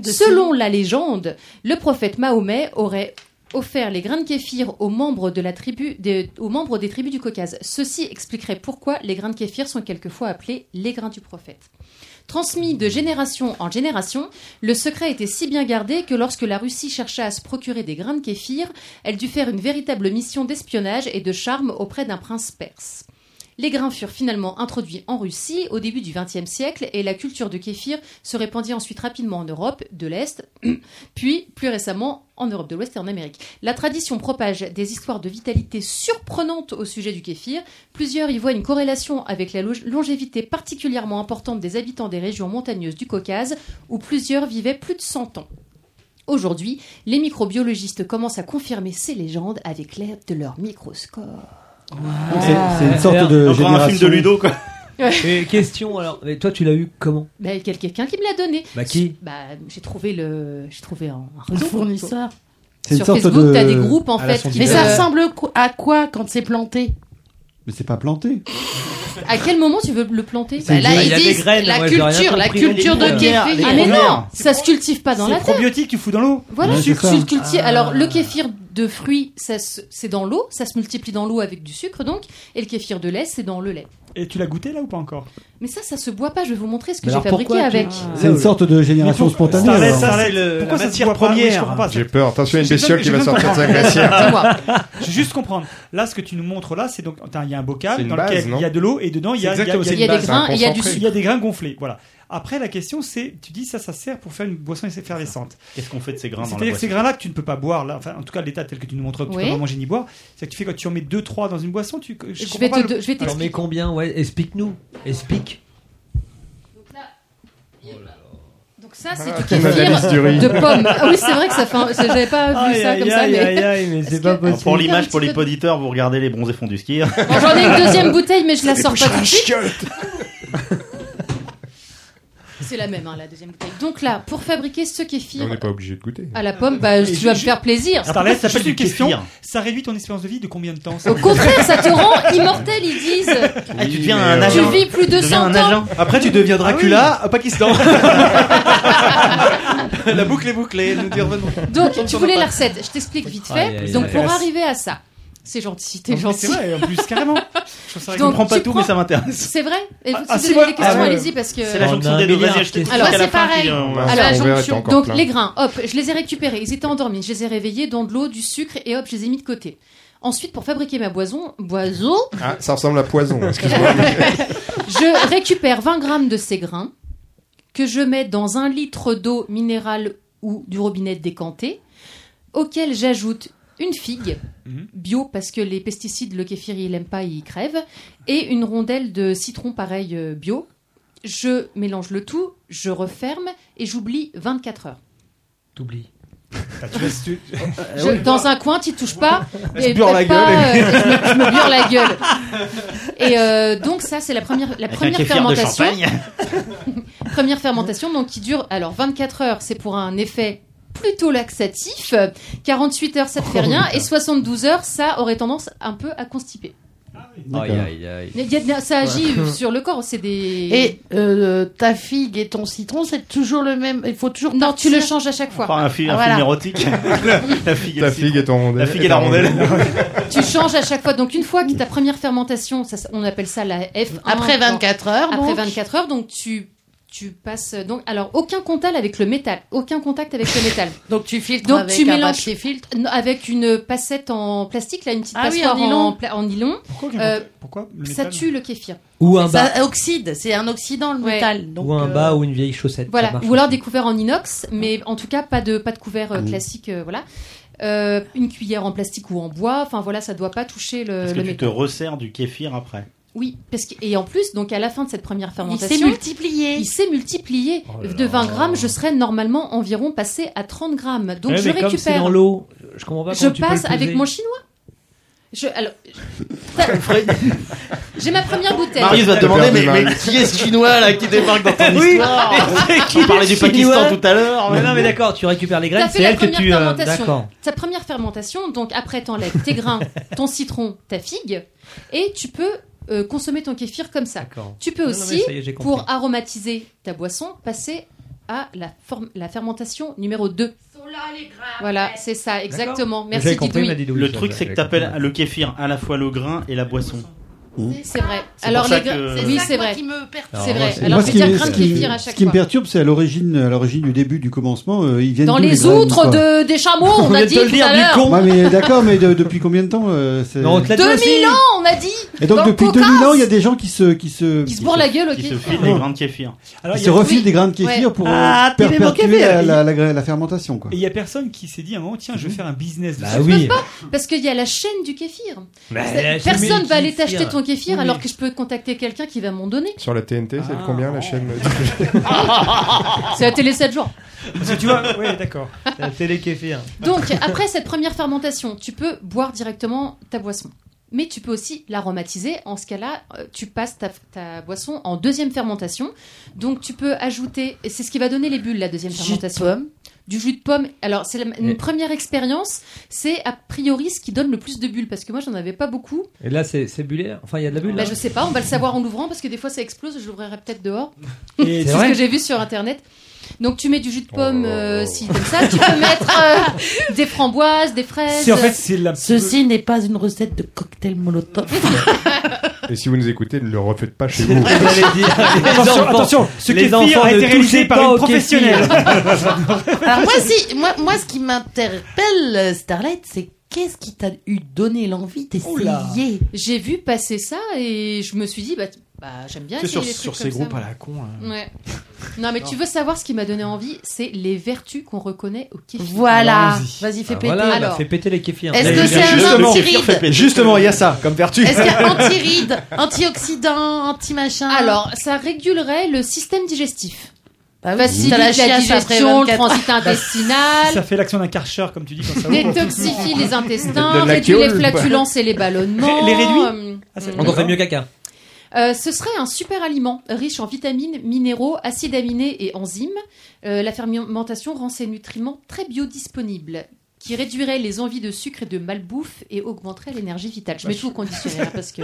de Selon la légende, le prophète Mahomet aurait offert les grains de kéfir aux membres, de la tribu des, aux membres des tribus du Caucase. Ceci expliquerait pourquoi les grains de kéfir sont quelquefois appelés les grains du prophète. Transmis de génération en génération, le secret était si bien gardé que lorsque la Russie chercha à se procurer des grains de kéfir, elle dut faire une véritable mission d'espionnage et de charme auprès d'un prince perse. Les grains furent finalement introduits en Russie au début du XXe siècle et la culture de kéfir se répandit ensuite rapidement en Europe de l'Est, [CLEARS THROAT] puis plus récemment en Europe de l'Ouest et en Amérique. La tradition propage des histoires de vitalité surprenantes au sujet du kéfir. Plusieurs y voient une corrélation avec la longe- longévité particulièrement importante des habitants des régions montagneuses du Caucase où plusieurs vivaient plus de 100 ans. Aujourd'hui, les microbiologistes commencent à confirmer ces légendes avec l'aide de leur microscope. Ah. C'est- c'est une sorte de Encore un film de génération. Ludo, quoi. Et question alors, mais toi tu l'as eu comment Bah, quel- quelqu'un qui me l'a donné. Bah, qui Bah, j'ai trouvé le, j'ai trouvé un, un réseau. fournisseur. C'est une Sur sorte Facebook, de- t'as des groupes en À la fait. sonde Mais qui- ça euh, ressemble co- à quoi quand c'est planté Mais c'est pas planté. Bah À quel moment tu veux le planter C'est Bah, là, bien. ils Il y a des disent graines, la moi, j'ai rien culture, la compris. culture de kéfir. Ah Les mais premières. non, ça se cultive pas dans C'est la terre. probiotique, tu fous dans l'eau. Voilà, Ouais, tu- c'est ça. tu le cultives. Ah. Alors, le kéfir de fruits, ça se- c'est dans l'eau, ça se multiplie dans l'eau avec du sucre donc, et le kéfir de lait, c'est dans le lait. Et tu l'as goûté là ou pas encore Mais ça, ça se boit pas, je vais vous montrer ce que Mais j'ai alors fabriqué pourquoi tu- avec. Ah, C'est une sorte de génération spontanée. hein. Starlet, alors. Starlet, le- pourquoi la ça se matière voit pas Oui, je première. comprends pas, J'ai ça. peur, attention, il y a une Je bestiole viens- qui je va viens de sortir de sa comprendre. glacière. [LAUGHS] Je veux juste comprendre. Là, ce que tu nous montres là, c'est donc t'as- il y a un C'est bocal une dans base, lequel non il y a de l'eau et dedans il y a, C'est exactement, il y a- c'est il y a une des base, grains, c'est un il y a du concentré. il y a des grains gonflés. Voilà. Après, la question c'est, tu dis ça, ça sert pour faire une boisson effervescente. Qu'est-ce qu'on fait de ces grains dans la C'est-à-dire que ces boisson grains-là que tu ne peux pas boire, là, enfin, en tout cas l'état tel que tu nous montres, que tu Oui. peux pas manger ni boire. C'est que tu fais quand tu en mets 2-3 dans une boisson, tu. Je, comprends vais pas te- le- je vais Alors mais combien ouais, explique-nous. Explique. Donc ça, c'est Ah, du c'est Madame kéfir Durie. de pomme. Ah oui, c'est vrai que ça fait. un- c'est- J'avais pas vu Aïe, ça aïe, comme ça, aïe, mais. [LAUGHS] aïe, aïe, mais c'est pas Alors, possible. Pour l'image, pour Un les petit peu auditeurs, vous regardez les bronzés fonds du [LAUGHS] ski. Bon, J'en ai une [LAUGHS] deuxième bouteille, mais je la Des sors pas tout de bouchons suite. à [LAUGHS] C'est la même, hein, la deuxième bouteille. Donc là, pour fabriquer ce kéfir On n'est pas obligé de goûter. à la pomme, bah, Et tu vas me ju- faire plaisir. Starlet, ça s'appelle Juste une une question. kéfir. Ça réduit ton espérance de vie de combien de temps Au contraire, ça te rend immortel, ils disent. [LAUGHS] Ah, tu deviens mais, un euh, agent. Tu vis plus de Tu deviens 100 ans. un Ah agent. Après, tu deviens Dracula, [LAUGHS] pas Pakistan. La boucle est bouclée. Nous dire venons. Donc, tu voulais la recette. Je t'explique vite Aïe, aïe, fait. aïe. Donc, pour Intéresse. arriver à ça, c'est gentil, Non, t'es mais gentil. C'est vrai, en plus, [LAUGHS] carrément. Je Je comprends pas tout, mais ça m'intéresse. C'est vrai Et Ah, si ah, vous si, avez ouais. des questions, Ah, ouais. allez-y parce que. C'est la jonction a des deux. milliard Vas-y, je te questions. dis Alors, qu'à la c'est fin, pareil. puis, euh, on va- Alors, on verra, la t'es jonction. encore Donc, plein. les grains, hop, je les ai récupérés. Ils étaient endormis. Je les ai réveillés dans de l'eau, du sucre et hop, je les ai mis de côté. Ensuite, pour fabriquer ma boison, boison, Ah, [LAUGHS] ça ressemble à poison, excuse-moi. je récupère 20 grammes de ces grains que je mets dans un litre d'eau minérale ou du robinet décanté, auquel j'ajoute une figue bio parce que les pesticides, le kéfir, il aime pas, il crève, et une rondelle de citron pareil euh, bio. Je mélange le tout, je referme et j'oublie 24 heures. T'oublies. Ah, tu laisses- tu- Je- dans un coin, tu [LAUGHS] touches pas. Elle se beurre la peut-être pas, gueule. euh, je, me, je me beurre la gueule. Et euh, donc ça, c'est la première, la Avec un première kéfir de fermentation. champagne. [LAUGHS] première fermentation, donc qui dure alors 24 heures, c'est pour un effet plutôt laxatif. 48 heures, ça te fait Oh, rien. putain. Et 72 heures, ça aurait tendance un peu à constiper. Aïe, aïe, aïe. Mais il y a- [LAUGHS] ça agit Ouais. sur le corps, c'est des. Et euh, ta figue et ton citron, c'est toujours le même. Il faut toujours. Non, tu le changes à chaque fois. Ah, Pas un, fi- un Voilà. [LAUGHS] film érotique. la figue, et le La figue est en citron. rondelle. La figue et la rondelle. tu changes à chaque fois. Donc une fois que ta première fermentation, ça, on appelle ça la F1. Après 24 heures, Après donc. 24 heures, donc tu tu passes donc alors aucun contact avec le métal, aucun contact avec le métal. Donc tu filtres donc avec tu un mélanges papier filtre Non, avec une passette en plastique là, une petite Ah oui, passoire en nylon. pla- en nylon. Pourquoi, Euh, le ça métal tue le kéfir. Ou un bas. Ça oxyde, c'est un oxydant le Ouais. métal. Donc, ou un euh, bas ou une vieille chaussette. ça Voilà, marche ou alors des couverts en inox, mais en tout cas pas de pas de couvert Ah euh, Mm. classique, euh, voilà. Euh, une cuillère en plastique ou en bois, enfin voilà, ça doit pas toucher le, Est-ce le que tu te métal. resserres du kéfir après Oui, parce que, et en plus, donc à la fin de cette première fermentation, s'est multiplié. Il s'est multiplié. Oh de 20 grammes, je serais normalement environ passé à 30 grammes. Donc Ouais, je Eh, mais comme récupère. c'est dans l'eau, je comprends pas je comment tu peux passe le peser. avec mon chinois. Je, [LAUGHS] alors, j'ai ma première bouteille. Marius va te demander, mais, mal. mais qui est ce chinois là qui débarque dans ton Oui, histoire [LAUGHS] mais c'est qui On parlait le du Chinois Pakistan tout à l'heure. Mais non, mais d'accord, tu récupères les graines, T'as fait c'est la elle que première tu. euh, fermentation. D'accord. Ta première fermentation, donc après t'enlèves tes grains, ton citron, ta figue, et tu peux euh, consommer ton kéfir comme ça. Tu peux Non, non, aussi, mais ça y est, j'ai compris. pour aromatiser ta boisson, passer à la, form- la fermentation numéro 2. Voilà, c'est ça, exactement. Merci Didouille. Le truc, c'est que t'appelles le kéfir à la fois le grain et la boisson. C'est vrai. C'est Alors pour ça les gra- que- oui, C'est ça, c'est moi, vrai. qui me perturbe. C'est vrai. Moi, Alors je ce vais qui dire me- grain de ce qui- kéfir à Ce chaque qui me fois. perturbe, c'est à l'origine, à l'origine du début, du commencement, euh, ils viennent Dans d'où, les graines, outres quoi de, des chameaux, on, a vient dit tout à l'heure. Ouais, mais d'accord, mais de- depuis combien de temps euh, c'est- 2000 ans, on a dit. Et donc Dans le depuis coca, 2000 ans, il y a des gens qui se qui se Qui se bourrent la gueule, ok. Qui se filent des grains de kéfir. Alors, qui il se y a- refilent oui. des grains de kéfir Ouais. pour Ah, euh, per- t'es démoqué, perpétuer la, mais- la- la- la fermentation quoi. Et il y a personne qui s'est dit à un moment, Mhm. tiens, je vais faire un business. de Bah ça. oui. Je peux Parce qu'il y a la chaîne du kéfir. Bah, C'est- la chaîne Personne du va aller kéfir. t'acheter ton kéfir Oui. alors que je peux contacter quelqu'un qui va m'en donner. Sur la TNT, Ah. c'est de combien la chaîne [LAUGHS] euh, [LAUGHS] C'est la télé 7 jours. Parce que tu vois, ouais, d'accord. La hein. télé kéfir. Donc, après cette première fermentation, tu peux boire directement ta boisson. Mais tu peux aussi l'aromatiser. En ce cas-là, euh, tu passes ta, ta boisson en deuxième fermentation. Donc, tu peux ajouter, et c'est ce qui va donner les bulles, la deuxième fermentation. Du jus de pomme. Alors, c'est la- une Mais- première expérience. C'est a priori ce qui donne le plus de bulles. Parce que moi, j'en avais pas beaucoup. Et là, c'est c'est bullé. Enfin, il y a de la bulle. hein. Bah, là. je sais pas, on va le savoir en l'ouvrant parce que des fois ça explose, je l'ouvrirai peut-être dehors. Et C'est c'est ce vrai que j'ai vu sur internet. Donc tu mets du jus de pomme Oh euh, si comme ça, tu peux mettre euh, des framboises, des fraises. C'est en fait, c'est la. Ceci n'est pas une recette de cocktail molotov. [LAUGHS] Et si vous nous écoutez, ne le refaites pas chez [LAUGHS] vous. [LAUGHS] Attention, attention, ce les kéfir enfants a ne été réalisé touchez par pas une au professionnelle. [LAUGHS] Alors moi, si, moi, moi, ce qui m'interpelle, euh, Starlight, c'est qu'est-ce qui t'a eu donné l'envie Oh d'essayer J'ai vu passer ça et je me suis dit bah, t- bah, j'aime bien C'est essayer sur, des sur trucs ces comme ça, groupes à la con. là. moi. Ouais. Non mais tu veux savoir ce qui m'a donné envie, c'est les vertus qu'on reconnaît au kéfir. Voilà. Vas-y, fais Ah, péter. voilà, bah, Alors. fais péter les kéfirs. Est-ce que Mais c'est un justement- anti-ride Justement, il y a ça comme vertu. Est-ce qu'il y a anti-ride, anti-oxydant, anti-machin Alors, ça régulerait le système digestif. bah oui, Facilite t'as la, chiasse après digestion, le 24. transit intestinal. [LAUGHS] Ça fait l'action d'un karcher, comme tu dis, quand ça ouvre. détoxifie les De- intestins, de la réduit les gueule, flatulences et les ballonnements. Les réduit Euh, Ah, c'est- On en fait mieux caca. euh, ce serait un super aliment riche en vitamines, minéraux, acides aminés et enzymes. Euh, la fermentation rend ces nutriments très biodisponibles qui réduirait les envies de sucre et de malbouffe et augmenterait l'énergie vitale. Je mets tout au conditionnel hein, parce que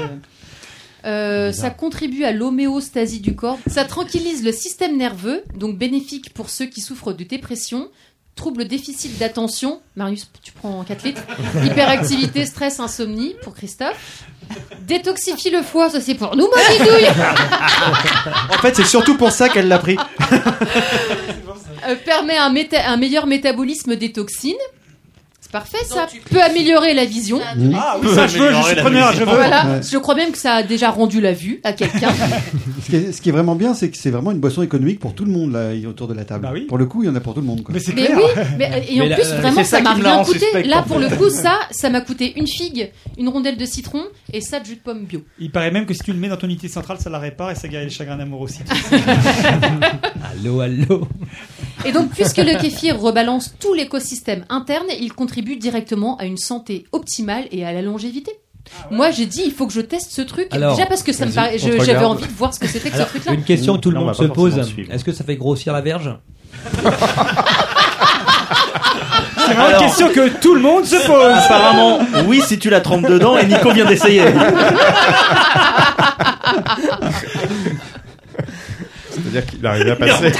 euh, ça contribue à l'homéostasie du corps. Ça tranquillise le système nerveux, donc bénéfique pour ceux qui souffrent de dépression, troubles déficit d'attention. Marius, tu prends 4 litres. Hyperactivité, stress, insomnie pour Christophe. Détoxifie le foie, ça c'est pour nous, ma [LAUGHS] bidouille. [LAUGHS] En fait, c'est surtout pour ça qu'elle l'a pris. Euh, permet un, méta- un meilleur métabolisme des toxines. C'est parfait, ça peut améliorer la vision. Mmh. Ah oui, ça, je veux, je suis preneur, je veux. Voilà, Ouais. je crois même que ça a déjà rendu la vue à quelqu'un. Ce qui, est, ce qui est vraiment bien, c'est que c'est vraiment une boisson économique pour tout le monde là, autour de la table. Pour le coup, il y en a pour tout le monde. Quoi. Mais [LAUGHS] oui, mais, euh, et en plus, vraiment, ça m'a rien coûté. Là, pour le [LAUGHS] coup, ça, ça m'a coûté une figue, une rondelle de citron et ça de jus de pomme bio. Il paraît même que si tu le mets dans ton unité centrale, ça la répare et ça guérit les chagrins d'amour aussi. [LAUGHS] allô, allô. Et donc, puisque le kéfir rebalance tout l'écosystème interne, il contribue directement à une santé optimale et à la longévité. Moi, j'ai dit, il faut que je teste ce truc. Alors, déjà parce que ça me paraît- vas-y, on te je- j'avais regarde. envie de voir ce que c'était que Alors, ce truc-là. Une question que tout le Non, on monde va pas se pose forcément suivre. est-ce que ça fait grossir la verge C'est vraiment une question que tout le monde se pose. Apparemment, oui, si tu la trompes dedans, et Nico vient d'essayer. [LAUGHS] C'est-à-dire qu'il arrive à passer.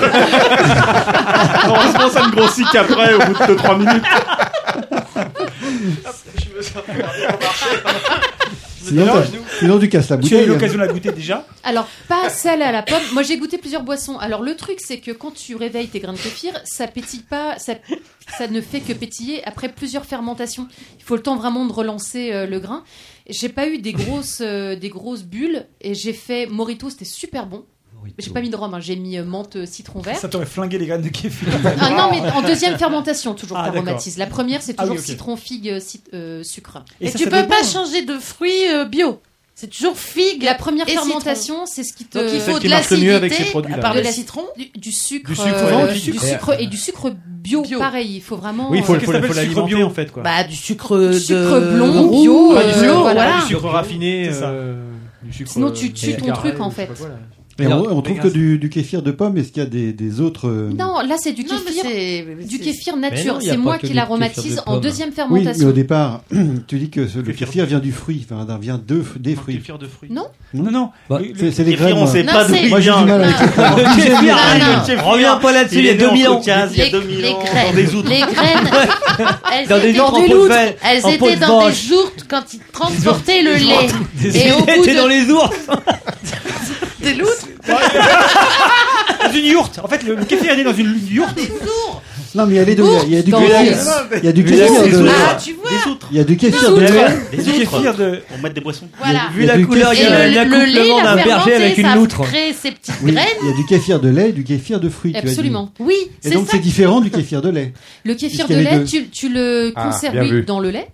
Heureusement, ça ne grossit qu'après, au bout de 3 minutes. Ah, Je me sens pas au marché. Sinon, t'as- sinon, tu casses la Tu bouteille. hein. as eu l'occasion de la goûter déjà Alors, pas celle à la pomme. Moi, j'ai goûté plusieurs boissons. Alors, le truc, c'est que quand tu réveilles tes grains de kéfir, ça pétille pas, ça, ça ne fait que pétiller après plusieurs fermentations. Il faut le temps vraiment de relancer euh, le grain. Et J'ai pas eu des grosses, euh, des grosses bulles et j'ai fait Morito, c'était super bon. J'ai pas mis de rhum, hein, j'ai mis euh, menthe euh, citron vert. Ça t'aurait flingué les graines de kéfir. Ah non, mais en deuxième fermentation, toujours Ah, t'aromatises. La d'accord. première, c'est Ah oui, toujours ok. citron, figue, euh, cit- euh, sucre. Et, tu peux pas changer de fruits euh, bio. C'est toujours figue. La première et fermentation, c'est ce qui te. Donc il faut Celle de qui la marche le mieux avec l'acidité, ces produits-là. à part De le la- citron, du, sucre, du euh, euh, du sucre et du sucre bio, pareil. Il faut vraiment. Oui, il faut, euh, faut, faut, l'alimenter en fait. Quoi. Bah, du sucre Du de- sucre blond, bio, Pas du sucre, euh, pas voilà. du sucre raffiné, C'est ça. euh, du sucre. Sinon, tu euh, tues ton égaré, truc en je sais fait. pas quoi, là. Et on, on trouve que du, du kéfir de pomme, est-ce qu'il y a des, des autres. euh, Non, là c'est du Non, mais kéfir, c'est- du c'est- kéfir Mais nature. non, il y a C'est pas moi que qui du l'aromatise kéfir de en pomme. départ. deuxième Oui, mais fermentation. au départ, [CLEARS THROAT] tu dis que ce- le kéfir vient du fruit, enfin, d'un- vient de, des fruits. Kéfir de fruits. Non. Non, Bah, non. c'est c'est les kéfir, graines. on sait moi. pas d'où il Moi, j'ai du vient. mal avec les graines. Le kéfir, J'ai du mal ah, avec- le kéfir. Reviens pas là-dessus, Il il y a est né en 2000 ans. [LAUGHS] Caucase, il y a Les- 2000 les ans, graines. dans des outres. Les graines. Elles Dans des étaient outres dans en des peau de outres. vache, Elles en peau étaient de dans vache. des ourtes quand ils transportaient le lait. Et au bout T'es de dans les ours des loutres, Dans une yourte. En fait, le, le kéfir est né dans une yourte. Non, mais il y a les deux. Il y a du Dans kéfir. les- Il y a du Mais là, kéfir c'est de. des ah, tu vois. Il y a du kéfir Des de outres. lait. Des Du outres. kéfir de. Pour mettre des boissons. Voilà. Vu la du couleur, il y Et a le, le lait, l'accouplement la d'un berger fermenté, avec une ça loutre. crée ces petites Oui, graines. il y a du kéfir de lait et du kéfir de fruits. tu as dit. Absolument. Oui, Et c'est donc ça. c'est différent du kéfir de lait. Le kéfir de puisqu'il y a les lait, deux. tu, tu le Ah, conserves bien oui, vu. dans le lait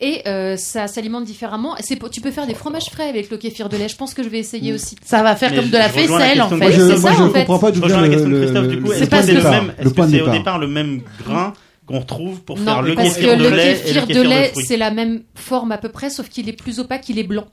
et euh, ça s'alimente différemment. C'est pour- tu peux faire des fromages frais avec le kéfir de lait. Je pense que je vais essayer aussi. Ça va faire Mais comme je- de la je rejoins la faisselle en question de Moi fait. je c'est ne ça, en fait. comprends pas Je d'où rejoins vient le, la question de le- Christophe, du le- coup. le Est-ce point que de c'est le départ. même, est-ce Le que point de c'est au départ. départ le même grain qu'on retrouve pour faire Non, le parce que kéfir de le lait et le kéfir de kéfir de lait, fruits c'est la même forme à peu près, sauf qu'il est plus opaque, il est blanc.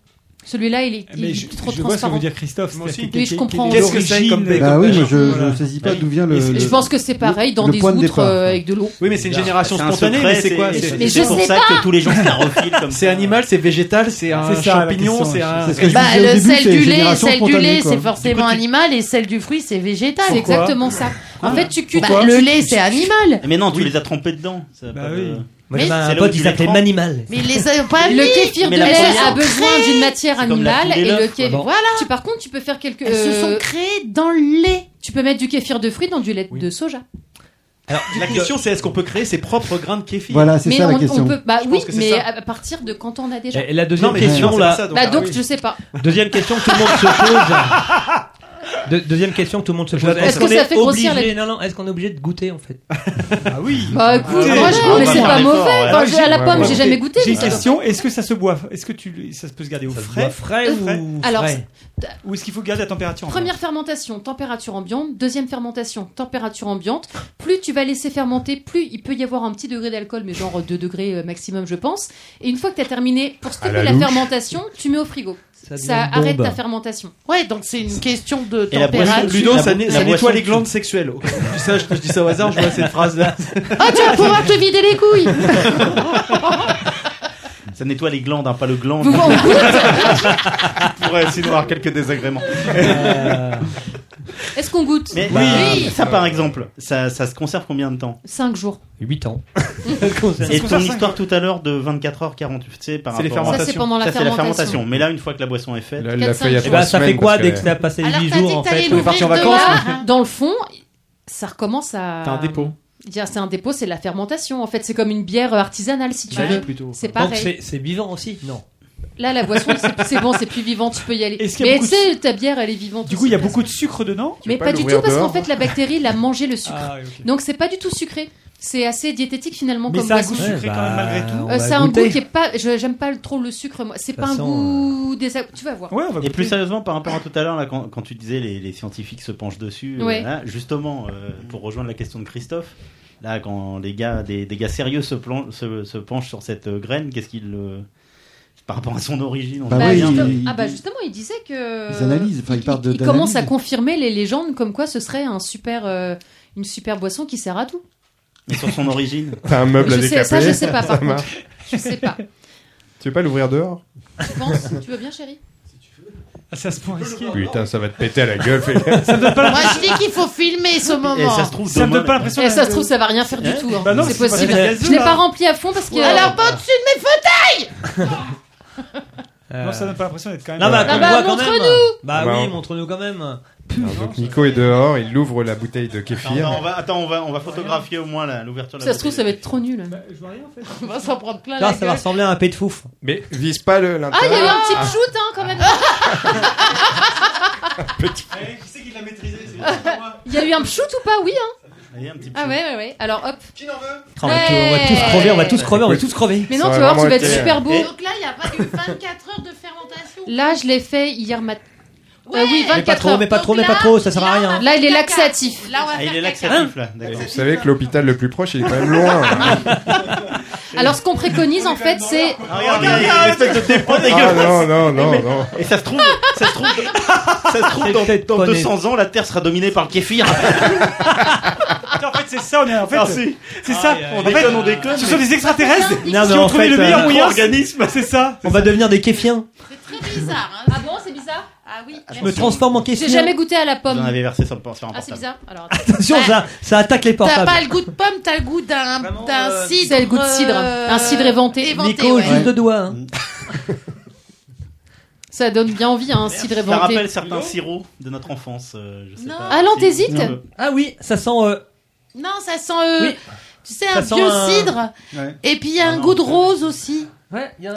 Celui-là, il est, il Mais est je, trop je vois ce que transparent. veut dire Christophe. Moi aussi. c'est-à-dire que- Oui, je que- comprends. quelle est Qu'est-ce que c'est comme l'origine, Bah oui, euh, moi je je voilà. ne saisis pas d'où vient le. Je le- pense que c'est pareil dans le des point de outres départ. euh, avec de l'eau. Oui, mais c'est une génération C'est un spontanée, secret, mais c'est quoi c'est- Mais C'est je pour sais ça pas. que tous les gens starophiles comme C'est animal, c'est végétal, c'est un C'est ça, la champignon, question, c'est je- un. C'est ce que je Bah, disais au le début, sel c'est du lait, génération celle du spontanée, lait, quoi. c'est forcément animal et celle du fruit, c'est végétal. C'est exactement ça. En fait, tu cuis. Bah, le lait, c'est animal. Mais non, tu les as trompés dedans. ça a Bah pas de- oui. Moi Mais j'avais c'est un là où pote, tu il s'appelait les prends. Manimal. Mais [LAUGHS] les a pas mis. Le kéfir de Mais la lait poisson. a besoin d'une Ah, matière C'est comme la animale poule et et le l'œuf, kéfir. quoi. Voilà. Tu, par contre, tu peux faire quelques. Elles se sont euh, créées dans le lait. Tu peux mettre du kéfir de fruits dans du lait Oui. de soja. Alors, La question, c'est est-ce qu'on peut créer ses propres grains de kéfir Voilà, c'est mais ça on, la on question. peut. Bah Je oui, pense que c'est mais ça. à partir de quand on a déjà. Et la Non, deuxième mais question, non, c'est pas là, ça, bah ah donc, oui. je sais pas. deuxième question que tout le monde se pose. De- deuxième question que tout le monde se pose. Est-ce que qu'on ça fait grossir obligé... Non, non, est-ce qu'on est obligé de goûter [LAUGHS] en fait Ah oui. Bah écoute, moi Ah, oui. je Ah, trouve que bah, c'est bah, pas bah, mauvais. bah, Enfin, bah, j'ai- à la bah, pomme, bah, j'ai jamais goûté. J'ai mais une ça doit- question. Est-ce que ça se boit Est-ce que tu, ça peut se garder au Ça se frais boit frais Frais. ou Euh, Alors, frais Ou est-ce qu'il faut garder à température ambiante Première fermentation, température ambiante. Deuxième fermentation, température ambiante. Plus tu vas laisser fermenter, plus il peut y avoir un petit degré d'alcool, mais genre 2 degrés euh, maximum, je pense. Et une fois que tu as terminé, pour stopper la la, louche. fermentation, tu mets au frigo. Ça, devient une arrête bombe. ta fermentation. Ouais, donc c'est une question de Et la température. boisson du- Ludo, La ça, bo- né- la ça boisson nettoie les que- glandes sexuelles. Au cas où tu saches que je dis ça au hasard, je vois cette phrase-là. Ah, tu vas pouvoir te vider les couilles. Ça nettoie les glandes, hein, pas le gland. Vous- on [LAUGHS] goûte. pourrait essayer d'avoir quelques désagréments. Euh. Est-ce qu'on goûte Mais Oui. ça, par exemple, ça, ça se conserve combien de temps 5 jours. 8 ans. [LAUGHS] Et ton conserve cinq histoire tout à l'heure de 24h48, tu sais, par C'est les rapport à- Ça, c'est pendant la Ça, c'est la fermentation. fermentation. Mais là, une fois que la boisson est faite, La, Quatre, la feuille cinq. à Et trois bah, ça semaines, fait quoi parce dès que qu'elle- ça a passé les Alors 10 t'as dit jours en que t'allais [LAUGHS] fait pouvez l'ouvrir partir en demain. vacances, Dans le fond, ça recommence à. T'as un dépôt. Dire, C'est un dépôt, c'est la fermentation. En fait, c'est comme une bière artisanale, si tu Valide veux. C'est pareil. Bah Donc c'est- c'est vivant aussi Non. Là, la boisson, c'est- c'est bon, c'est plus vivant, tu peux y aller. Est-ce qu'il y a Mais tu beaucoup de- sais, ta bière, elle est vivante. Du coup, il y a beaucoup de sucre dedans. Mais pas, du tout, parce qu'en fait, la bactérie, elle a mangé le sucre. Ah, oui, ok. Donc, c'est pas du tout sucré. C'est assez diététique finalement Mais comme ça a un boisson. goût sucré quand même malgré tout. Euh, ça a un goût qui est pas. je- J'aime pas trop le sucre, moi. C'est De pas un toute façon, goût désa- Tu vas voir. Et plus sérieusement, par rapport à tout à l'heure, là, quand, quand tu disais les, les scientifiques se penchent dessus, euh, Ouais. là, justement, euh, pour rejoindre la question de Christophe, là, quand les gars, des, des gars sérieux se, plan- se, se penchent sur cette euh, graine, qu'est-ce qu'ils. euh, par rapport à son origine, on Bah sait oui, bien, ils- mais- Ah bah euh, justement, il disait que. Ils analysent, enfin, ils partent de- Il commence à d'analyse. confirmer les légendes comme quoi ce serait un super, euh, une super boisson qui sert à tout. [LAUGHS] mais sur son origine. T'as un meuble à Je sais- décaper. ça, je sais pas, par contre. marche. Je sais pas. Tu veux pas l'ouvrir dehors Tu penses Tu veux bien, chérie Ah, ça se point risqué. Putain, ça va te péter à la gueule. [LAUGHS] Ça me donne pas Moi, je dis qu'il faut filmer ce moment. ça me donne pas l'impression. Eh, d'un- ça se trouve, ça va rien faire du Hein tout. hein. Bah non, c'est c'est pas possible. très gazeux, Je l'ai là. pas rempli à fond parce que. Ouais. Alors, pas au-dessus de mes fauteuils Non, ça donne pas l'impression d'être quand même. Euh. Non, bah, Euh, qu'on le Ah, voit quand même. Bah Bah, oui, on- montre-nous quand même. [LAUGHS] Alors, donc Nico est dehors, il ouvre la bouteille de Attends, kéfir. on va, attends, on va, on va photographier au moins la- l'ouverture de la Ça se trouve, bouteille. ça va être trop nul. On va s'en prendre plein Là, la ça va gueule. ressembler à un pet de fouf. Mais vise pas le- Ah, il y a eu l'intérieur. un petit Ah. shoot, hein, [LAUGHS] quand même. Eh, Qui c'est qui l'a maîtrisé c'est- Il y a eu un shoot ou pas Oui, hein Allez, un petit Ah ouais, ouais, ouais. Alors hop. Qui n'en veut On va, tous, on va tous crever, on va tous crever, on va tous crever. Mais non, tu vas voir, tu vas être super beau. Donc là, il n'y a pas eu 24 heures de fermentation. Là, je l'ai fait hier matin. Ouais. Euh, oui, Mais pas 24 trop, heures. mais pas trop, mais pas trop, ça sert à rien. Là, il est laxatif. Là, on va Ah, faire il est caca. laxatif là, Et d'accord. Vous savez que l'hôpital le plus proche, il est quand [LAUGHS] même loin. [LAUGHS] Alors, ce qu'on préconise, en fait, [LAUGHS] c'est. Ah, regarde, il y a une espèce de dépôt Ah dégueulasse. non, non, non, non. Et ça se trouve, ça se trouve, ça se trouve dans- peut-être dans, pas 200 ans, la Terre sera dominée par le kéfir. En fait, c'est ça, on est. En fait, Merci. c'est ça. On En fait, déconne, on déconne. ce sont des extraterrestres Non, mais qui ont en trouvé fait, le euh, meilleur moyen. Organisme. C'est ça. On va devenir des kéfiens. C'est très bizarre. Hein. Ah bon, c'est bizarre Ah oui. Je me transforme en kéfien. J'ai jamais goûté à la Vous en pomme. avez versé sur le port- sur un Ah, c'est portable. bizarre. Alors, Attention, ça, ça attaque les T'as portables. pas le goût de pomme, t'as le goût d'un d'un euh, cidre. euh, c'est le goût de cidre. Un cidre éventé. éventé, Nico, ouais. juste deux doigts. hein. ça donne bien envie, hein, un cidre Ça rappelle éventé. certains sirops de notre enfance. euh, je sais Non. pas. Ah, l'anthésite Non, mais- Ah oui, ça sent. euh, Non, ça sent. euh, Oui. Tu sais, Ça un sent vieux un- cidre. Ouais. Et puis il y a Ah un non, goût de ça- rose aussi. Ouais, il y a.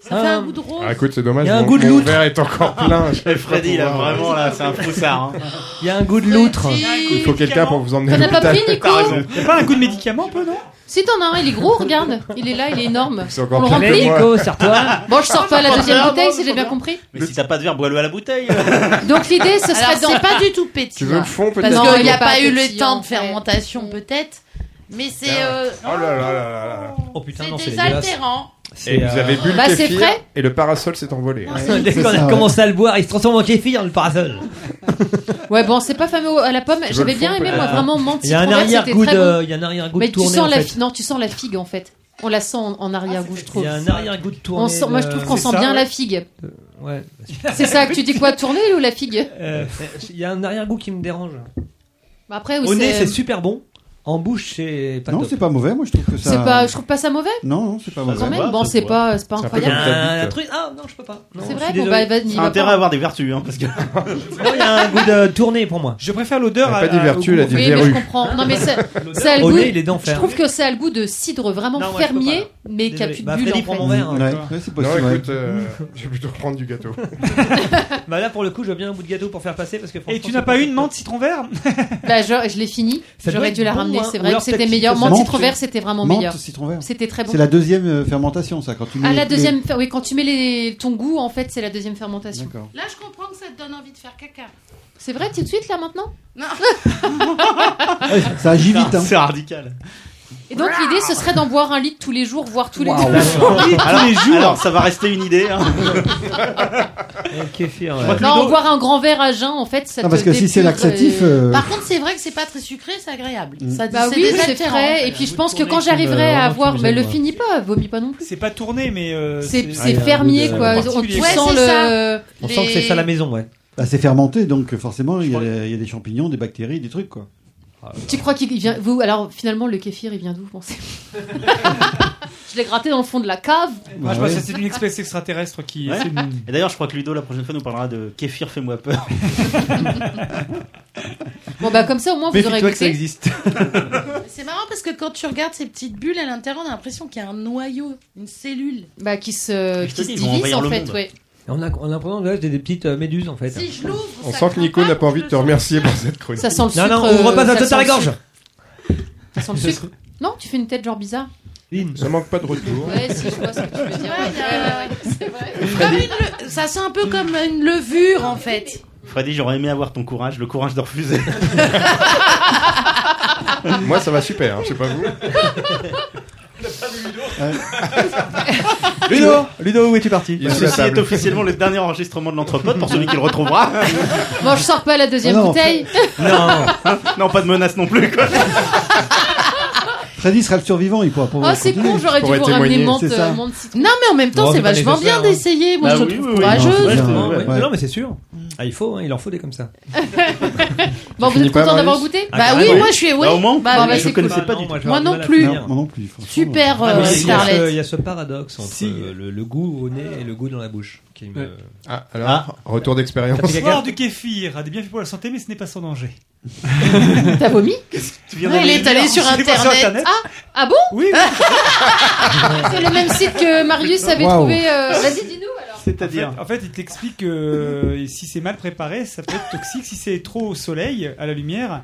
Ça fait un- un goût de rose. Ah, écoute, c'est dommage. Il y a un mon- goût de mon loutre. verre est [LAUGHS] encore plein. Je Eh, vais Freddy, pas là, pouvoir- vraiment, là, c'est un froussard. hein. Il y a un goût de loutre. Il faut quelqu'un pour vous emmener à T'en as pas l'hôpital. pris, Nico T'as raison. Y'a pas un coup de médicament, un peu, non Si t'en as un, il est gros, regarde. Il est là, il est énorme. C'est encore On le pire que Allez, remplit moi. Nico, serre-toi. Bon, je sors pas la deuxième Ah, bouteille, bon, si j'ai bon, bien bon. compris. Mais si t'as pas de verre, bois-le à la bouteille. Donc, l'idée, ce Alors, serait dans. c'est pas du tout Tu veux pétillant. le fond, Parce peut-être Non, Parce qu'il il n'y est a pas pas eu le pétillant, temps de ouais. fermentation, peut-être. Mais c'est euh, Oh là là là là là. Oh putain, c'est non, c'est dégueulasse. désaltérant. C'est, Et vous euh, avez bu Bah, le c'est kéfir frais Ah, et le parasol s'est envolé. Dès qu'on ça, a ouais. commencé à le boire, il se transforme en kéfir, le parasol. Euh, Ouais, bon, c'est pas fameux à la pomme. veux J'avais le bien fond, aimé, peut-être moi, vraiment, mon Il petit y a un Robert, arrière-goût c'était très bon. de, il y a un arrière-goût de Mais tu tournée, sens en la fait. Ah, fi- non, tu sens la figue en fait. On la sent en, en arrière-goût, je Il trouve. y a un arrière-goût de tournée. On sent, moi, je de- trouve qu'on c'est sent ça, bien ouais. la figue. [LAUGHS] Ouais. C'est ça que tu dis quoi, tourner ou la figue Euh, Il y a un arrière-goût qui me dérange. Bah Après, oui, Au nez, c'est c'est. super bon. En bouche, c'est pas Non, top. c'est pas mauvais, moi je trouve que ça. C'est pas, je trouve pas ça mauvais Non, non, c'est pas Ça mauvais. se quand voit, même. Bon, ça se c'est voit. pas, euh, c'est pas C'est un peu incroyable. comme ta Un bite. truc. Ah non, je peux pas. Non, C'est je vrai. suis Bon, bah, désolé. vas-y, T'as va intérêt pas. à avoir des vertus, hein, parce que. Non, il y a un goût de tournée pour moi. Je préfère l'odeur. Elle a à- pas dit à- vertu, au elle a goût. dit Oui, mais je verrues. comprends. [LAUGHS] Non, mais ça, ça a le Au nez, il goût. est Je d'enfer. trouve que ça a le goût de cidre vraiment Non, moi, je peux fermier, pas. mais qui a Désolé. plus de Bah, bulles Freddy, en prends fait. mon verre. Ouais, ouais, c'est Non, possible. ouais. écoute, euh, Mm. je vais plutôt prendre du gâteau. Bah là, pour le coup, je veux bien un bout de gâteau pour faire passer parce que. Et franchement, tu ça n'as pas peut- eu une menthe citron vert Bah, je, je l'ai fini. Ça doit J'aurais être dû la bon, ramener. hein. C'est Ou vrai que alors c'était peut-être meilleur. qu'il faut- Menti Menthe. trop vert, c'était vraiment meilleur. Menthe, citron vert. C'était très bon. C'est la deuxième euh, fermentation, ça, quand tu mets. Ah, la les- deuxième. fer- Oui, quand tu mets les, ton goût, en fait, c'est la deuxième fermentation. D'accord. Là, je comprends que ça te donne envie de faire caca. C'est vrai, tout de suite, là, maintenant Ouais, ça agit vite, hein. C'est radical. Et donc, l'idée, ce serait d'en boire un litre tous les jours, voire tous les [LAUGHS] Waouh. deux jours. Alors, alors, ça va rester une idée. Hein. Eh, le kéfir, ouais. Non, boire un grand verre à jeun, en fait, ça Ah, te parce que si c'est dépure, laxatif. euh, euh, Mm. Par contre, c'est vrai que c'est pas très sucré, c'est agréable. Ça, Bah c'est oui, c'est désaltérant. frais. Et puis [LAUGHS] je pense que quand qui me- j'arriverai à vraiment avoir, qui me mais le gêne, finis pas, vomis pas non plus. C'est pas tourné, mais. euh, C'est c'est- c'est il y a un fermier goût de- quoi. Ouais, On tu c'est sens le. On sent que c'est ça la maison, ouais. bah, c'est fermenté, donc forcément, il y, a, crois- il y a des champignons, des bactéries, des trucs, quoi. Ah, Tu crois qu'il vient vous Alors finalement le kéfir il vient d'où vous [LAUGHS] pensez Je l'ai gratté dans le fond de la cave. Moi, je Bah, pense ouais. que c'est une espèce extraterrestre qui. Ah Ouais. c'est une- Et d'ailleurs, je crois que Ludo, la prochaine fois, nous parlera de Kéfir, fais-moi peur. [LAUGHS] Bon, bah, comme ça, au moins, vous aurez Méfie-toi que ça goûté. [LAUGHS] existe. [LAUGHS] C'est marrant parce que quand tu regardes ces petites bulles à l'intérieur, on a l'impression qu'il y a un noyau, une cellule. Bah, qui se, qui Je te se dis, ils vont divise, envahir en le fait, monde. ouais. On a, on a l'impression que là, c'est des petites euh, méduses en fait. Si je l'ouvre, On sent que Nico n'a pas envie de te remercier pour cette chronique. Ça sent le Non, sucre, non, on euh, repasse ça la tête sent à la le gorge. Ça [LAUGHS] sent le sucre. Non, tu fais une tête genre bizarre. Ça manque pas de retour. Ouais, si je vois ce que tu veux dire. Ouais, il y a- c'est vrai. [LAUGHS] Comme une le- Ça sent un peu comme une levure en fait. Freddy, j'aurais aimé avoir ton courage, le courage de refuser. [LAUGHS] Moi, ça va super, hein, je sais pas vous. [LAUGHS] [LAUGHS] Ludo Ludo, où es-tu parti Ceci est officiellement le dernier enregistrement de l'entrepôt pour celui qui le [LAUGHS] retrouvera. Bon, je sors pas la deuxième Ah non, bouteille. Non, non, pas de menace non plus. Quoi. Freddy sera le survivant, il pourra pouvoir. Ah, c'est continuer. con, j'aurais dû vous ramener menthe, C'est ça. euh, menthe citron. Non, mais en même temps, Non, c'est c'est pas vachement bien nécessaire, hein. d'essayer. Moi, Bah je oui, trouve oui, oui. courageuse. Ouais, Non, ouais. mais- non, mais c'est sûr. Ah, il faut, hein, il en faut des comme ça. Bon, vous finis êtes pas, content d'avoir Marius goûté Ah, Bah oui, carrément. moi je suis. Oui. Bah, au moins, Bah, bah, bah, je c'est connaissais cool. pas du tout. Moi, j'ai envie de non la plus. finir. Non, moi non plus, Super Ah, euh, mais il, y a Starlet. ce, il y a ce paradoxe entre euh, le, le goût au nez et le goût dans la bouche. Qui me... Ah, alors, retour d'expérience. T'as fait caca Boire du kéfir a des bienfaits pour la santé, mais ce n'est pas sans danger. T'as vomi viens Ouais, [LAUGHS] d'aller Elle est dire, allée sur je l'ai pas sur internet. Internet. Ah, ah bon Oui. [LAUGHS] c'est le même site que Marius avait Waouh. trouvé. euh, Vas-y, dis-nous. C'est-à-dire en, fait, il t'explique que euh, si c'est mal préparé, ça peut être toxique. Si c'est trop au soleil, à la lumière,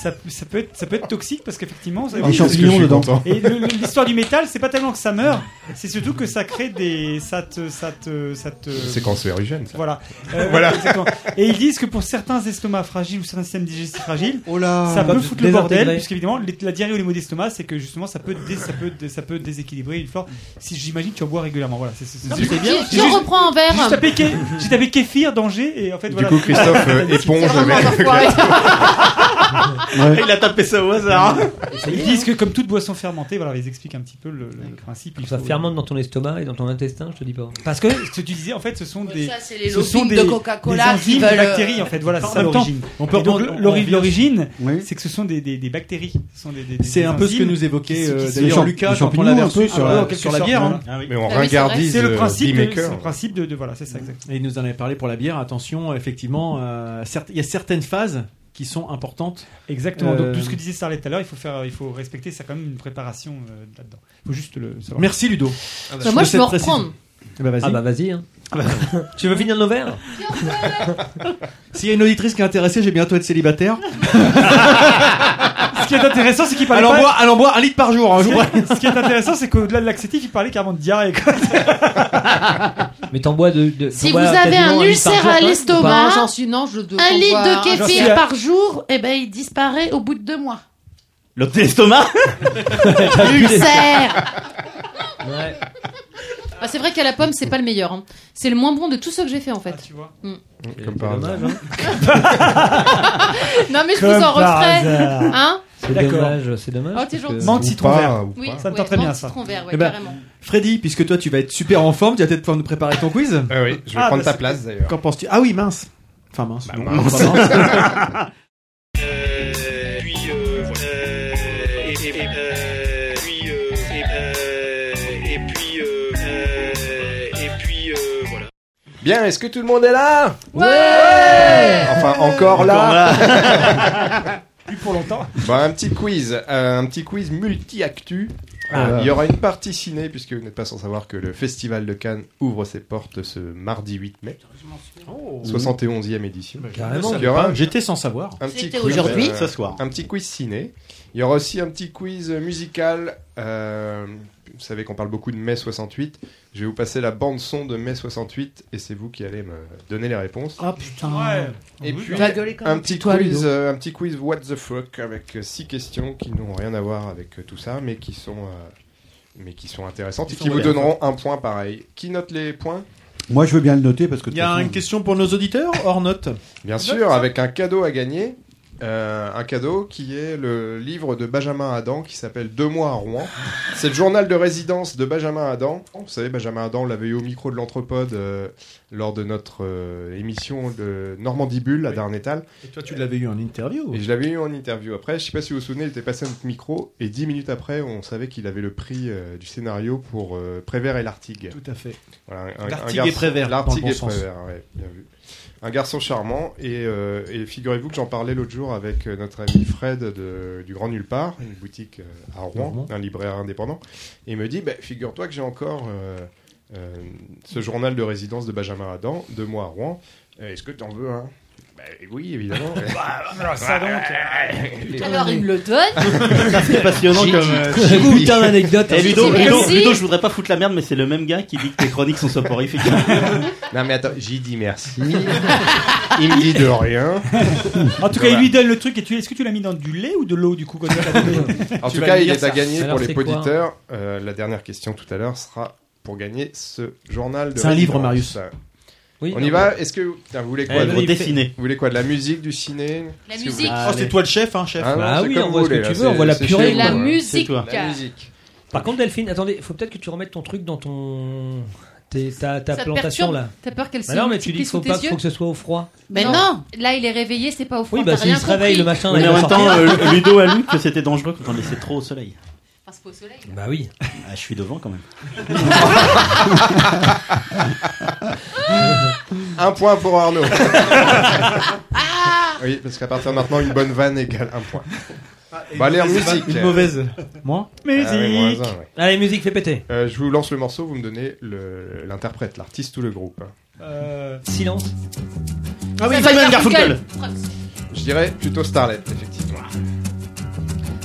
ça, ça, peut, être, ça peut être toxique parce qu'effectivement... ça- Des champignons dedans. Et le- le- l'histoire du métal, c'est pas tellement que ça meurt, c'est surtout que ça crée des... Ça te... Ça te, ça te- C'est cancérigène, ça. Voilà. [LAUGHS] Voilà. exactement. Et ils disent que pour certains estomacs fragiles ou certains systèmes digestifs fragiles, là. ça peut foutre le bordel, Désintégré. puisqu'évidemment, les- la diarrhée ou l'hémodie d'estomac, c'est que justement, ça peut, dé- ça peut, dé- ça peut déséquilibrer une flore. Si j'imagine, tu en bois régulièrement. Voilà, c'est c'est- c'est- Non, c'est mais bien. qui- qui en reprend un verre J'ai tapé, ké- j'ai tapé kéfir, danger, et en fait, Du voilà. coup, Christophe [LAUGHS] euh, éponge avec. Il a tapé ça au hasard. Ils disent que comme toute boisson fermentée, voilà, ils expliquent un petit peu le, le- le principe. Il Ça faut- fermente dans ton estomac et dans ton intestin, je te dis pas. Parce que ce que tu disais, en fait, ce sont des, ça, c'est les ce sont lobbings des, de Coca-Cola des qui enzymes, veulent, des bactéries, euh, en fait. Voilà, c'est Pardon. ça l'origine. On peut Et donc, reprendre- on- l'ori- on- l'origine, c'est que ce sont des, des, des bactéries. Ce sont des- des- des C'est un peu ce enzymes que nous évoquait, qui- qui- euh, qui- d'ailleurs, champ- Lucas, des quand on champignons l'avait un reçu peu, sur la- voilà, en quelque sur la sorte, bière, voilà. hein. Ah oui. Mais on Ah oui, c'est ringardise, vrai. C'est le euh, principe. de- Beemaker. C'est le principe de, de- voilà, c'est ça exactement. Et il nous en avait parlé pour la bière. Attention, effectivement, euh, certes- il y a certaines phases qui sont importantes. Exactement. Euh, Donc tout ce que disait Starlet tout à l'heure, il faut faire, il faut respecter ça quand même une préparation euh, là-dedans. Il faut juste le savoir. Merci, Ludo. Ah bah, Je moi, trouve je cette vais précision. reprendre. Eh ben, vas-y. bah, Ah bah vas-y. hein. tu veux finir nos [LAUGHS] verres S'il y a une auditrice qui est intéressée, j'ai bientôt être célibataire. Ce qui est intéressant, c'est qu'il parlait Alors pas- bois, alors bois un litre par jour. hein, je vous Ce qui est- [LAUGHS] ce qui est intéressant, c'est qu'au-delà de laxatif, il parlait carrément de diarrhée. quoi. Mais t'en bois de. de- Si t'en vous bois avez quasiment un litre ulcère par jour, à hein, ou pas l'estomac, Bah, j'en suis- non, je dois un en litre boire un. de Ah, J'en kéfir suis à- par jour, et ben il disparaît au bout de deux mois. L'autre c'est l'estomac. Ulcère Ah, C'est vrai qu'à la pomme, c'est pas le meilleur. hein. C'est le moins bon de tout ce que j'ai fait en fait. Mm. [LAUGHS] Comme par hasard. non, mais je Comme vous en par referai. hasard. Hein C'est D'accord. dommage, c'est dommage. Oh, t'es parce que- gentil. Menthe, citron vert. Oui, Ça me ouais, tente très bien, menthe ça. citron vert, ouais, Eh ben, carrément. Freddy, puisque toi tu vas être super en forme, tu vas peut-être pouvoir nous préparer ton quiz. Ah oui, je vais Ah, prendre bah, ta c'est- place, d'ailleurs. Bah, Qu'en penses-tu Ah oui, mince. Enfin mince. bah, non, mince. pas [LAUGHS] Bien, est-ce que tout le monde est là Ouais Enfin, encore là. [LAUGHS] Plus pour longtemps. Bon, un petit quiz, euh, un petit quiz multi-actu. Ah. Euh, Il y aura une partie ciné, puisque vous n'êtes pas sans savoir que le Festival de Cannes ouvre ses portes ce mardi 8 mai. 71e édition. Bah, carrément. Donc, Je il y aura savais pas. un- J'étais sans savoir. Un petit C'était quiz, aujourd'hui. euh, Ce soir. Un petit quiz ciné. Il y aura aussi un petit quiz musical. euh, vous savez qu'on parle beaucoup de mai 68. Je vais vous passer la bande son de mai 68 et c'est vous qui allez me donner les réponses. Ah putain. Et puis, Tu vas gueuler comme un un petit, putois, quiz, Ludo. euh, un petit quiz What the fuck avec euh, six questions qui n'ont rien à voir avec euh, tout ça, mais qui sont, euh, mais qui sont intéressantes Qui et sont qui vous modernes. donneront un point pareil. Qui note les points Moi, je veux bien le noter parce que. Il y a une question pour nos auditeurs hors note. Bien sûr, avec un cadeau à gagner. Euh, un cadeau qui est le livre de Benjamin Adam qui s'appelle Deux mois à Rouen. C'est le journal de résidence de Benjamin Adam. Vous savez, Benjamin Adam, on l'avait eu au micro de l'Anthropode euh, lors de notre euh, émission de Normandie Bulle à Darnétal. Et toi, tu l'avais eu en interview Et je l'avais eu en interview après. Je sais pas si vous vous souvenez, il était passé à notre micro et dix minutes après, on savait qu'il avait le prix euh, du scénario pour euh, Prévert et L'Artigue. Tout à fait. Voilà, un- un- un L'Artigue et garçon- Prévert, dans le L'Artigue bon et sens. Prévert, ouais, bien vu. Un garçon charmant. Et, euh, et figurez-vous que j'en parlais l'autre jour avec euh, notre ami Fred de- du Grand Nulle Part, une boutique euh, à Rouen, un libraire indépendant. Et il me dit, bah, figure-toi que j'ai encore euh, euh, ce journal de résidence de Benjamin Adam, de moi à Rouen. Euh, Est-ce que t'en veux un Bah, [LAUGHS] oui, évidemment. Bah, alors, ça donc. euh, Alors, il me le [LAUGHS] [LAUGHS] donne. C'est passionnant J'ai comme. dit euh, très chronique. putain d'anecdote. Eh, Ludo, C'est Ludo, merci. Ludo, je voudrais pas foutre la merde, mais c'est le même gars qui dit que tes chroniques sont soporifiques. [LAUGHS] non, mais attends, j'ai dit merci. [LAUGHS] Il me euh, dit de rien. En tout cas, il lui donne le truc et tu est-ce que tu l'as mis dans du lait ou de l'eau du coup quand tu l'as [LAUGHS] donné En Tu tout vas cas, lui il dire est à ça. gagner Alors, pour les c'est quoi auditeurs. Euh, la dernière question tout à l'heure sera pour gagner ce journal de C'est un livre, résidence. Marius. Oui, On non, y va mais- Est-ce que putain, vous voulez Eh, quoi le dessiner. Vous voulez quoi De la musique, du ciné La Est-ce que vous- musique. Ah, c'est toi le chef, hein, chef. Ah, non, Ah c'est oui, comme on vous voit ce que voulez, tu là, veux, on c'est- voit la c'est purée, chez quoi. vous, La hein. musique. C'est toi. La musique. Par contre, Delphine, attendez, faut peut-être que tu remettes ton truc dans ton. tes- ta ta Ça te plantation perturbe là. T'as peur qu'elle se Bah Non, mais tu dis multiplie qu'il faut sous tes pas faut yeux que ce soit au froid. Mais non. Là, il est réveillé, c'est pas au froid. Oui, bah, t'as s'il rien se réveille, compris. le machin, Mais il en va même temps, sortir. euh, Ludo a lu que c'était dangereux quand on laissait trop au soleil. Parce qu'au soleil. Bah oui. Ah, je suis devant quand même. Un point pour [LAUGHS] Arnaud. Ah. oui, parce qu'à partir de maintenant, une bonne vanne égale un point. une Bah, allez, en mauvaise vanne, musique. Ah, une mauvaise. Moi Ah oui, moins un, ouais. Allez, musique, fais péter. Euh, je vous lance le morceau, vous me donnez le- l'interprète, l'artiste ou le groupe. Euh, Silence. Ah oui, Ça va Simon faire Garfunkel. Je dirais plutôt Starlet, effectivement.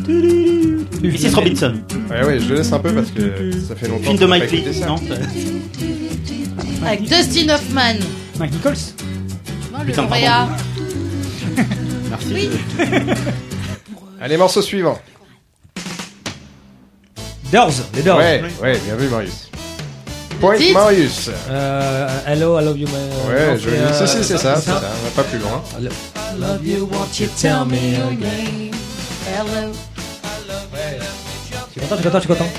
Mrs. Robinson. Ouais, ouais, je laisse un peu parce que ça fait longtemps Film que j'ai pas de Mike écouté Lee. ça. Non Avec Dustin Hoffman. Mike Nichols Non, le Putain, lauréat. Merci. Oui. Allez, morceau suivant. Doors, les Doors. Ouais, ouais, bien vu, Marius. Point titre Marius. Euh, hello, I love you, my. Ouais, Non, je... c'est, euh, si, si, c'est ça, c'est ça. On va pas plus loin. I love you, won't you tell me euh, again. Hello. Tu es content, tu es content, tu es content.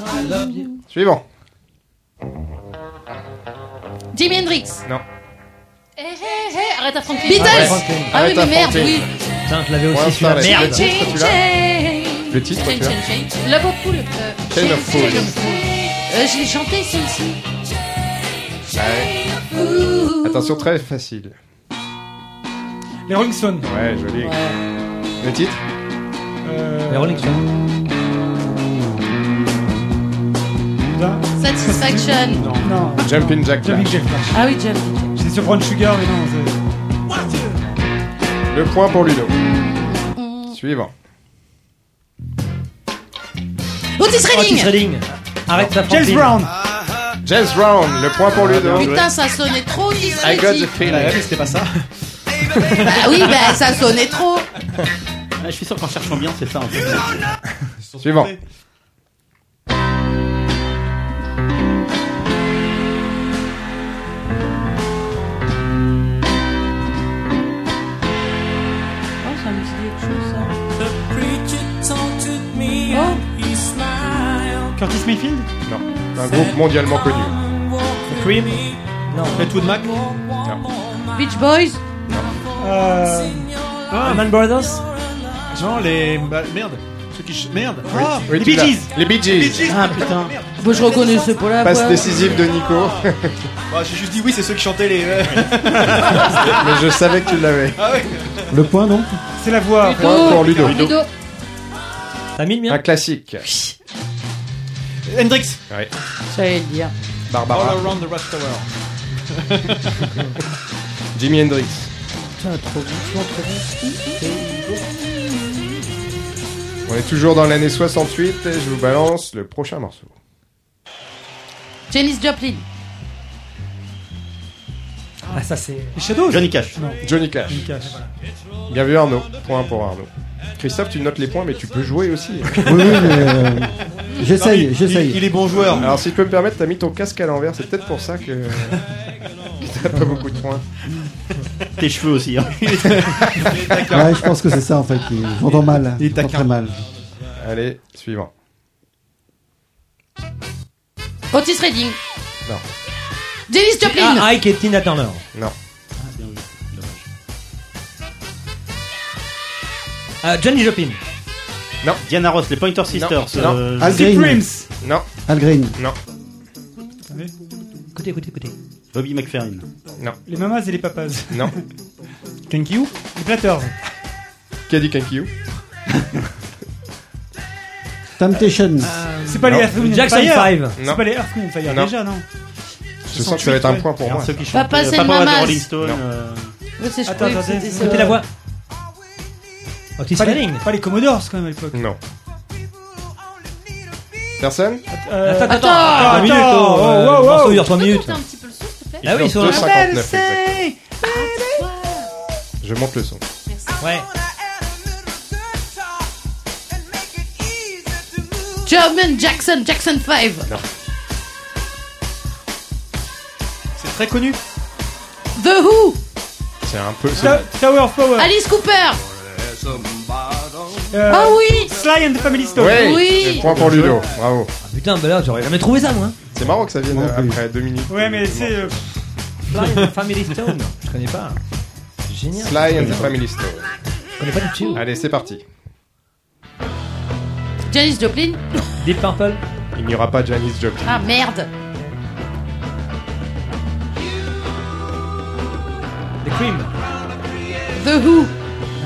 I love you. Suivant. Jimi Hendrix. Non. Hé, hé, hé, arrête à Franklin. Beatles. Ouais, Ah, Franklin. oui, Arrête mais à merde, Franklin. oui. Putain, je l'avais Point aussi sur la Starlet. merde. Le titre, tu l'as Le titre, Change, tu l'as change, change. Love of Pool. euh, Chain of Fools. Euh, je l'ai chanté celle-ci. Ouais. Attention, très facile. Les Rolling Stones. Ouais, joli. Le titre Les Euh, Rolling Stones. putain. Satisfaction. Non. Jumpin' Jack Johnny Flash. Jack Flash. Ah oui, John. J'étais sur Brown Sugar, mais non. c'est- Le point pour Ludo. Mm. Suivant. Otis Otis Redding. Redding. Arrête ta James Brown. James Brown, le point pour Ludo. Putain, ça sonnait trop Otis I got Redding. the Ah, feeling. C'était pas ça. Bah oui, bah ça sonnait trop. Ah, je suis sûr qu'en cherchant bien, c'est ça en fait. Suivant. Oh, Oh. Curtis Mayfield Non. Un groupe mondialement connu. Cream. Non. Fleetwood Mac. Beach Boys. Euh, Ah, Man Brothers. Non, les. bah, merde. Ceux qui. ch- Merde. Ah, Oui, les tu Bee l'as. Gees. Les Bee Gees. Ah putain. Bon, je reconnais ce pour la Passe voix. décisive de Nico. [LAUGHS] bah, J'ai juste dit oui, c'est ceux qui chantaient les. euh, [LAUGHS] Ah Mais je savais que tu l'avais. Le point, non C'est la voix. Point pour Ludo. Ludo. T'as mis le Un mien classique. Hendrix. Ouais. J'allais le dire. Barbara. All around the Rush Tower. Jimi Hendrix. On est toujours dans l'année 68 et je vous balance le prochain morceau. Janis Joplin. Ah, ça c'est. Les Shadows. Johnny Cash. Johnny Cash. Bien vu Arnaud. Point pour Arnaud. Christophe, tu notes les points mais tu peux jouer aussi. Oui, oui, mais. euh, j'essaye, Il, j'essaye. il est bon joueur. Alors si tu peux me permettre, t'as mis ton casque à l'envers, c'est peut-être pour ça que, que t'as pas beaucoup de points. Tes cheveux [LAUGHS] aussi. hein. Ouais, je pense que c'est ça, en fait. qui- J'entends mal. Il est J'entends taquin. très mal. Allez, suivant. Otis Redding. Non. Janis Joplin. Ah, Ike et Tina Turner. Non. Ah, Johnny Joplin. Euh, Diana Ross, les Pointer Sisters. non. Ah, euh, Al Deep Green. Rims. Non. Al Green. Écoutez, écoutez, écoutez. [LAUGHS] Bobby McFerrin. Non. Les mamas et les papas. Non. Kenkiu Les Platters. Qui a dit Kenkiu Temptations. C'est pas les Earth, Wind and Jackson Fire. Five. C'est Non. pas les Earth, Wind and Fire Non. déjà, non Je sens que ça va être un point pour moi. Ceux qui ça. chantent, euh, c'est Papa le Roach de Mamas. Rolling Stone. Non. euh, Ouais, c'est- je Attends, trouvais que attends, c'était attends. ça. C'était la voix. Otis Pas les, Redding. pas les Commodores quand même à l'époque. Non. Personne Euh, Attends, attends, attends, attends, minutes, attends, oh, oh, euh, wow, le morceau wow. dure 3 Peux minutes. monter un petit peu le son, s'il te plaît Ah oui, Ils sur sont la- 2,59 exactement. Je monte le son. Ouais. German Jackson, Jackson 5. C'est très connu. The Who. C'est un peu. Euh. Ta- Tower of Power. Alice Cooper. Euh, Ah oui. Sly and the Family Stone. Ouais, Oui. le Point pour Ludo. Bravo. Ah putain, bah là, j'aurais jamais trouvé ça, moi. C'est marrant que ça vienne Moi non plus. après deux minutes. Ouais, mais c'est. euh, Fly and the Family Stone. Je connais pas. Génial. Sly and the Family Stone. Je connais pas du tout. Allez, c'est parti. Janis Joplin. Deep Purple. Il n'y aura pas Janis Joplin. Ah merde. The Cream. The Who.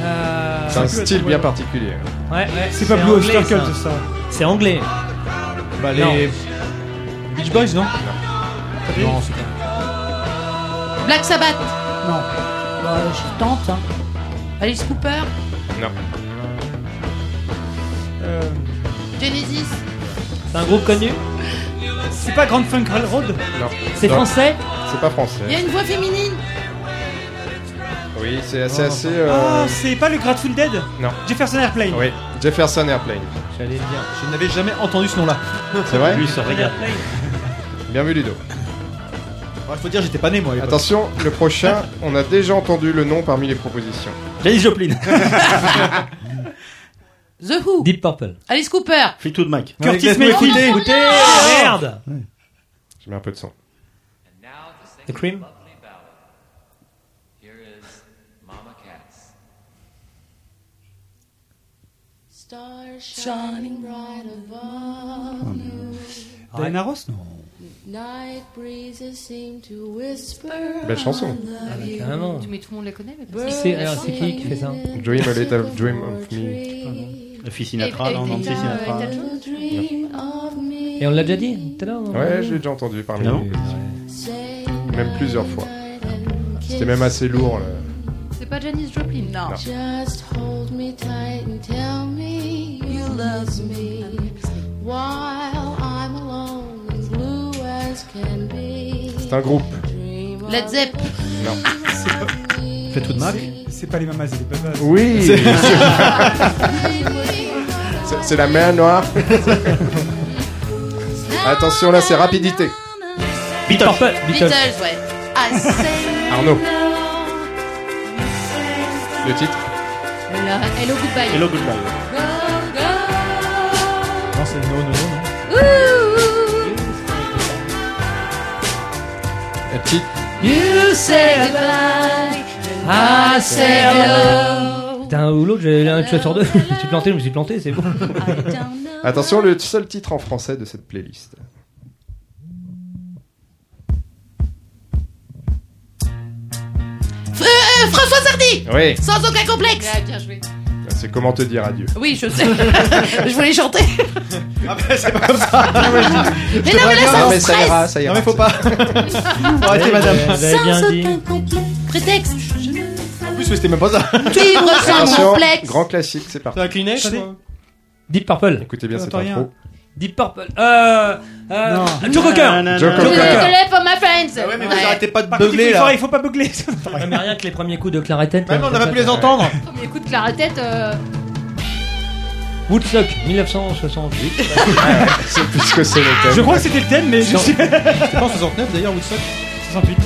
Euh... C'est un style bien particulier. hein. Ouais, ouais. C'est pas Blue anglais, Oyster Cult, ça. ça. C'est anglais. Bah, Non. les Beach Boys, non Non, c'est pas. Black Sabbath. Non. Bah, je tente. hein. Alice Cooper. Non. Euh, Genesis. C'est un groupe connu. c'est pas Grand Funk Railroad Non. C'est Non, français. C'est Il y a pas français. une voix féminine. Oui, c'est assez assez. euh, Ah, c'est pas le Grateful Dead Ah Non. Jefferson Airplane. Oui, Jefferson Airplane. J'allais le dire. Je n'avais jamais entendu ce nom-là. C'est vrai Lui, se regarde. Bien vu Ludo. Il faut dire, j'étais pas né, moi. à l'époque. Attention, le prochain, on a déjà entendu le nom parmi les propositions. Janis Joplin. The Who. Deep Purple. Alice Cooper. Fleetwood Mac. Curtis laisse-moi Mayfield. écouter. Écoutez, merde. Je mets un peu de son. The Cream. Shining bright above you. Diana Ross Non. Night breezes seem to whisper. Belle chanson. love bah, you. carrément. Mais tout le monde la connaît, mais Qui c'est alors, c'est qui qui fait ça Dream a little dream of me. me. Le fils Sinatra, non, non, c'est Sinatra. Dream of me. Et on l'a déjà dit tout à l'heure. non Ouais, j'ai déjà entendu parmi les Non. propositions. Say Même plusieurs fois. night and C'était même assez lourd. Là. C'est pas Janis Joplin. Non. Non. Just hold me tight and tell me you love me while I'm alone and blue as can be. C'est un groupe. Dream Led of Zepp. Non. me. Fleetwood Mac. C'est pas les Mamas et les Papas. [LAUGHS] Oui C'est c'est la mer noire. [LAUGHS] Attention, là, c'est rapidité. Deep Purple. Beatles. Beatles, ouais. Ah, I say Arnaud, no. le titre Là, Hello Goodbye. Hello, goodbye. Non, c'est No, No, No. non. Le titre You say goodbye. I say hello. T'as un ou l'autre, j'ai un choix sur deux. [LAUGHS] Je me suis planté, je me suis planté, c'est bon. I don't know. Attention, le seul titre en français de cette playlist. Fr- euh, François Sardi. Oui, Sans aucun complexe. Ah, bien joué. c'est comment te dire adieu. Oui, je sais. [LAUGHS] je voulais chanter. [LAUGHS] Mais non, mais là, ça non, me mais ça stresse. ira, ça ira. Non, mais faut pas. Arrêtez, madame. Vous avez Sans bien dit. aucun complexe. Prétexte. En plus, mais c'était même pas ça. [LAUGHS] Vivre sans Attention, complexe. grand classique, c'est parti. C'est un Kleenex Attendez. Deep Purple. Écoutez Euh, bien Ça cette entend rien. intro. Deep Purple. Euh. euh Non. Joe Cocker. Nanana. Joe Je vous Cocker. désolé pour my friends. Ah ouais, mais vous Ouais. arrêtez pas de Par contre, il faut- beugler il faut- là. il faut pas beugler. [LAUGHS] ça. Ça met rien que les premiers coups de euh, claretette. Maintenant, Bah on n'a n'a pas pu les entendre. Premier coup de claretette. Euh... Woodstock [LAUGHS] 1968. C'est plus ce que c'est Je le thème. crois que c'était le thème, mais je Non. suis. [LAUGHS] C'était pas en 69 d'ailleurs, Woodstock. 68.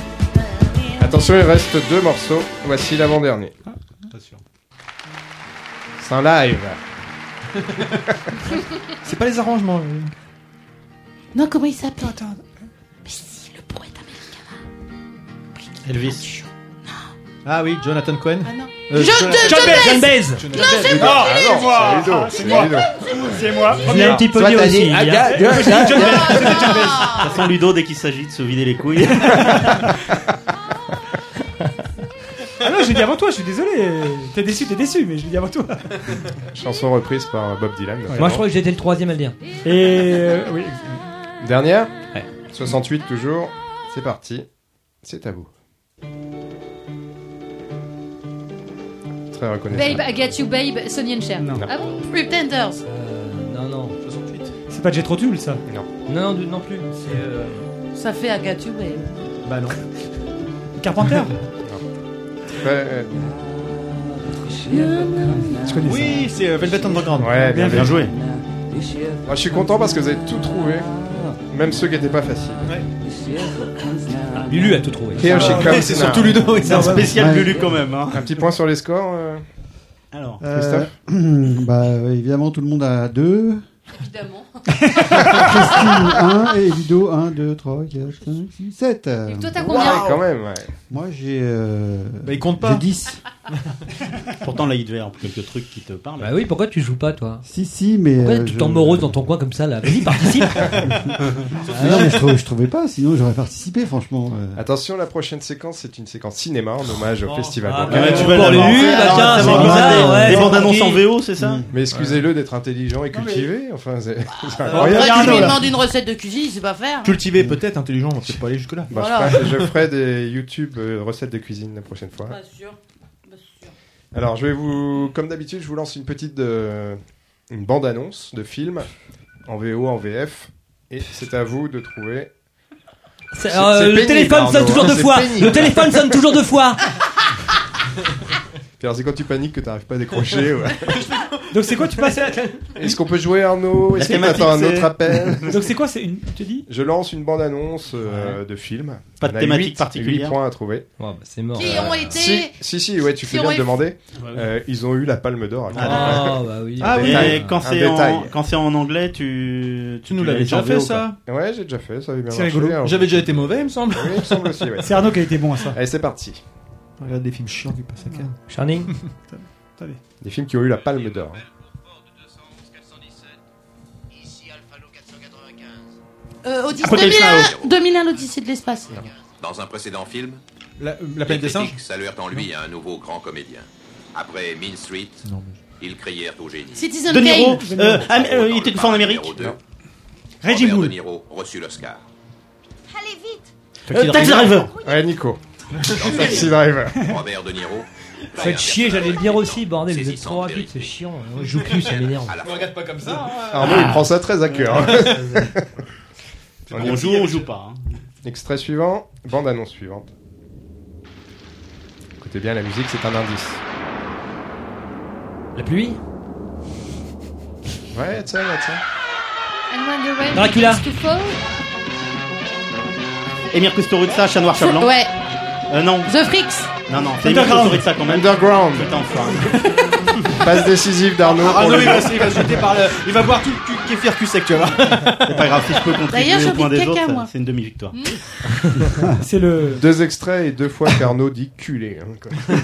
Attention, il reste deux morceaux. Voici l'avant-dernier. Ah, Pas sûr. C'est un live. C'est pas les arrangements. [LAUGHS] euh. Non, comment il s'appelle Elvis. Ah oui, Jonathan Cohen. Euh, John- John- John John Baez. Baez. John Baez. Non, c'est moi, Ah, c'est non, moi. c'est Ludo, Ah, c'est moi. C'est moi. Il a un petit peu Toi, dit t'as aussi, dit, ah, il y a- Aga- [LAUGHS] Aga- Aga- Aga- John Baez. C'était John Baez. [LAUGHS] De toute façon, Ludo, dès qu'il s'agit de se vider les couilles. Ah non, je l'ai dit avant toi, je suis désolé. T'es déçu, t'es déçu, mais je l'ai dit avant toi. Chanson reprise par Bob Dylan. Moi, je crois que j'étais le troisième à le dire. Et euh, oui. Dernière 68 toujours. C'est parti. C'est à vous. Très reconnaissable. Babe, I Got You Babe, Sonny and Cher. Ah bon Pretenders. Non, non. C'est pas Jetro Tull, ça Non. Non, du- non plus. C'est. euh, Ça fait Agathe Babe. Bah non. [LAUGHS] Carpenter Je connais Oui, ça. c'est, euh, Velvet Underground. Ouais, bien, Bien bien joué. joué. Moi, Ah, je suis content parce que vous avez tout trouvé, même ceux qui n'étaient pas faciles. Lulu a tout trouvé. Here she Ah, comes ouais, c'est now. surtout Ludo, c'est un spécial Lulu quand même, hein. Un petit point sur les scores. euh, Alors, Christophe Euh, [CLEARS THROAT] bah, évidemment, tout le monde a 2. Évidemment. Christine 1 et Ludo 1, 2, 3, 4, 5, 6, 7. Et toi, t'as combien Ouais, quand même, Moi, j'ai. euh, Bah, il compte pas. J'ai 10. [LAUGHS] Pourtant, là, il devait y avoir quelques trucs qui te parlent. Bah oui, pourquoi tu joues pas, toi Si, si, mais. Pourquoi euh, tu je- t'en morose dans ton coin comme ça, là Vas-y, [LAUGHS] participe Ah non, mais je, trou- je trouvais pas, sinon j'aurais participé, franchement. euh. Attention, la prochaine séquence, c'est une séquence cinéma en hommage au festival. ah, de bah, Cannes. tu vas Pour l'avoir les fait, lus, alors, bah, tiens, ça c'est va, bizarre, des- ouais, des c'est bandes-annonces en VO, c'est ça Mm. Mais excusez-le d'être intelligent et cultivé, enfin, c'est [LAUGHS] c'est Toi, incroyable. Euh, tu lui demandes une recette de cuisine, il sait pas faire. Cultivé peut-être, intelligent, on va peut-être pas aller jusque-là. Bah, je Voilà. ferai- je ferai des YouTube euh, recettes de cuisine la prochaine fois. Pas sûr. Alors, je vais vous, comme d'habitude, je vous lance une petite euh, une bande-annonce de film en VO, en VF, et c'est à vous de trouver. C'est- C'est- euh, c'est Le pénible, téléphone Arnaud, sonne toujours hein, deux c'est fois pénible. Le téléphone sonne toujours deux fois Pierre, c'est quand tu paniques que t'arrives pas à décrocher. [LAUGHS] ouais. Donc c'est quoi, tu passes à la... Est-ce qu'on peut jouer Arnaud La Est-ce qu'on thématique, attend un c'est- autre appel Donc c'est quoi, c'est une... Tu dis Je lance une bande-annonce euh, de film. Pas de On a thématique huit- particulière. huit points à trouver. Oh, bah, c'est mort. Qui Euh, ont été- Si, si, si, ouais, tu qui fais ont bien de été- demander. Ouais, Ah, bah oui. Euh, ils ont eu la palme d'or. à Cannes. Ah, bah oui. [LAUGHS] Un Et détail, quand un c'est en, détail. quand c'est en anglais, tu, nous l'as l'avais déjà en fait, VO, ça Ouais, j'ai déjà fait, ça avait bien C'est marché. rigolo. Alors, J'avais déjà été mauvais, il me semble. Oui, il me semble aussi, ouais. C'est Arnaud qui a été bon à ça. Allez, c'est parti. Regarde des films chiants qui passent à Cannes. [LAUGHS] Shining Des films qui ont eu la palme d'or. Euh, Odyssée- Apocalypse 2001, 2001 l'Odyssée de l'espace. Dans un précédent film, La, les planète des singes critiques saluèrent en lui un nouveau grand comédien. Après Mean Street, ils crièrent au génie. Citizen De Niro, Kane. euh, am- euh, il était une fois en Amérique. Numéro 2, Reggie Robert Moore. De Niro reçut l'Oscar. Euh, Taxi Driver. Ouais, Nico. Dans Taxi un- Driver. Oh, Robert De Niro. Faites chier, j'allais le dire aussi, bordel, vous êtes trop rapide, c'est chiant. Je joue plus, ça m'énerve. regarde pas comme ça. Ah, hein. Arnaud, il prend ça très à cœur. [LAUGHS] On joue, on joue pas. hein. Extrait suivant, bande annonce suivante. Écoutez bien, la musique, c'est un indice. La pluie Ouais, tiens, ouais, tiens. And when the rain Dracula. begins to fall. Emir Kusturica, chat noir, chat blanc. Ouais, Euh, non, The Freaks. non, non, c'est Emir Kusturica quand même. Underground. Putain, enfoiré. Passe décisive d'Arnaud. Ah, pour Arnaud, le- il va, se- il va se jeter par le. euh, Il va boire tout le cul- kéfir cul sec, tu vois. C'est pas grave, si je peux D'ailleurs, contribuer j'ai au point envie de des caca, autres, moi. Hmm. ça, c'est une demi-victoire. [LAUGHS] C'est le... Deux extraits et deux fois qu'Arnaud dit culé. hein, quoi.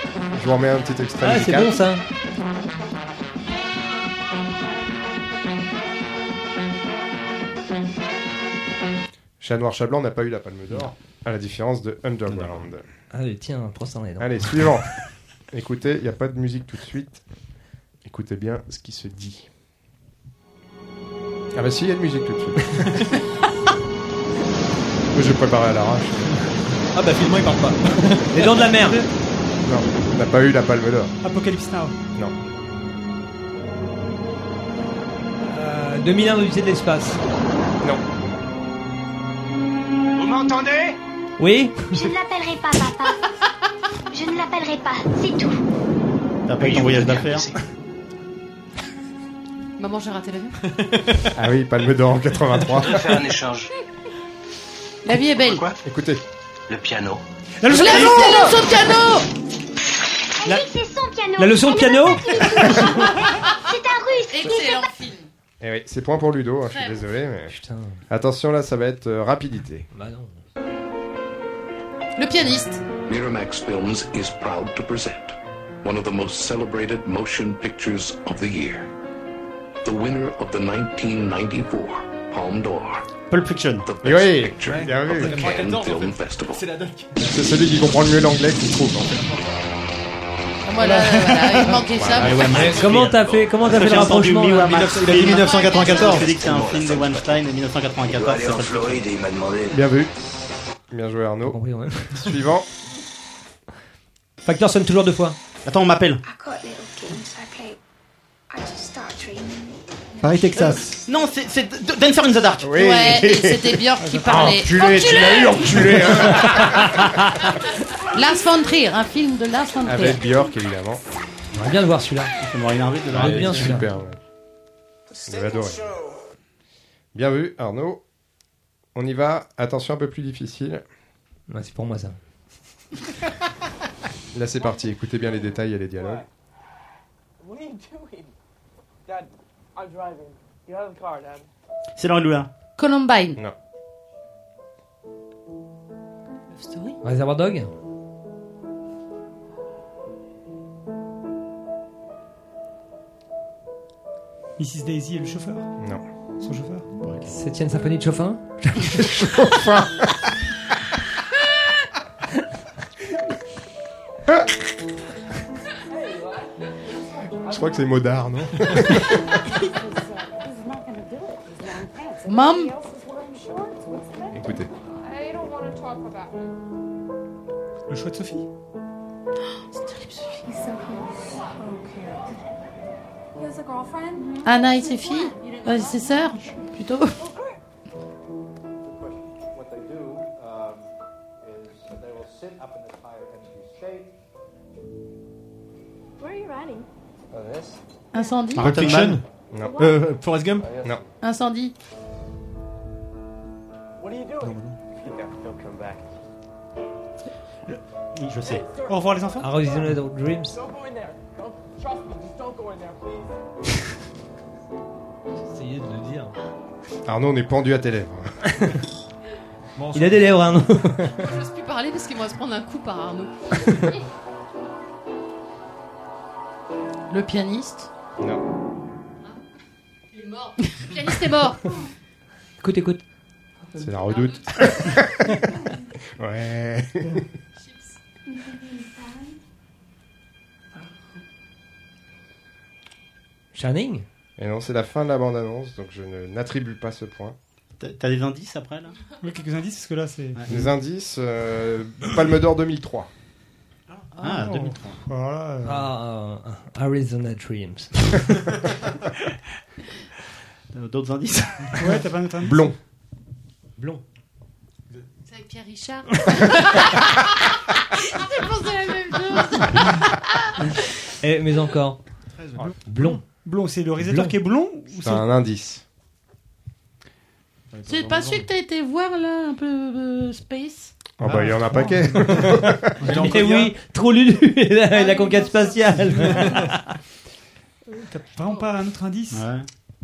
[LAUGHS] Je vous remets un petit extrait Ah, c'est musical. bon ça Chat noir, chat blanc n'a pas eu la palme d'or, à la différence de Underground. Allez, Ah, tiens, prends ça dans les dents. Allez, [LAUGHS] suivant. Écoutez, il n'y a pas de musique tout de suite. Écoutez bien ce qui se dit. Ah bah si, il y a de musique tout de suite. [LAUGHS] Moi, J'ai préparé à l'arrache. [LAUGHS] Ah bah, finalement, il part pas. Les dents de la mer Non, on n'a pas eu la palme d'or. Apocalypse Now. Non. Euh, 2001 l'Odyssée de l'espace. Non. Vous m'entendez Oui Je ne l'appellerai pas, papa. Je ne l'appellerai pas, c'est tout. T'as pas eu ton voyage d'affaires Maman, j'ai raté l'avion. Ah oui, palme d'or en 83. Faire un échange. La vie est belle. Écoutez. Le piano. La La leçon leçon de piano de piano Elle dit que c'est son piano. La leçon de Elle piano C'est un russe. Excellent film. Eh oui, c'est point pour Ludo, hein, je suis Très désolé. Mais... Putain, Attention là, ça va être euh, rapidité. bah non. Le pianiste. Miramax Films is proud to present one of the most celebrated motion pictures of the year. The winner of the 1994 Palme d'Or. Pulp Fiction. The Et best Ah oui, picture bien of vu. the Cannes Film Festival. C'est celui qui comprend le mieux l'anglais qui trouve. en fait. Voilà, Ah, voilà, il manquait ça. Ah Ah, Mais comment t'as fait- comment t'as fait le rapprochement, là Il a dit 1994. Je dis que c'est un film de Weinstein de 1994. c'est très- Floride et il m'a demandé. Bien vu. Bien joué Arnaud. Suivant. Facteur sonne toujours deux fois. Attends, on I m'appelle. got little games I play. I just start dreaming. Paris, Texas. Euh, Non, c'est- c'est D- Dance in the Dark. Oui. Ah, Ouais, et c'était [LAUGHS] Björk qui parlait. Enculé, tu l'as eu, [LAUGHS] enculé Lars von Trier, un film de Lars von Trier. Avec Björk évidemment. On va bien le voir celui-là. Ça m'aurait énervé de Ah, le bien celui-là. Super. ouais. Vous avez adoré. Bien vu Arnaud. On y va. Attention un peu plus difficile. Ouais, c'est pour moi ça. Là c'est parti. Écoutez bien les détails et les dialogues. What are you doing? Dad, I'm driving. Get out of the car, Dad. C'est Laurel Lula. Columbine. Non. Reservoir Dog Mrs. Daisy et le chauffeur Non. Son chauffeur Septième symphonie [LAUGHS] de Chopin Chauffeur [LAUGHS] Je crois que c'est Modard, non Mom. Écoutez. Le choix de Sophie Anna et ses filles, euh, ses sœurs, plutôt. What they do um, is that they will sit up in this higher energy state. Where are you riding? Uh, this. Incendie. Pulp Fiction Non. Euh, Forrest Gump Non. Incendie. What are you doing? Yeah, they'll come back. Oui, je sais. Au revoir les enfants Horizon Adult Dreams Don't go in there. Don't trust me. Just don't go in there, please. Essayez de le dire. Arnaud, on est pendu à tes lèvres. Il a des [LAUGHS] lèvres, Arnaud. Je n'ose plus parler parce qu'il va se prendre un coup par Arnaud. Le pianiste. Non. Il est mort. Le pianiste est mort. Écoute, écoute. C'est la redoute. [LAUGHS] ouais. Shining Et non, c'est la fin de la bande-annonce, donc je ne- n'attribue pas ce point. T'as- T'as des indices après là Oui, quelques indices parce que là c'est. Les indices, euh, Palme d'Or 2003. Ah, 2003. Voilà, euh, Ah, euh, Arizona Dreams. [LAUGHS] Euh, D'autres indices Ouais, t'as pas notre indice Blond. Blond. C'est avec Pierre Richard. J'ai pensé à la même chose. Eh, mais encore. Blond. Ah. Blond, c'est le réalisateur Blond. qui est blond [LAUGHS] ou C'est un indice. C'est pas celui que t'as été voir là, un peu euh, space. Ah bah, il y en a un paquet. Mais oui, trop lulu [LAUGHS] et la, et la conquête spatiale. T'as vraiment pas un autre indice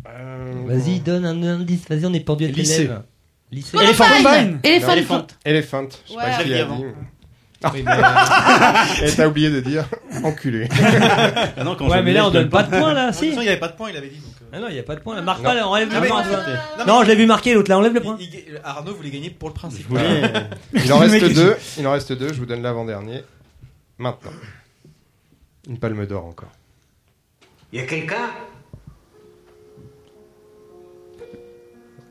Euh, Vas-y, donne un indice. Vas-y, on est pendu à tes Lycée. lèvres. Lycée. Elephant. Columbine. Elephant. Elephant. Elephant. Je sais Ouais. pas Je qui l'ai dit a avant. dit. [LAUGHS] Oui, Et t'as oublié de dire enculé. [LAUGHS] Ah non, quand Ouais, je mais l'ai, là, on je l'ai donne pas de points, là, De toute si façon, il n'y avait pas de point, il avait dit. donc, euh, Ah non, il n'y a pas de point, là. Marque pas, là, enlève Non, le Ah mais- point. non, toi. mais- Non, je l'ai vu marquer, l'autre, là, enlève le point. il- il- Arnaud voulait gagner pour le principe. Je Euh, voulais- Il [LAUGHS] en Le mec reste est- deux. Euh, Il en reste deux. Je vous donne l'avant-dernier. Maintenant. Une palme d'or encore. Y a quelqu'un?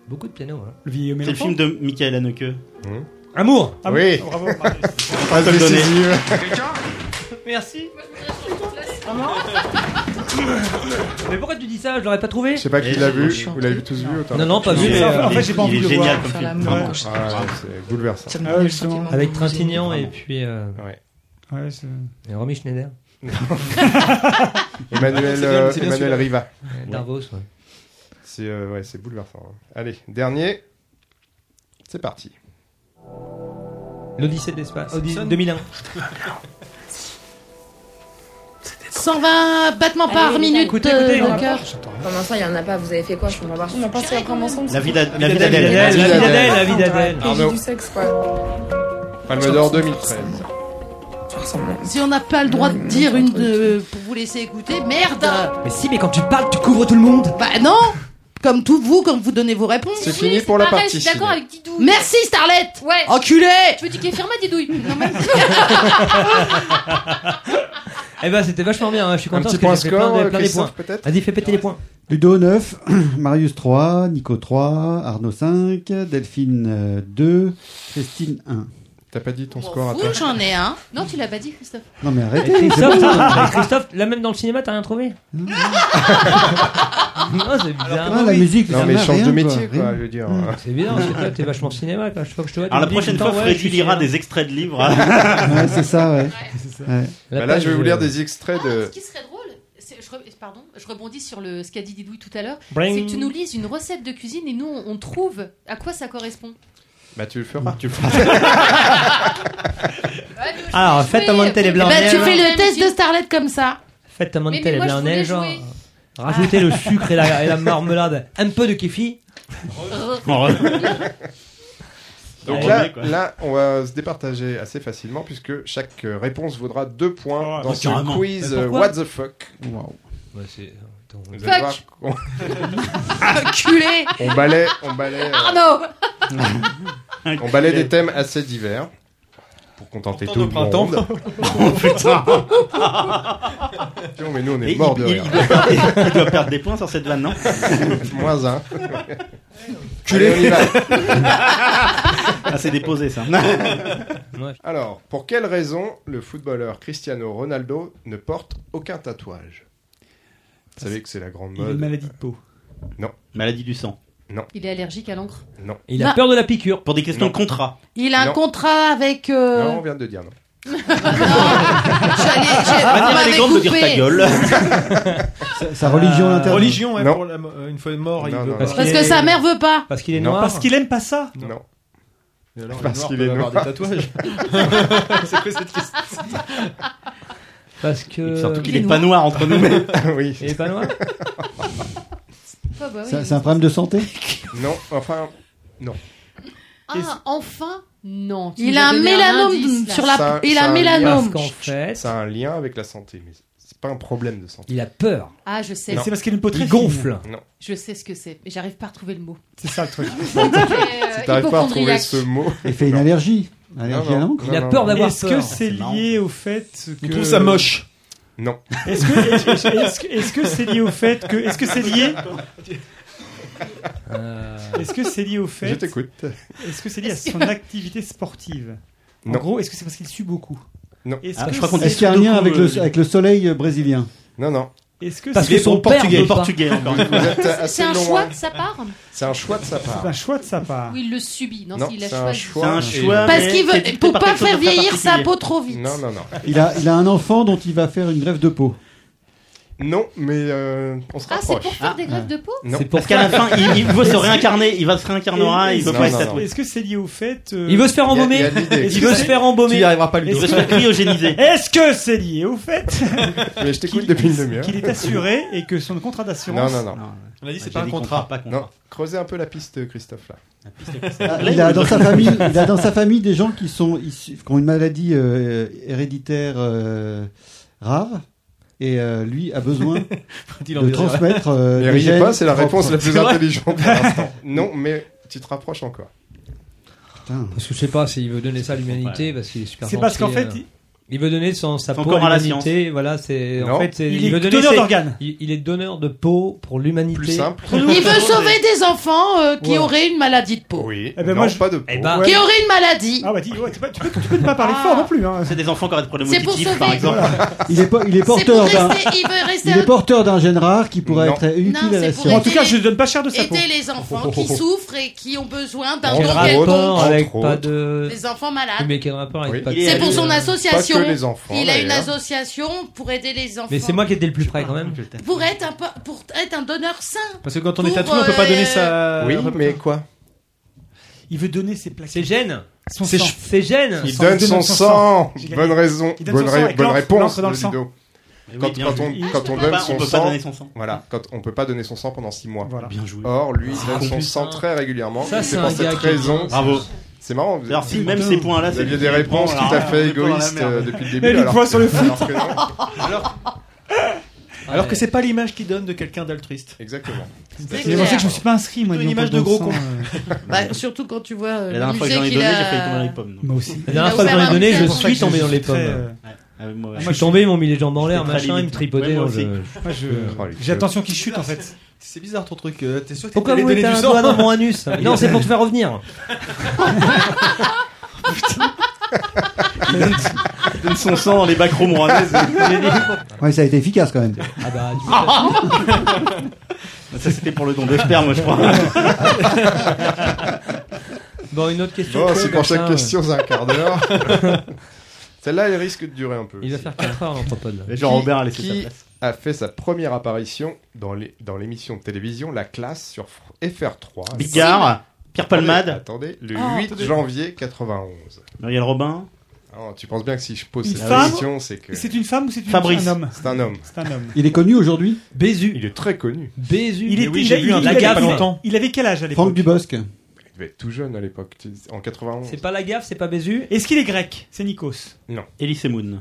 Beaucoup de piano, hein. Le vieil homme et C'est le l'enfant film de Michael Haneke. Hmm. Amour Ah Oui. Bravo. [LAUGHS] Pas Ça me donnait. [LAUGHS] Merci. Mais pourquoi tu dis ça Je l'aurais pas trouvé Je sais pas qui Et l'a c'est vu. chiant. Vous l'avez tous vu autant Non, non, pas Il vu. est- mais, en euh, fait, j'ai pas il envie est de le génial voir. comme Ça film. la vraiment. manche. Ah, c'est bouleversant. Ah ouais, justement. Avec Trintignant et puis euh, Ouais. Ouais, c'est- et [LAUGHS] Romy Schneider. Emmanuel, euh, C'est bien, c'est bien Emmanuel celui-là. Riva. Et Darvos, ouais. C'est euh, ouais, c'est bouleversant. hein. Allez, dernier. C'est parti. L'Odyssée de l'espace. Simpson. 2001. 120 battements par Allez, minute écoutez, euh, écoutez, de on va cœur. Comment ça, il y en a pas Vous avez fait quoi Je comprends pas. On a pensé après un ensemble. La vie d'A- la vie La vie d'Adèle. d'Adèle, la vie Adèle. d'Adèle, la vie d'Adèle. Arnaud. du sexe, quoi. Palme d'Or 2013. Si on n'a pas le droit de dire une de... pour vous laisser écouter, merde Euh, Mais si, mais quand tu parles, tu couvres tout le monde Bah non Comme tout vous, quand vous donnez vos réponses. C'est fini pour la partie. ciné. avec Didou. Merci Starlet Ouais. Enculé Je veux du kéfirma, Didouille. [LAUGHS] Non, mais- Eh ben, c'était vachement bien, hein, je suis Un content petit parce que point j'ai fait plein score, de, plein des points. Christophe, peut-être Vas-y, fais péter les points. Ludo 9, [CLEARS THROAT] Marius 3, Nico 3, Arnaud 5, Delphine euh, 2, Christine 1. T'as pas dit ton score à Ouh, j'en ai un. Non, tu l'as pas dit, Christophe. Non mais arrêtez, c'est bon. Christophe, t'as- [LAUGHS] mais Christophe, là même dans le cinéma, t'as rien trouvé [LAUGHS] Non, Ah, c'est bizarre. Ah, la musique, Non, ça mais n'a change de rien, métier, quoi, quoi, rien. je veux dire. Mm. Mmh, C'est bien, parce que toi, t'es vachement cinéma, quoi. Je crois que je te vois. Alors la tu me dis tout prochaine le fois, temps, ouais, Freddy je suis lira cinéma. des extraits de livres. hein. Ouais, c'est ça, ouais. Ouais. Bah là, je vais vous lire des extraits Ce de. qui serait drôle, c'est- je, re- pardon, je rebondis sur le, ce qu'a dit Didouille tout à l'heure, Bring. c'est que tu nous lises une recette de cuisine et nous on, on trouve à quoi ça [LAUGHS] correspond. Bah, tu le feras. Tu le feras. Alors, faites monter les Eh blancs en ben, tu neige. fais le test de Starlet comme ça. Faites monter Oui, mais les moi, blancs en je voulais neige. jouer. hein. Rajoutez le sucre et la, et la marmelade. Un peu de kéfi. hein. [LAUGHS] Donc Ouais. là, Revenez, quoi. là, on va se départager assez facilement puisque chaque euh, réponse vaudra deux points dans ce carrément. quiz Mais euh, pourquoi What the fuck. Ouais, c'est- attends, Vous on- allez voir qu'on- [LAUGHS] [LAUGHS] Enculé on balait, on balait, Arnaud euh, on balait [LAUGHS] des thèmes assez divers pour contenter tout le de [LAUGHS] printemps. monde. oh putain Putain, mais nous on est Et morts il- de il- rire. il [LAUGHS] doit perdre- [LAUGHS] il doit perdre des points sur cette vanne, non Moins un. Culé. Allez, on y va. Ah, c'est déposé, ça. Alors, pour quelle raison le footballeur Cristiano Ronaldo ne porte aucun tatouage Vous savez que c'est la grande Il a mode. une maladie de peau. Non. Maladie du sang. Non. Il est allergique à l'encre. Bah, Non. Il a peur de la piqûre. Pour des questions Non. de contrat. Il a un Non. contrat avec. euh, Non, on vient de dire non. j'allais- j'ai- Manière on m'avait élégante de dire coupé. ta gueule. Sa, sa Euh, religion interne. Religion, ouais, Euh, Non. pour la mo- euh, une fois mort, il Non, non, veut pas. non. Parce que sa mère veut pas. Parce qu'il est Non. noir. Parce qu'il aime pas ça. Non. Et alors, Parce qu'il les noirs peuvent est avoir noir. des tatouages. c'est quoi cette question Parce que. Surtout qu'il est pas noir entre nous. oui. Il est pas noir Ah, bah oui. Ça- C'est un problème de [LAUGHS] santé [LAUGHS] Non, enfin, non. Ah, enfin, non. tu Il nous a un donné mélanome indice, là. sur la. Ça- il ça a a un un Parce mélanome. qu'en fait, Ça a un lien avec la santé, mais c'est pas un problème de santé. il a peur. Ah, je sais, Et C'est parce qu'il a une peau très Il fine. gonfle. Non. je sais ce que c'est, mais j'arrive pas à retrouver le mot. C'est Ah, ça [LAUGHS] le truc. Euh, Si t'arrives pas à trouver hypochondriaque. ce mot. Il fait une Non. allergie. Allergie à Non, non. l'encre Il a peur non. d'avoir Est-ce que peur. c'est marrant. lié au fait que. Il trouve ça moche. Non. Est-ce que est-ce que- est-ce que- est-ce que c'est lié au fait que est-ce que c'est lié Euh, est-ce que c'est lié au Je fait t'écoute. est-ce que c'est lié à son activité sportive En Non. gros, est-ce que c'est parce qu'il sue beaucoup Non. Est-ce Ah, que je crois qu'on c'est- Est-ce qu'il y a un lien avec euh, le, avec le soleil euh, brésilien Non, non. est-ce que Parce c'est que son père portugais. veut pas. portugais [LAUGHS] encore. Vous êtes C'est assez un choix loin. de sa part C'est un choix de sa c'est part. un choix de sa part Ou il le subit Non, Non, s'il a c'est un choisi. C'est choix. un et- choix. Parce mais qu'il c'est dicté veut. Pour par pas quelque chose faire de très vieillir sa particulier. peau trop vite. Non, non, non. il a, il a un enfant dont il va faire une grève de peau. Non, mais euh, on se Ah, c'est rapproche. pour faire des greffes de peau Non. C'est pour Parce qu'à la fin, il, il veut se réincarner, il va se réincarnera, il Est-ce veut Non, pas que- être non, tatoué. Est-ce que c'est lié au fait euh, Il veut se faire Il y a- il y embaumer. a de l'idée. Il veut se faire Tu y embaumer. arriveras pas, Il Ludo. veut se faire cryogéniser. [LAUGHS] Est-ce que c'est lié au fait [LAUGHS] Mais je t'écoute qu'il- depuis une demi-heure. qu'il est [LAUGHS] assuré et que son contrat Non, d'assurance non, non. On a dit, c'est J'ai pas un dit contrat. pas Non, contrat. creusez un peu la piste, Christophe, là. Ah, Il a dans sa [LAUGHS] [LAUGHS] famille, il a dans sa famille des gens qui sont issus- qui ont une maladie euh, héréditaire euh, rare. Et euh, lui a [LAUGHS] besoin Il en de dira. transmettre. euh, Mais des riez gènes pas, c'est la propres. réponse la plus C'est vrai intelligente pour l'instant. Non, mais tu te rapproches encore. Putain. Parce que je sais pas s'il veut donner ça à l'humanité, parce qu'il est super c'est parce gentil, qu'en fait euh. il- Il veut donner son, sa Son peau corps à à la l'humanité. Voilà, c'est en Non. fait, c'est- il est veut donner donneur ses- d'organes il, il est donneur de peau pour l'humanité. Plus simple. Il veut sauver des enfants euh, qui Voilà. auraient une maladie de peau. Oui. Eh ben non, moi, je- pas de peau. Eh ben, Ah. Qui auraient une maladie. ah bah dis, ouais, tu, peux, tu peux- tu peux ne pas parler fort non plus hein. C'est des enfants qui auraient des problèmes C'est pour auditifs, sauver. par exemple. [LAUGHS] Il est, po- il est C'est pour porteur d'un. rester. Il veut rester. Il est un- porteur d'un gène rare qui pourrait Non. être utile Non, à la c'est pour science. en tout cas je donne pas cher de sa peau Aider les enfants qui souffrent et qui ont besoin d'un Entre quel don autres. rapport quelconque. avec Entre pas autres. de. Les enfants Oui, malades. Mais quel rapport avec Oui. pas de. Il C'est pour son Euh, Pas association. que les enfants. Il a une d'ailleurs. association pour aider les enfants. Mais c'est moi qui étais le plus près quand même. Pour être un, po- pour être un donneur sain. Parce que quand on Pour, est tatoué, on peut pas euh, donner sa. Oui, mais quoi il veut donner ses plaques C'est gêne. son c'est sang. C'est gêne. Il sang, donne il donne son son sang. J'ai gagné. Bonne raison. Il donne Bonne son sang ré- avec bonne l'encre, réponse l'encre dans de le sang. Ludo. Mais Quand, oui, bien quand joué. on, Il- quand on on peut donne pas- on son, peut pas sang, donner son sang. Voilà, quand on peut pas donner son sang pendant 6 mois. Voilà. Bien joué. Or, lui, Ah, il donne son putain. sang très régulièrement. Ça, Et c'est c'est pour un gars cette qui- raison. Bravo. C'est marrant. Alors, si même ces points-là, Vous c'est aviez lui des qui les prend, réponses alors, tout à on fait est pas dans la égoïstes merde. euh, depuis [LAUGHS] le début. Et lui, alors point que- sur le foot. alors que non. Alors que c'est pas l'image qu'il donne de quelqu'un d'altruiste. Exactement. C'est C'est pour ça que je me suis pas inscrit, moi. Une disons, image pour de gros l'instant, con. [LAUGHS] euh. Bah, surtout quand tu vois. euh, La dernière le fois que j'en ai musée qu'il donné, a- j'ai failli tomber dans les pommes. donc. Moi aussi. La dernière fois que j'en ai donné, je suis tombé dans les pommes. euh, Ah oui, moi, je moi, suis tombé, ils m'ont mis les jambes en j'étais l'air, très machin, limite. ils me tripotaient. Ouais, moi hein, aussi. je- Moi, Euh, je- Oh, les J'ai gueules. attention qu'il chute en fait. C'est bizarre ton truc. euh, T'es sûr que Pourquoi t'allais vous mettez donner un du sang doigt dans [LAUGHS] mon anus Non, c'est pour te faire revenir. Il donne, il donne son sang dans les bacs [LAUGHS] romoises. [LAUGHS] Ouais, ça a été efficace quand même. Ah bah, du Ça, c'était pour le don de sperme, moi, je crois. [LAUGHS] Bon, une autre question. Bon, con, Oh, c'est comme pour chaque ça, euh. question, c'est un quart [LAUGHS] d'heure. Celle-là, elle risque de durer un peu. Il va faire 4 heures l'anthropode. Et Jean-Robert a laissé Qui sa place. a fait sa première apparition dans les- dans l'émission de télévision La Classe sur Fr- FR3 Bigard, Pierre Palmade. Attendez, attendez, le Ah, 8 attendez. janvier 91. Muriel Robin. Ah, tu penses bien que si je pose Une cette femme question, c'est que. C'est une femme ou c'est une- Fabrice. un homme C'est un homme. C'est un homme. Il est connu aujourd'hui Bézu. Il est très connu. Bézu. Il était- il- il- il- il- Il avait quel âge à l'époque Franck Dubosc. Il devait être tout jeune à l'époque, tu- en 91. C'est pas la gaffe, c'est pas Bézu. Est-ce qu'il est grec C'est Nikos. Non. Elise Moon. Non.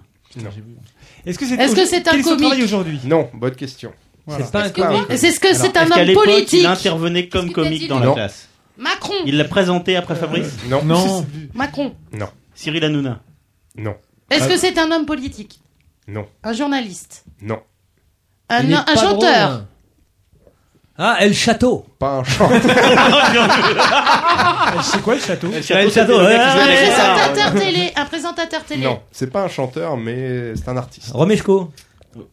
Est-ce que c'est Est-ce que [LAUGHS] c'est un quel est son comique travail aujourd'hui Non, bonne question. Voilà. C'est pas un Est-ce que- comique. C'est ce que Alors, c'est un est-ce qu'à homme l'époque, politique. Il intervenait comme comique dans la Non. classe. Macron. Il l'a présenté après Fabrice Euh, Non. Non. Macron. Non. Cyril Hanouna. Non. Est-ce que c'est un homme politique Non. Un journaliste Non. Un, Il est un pas chanteur drôle. hein. Ah, El Château. Pas un chanteur. [LAUGHS] C'est quoi le château El Château. c'était le mec qui ouais, jouait Ah, ouais. avec les arbres. Présentateur télé, un présentateur télé. Non, c'est pas un chanteur, mais c'est un artiste. Romeshko.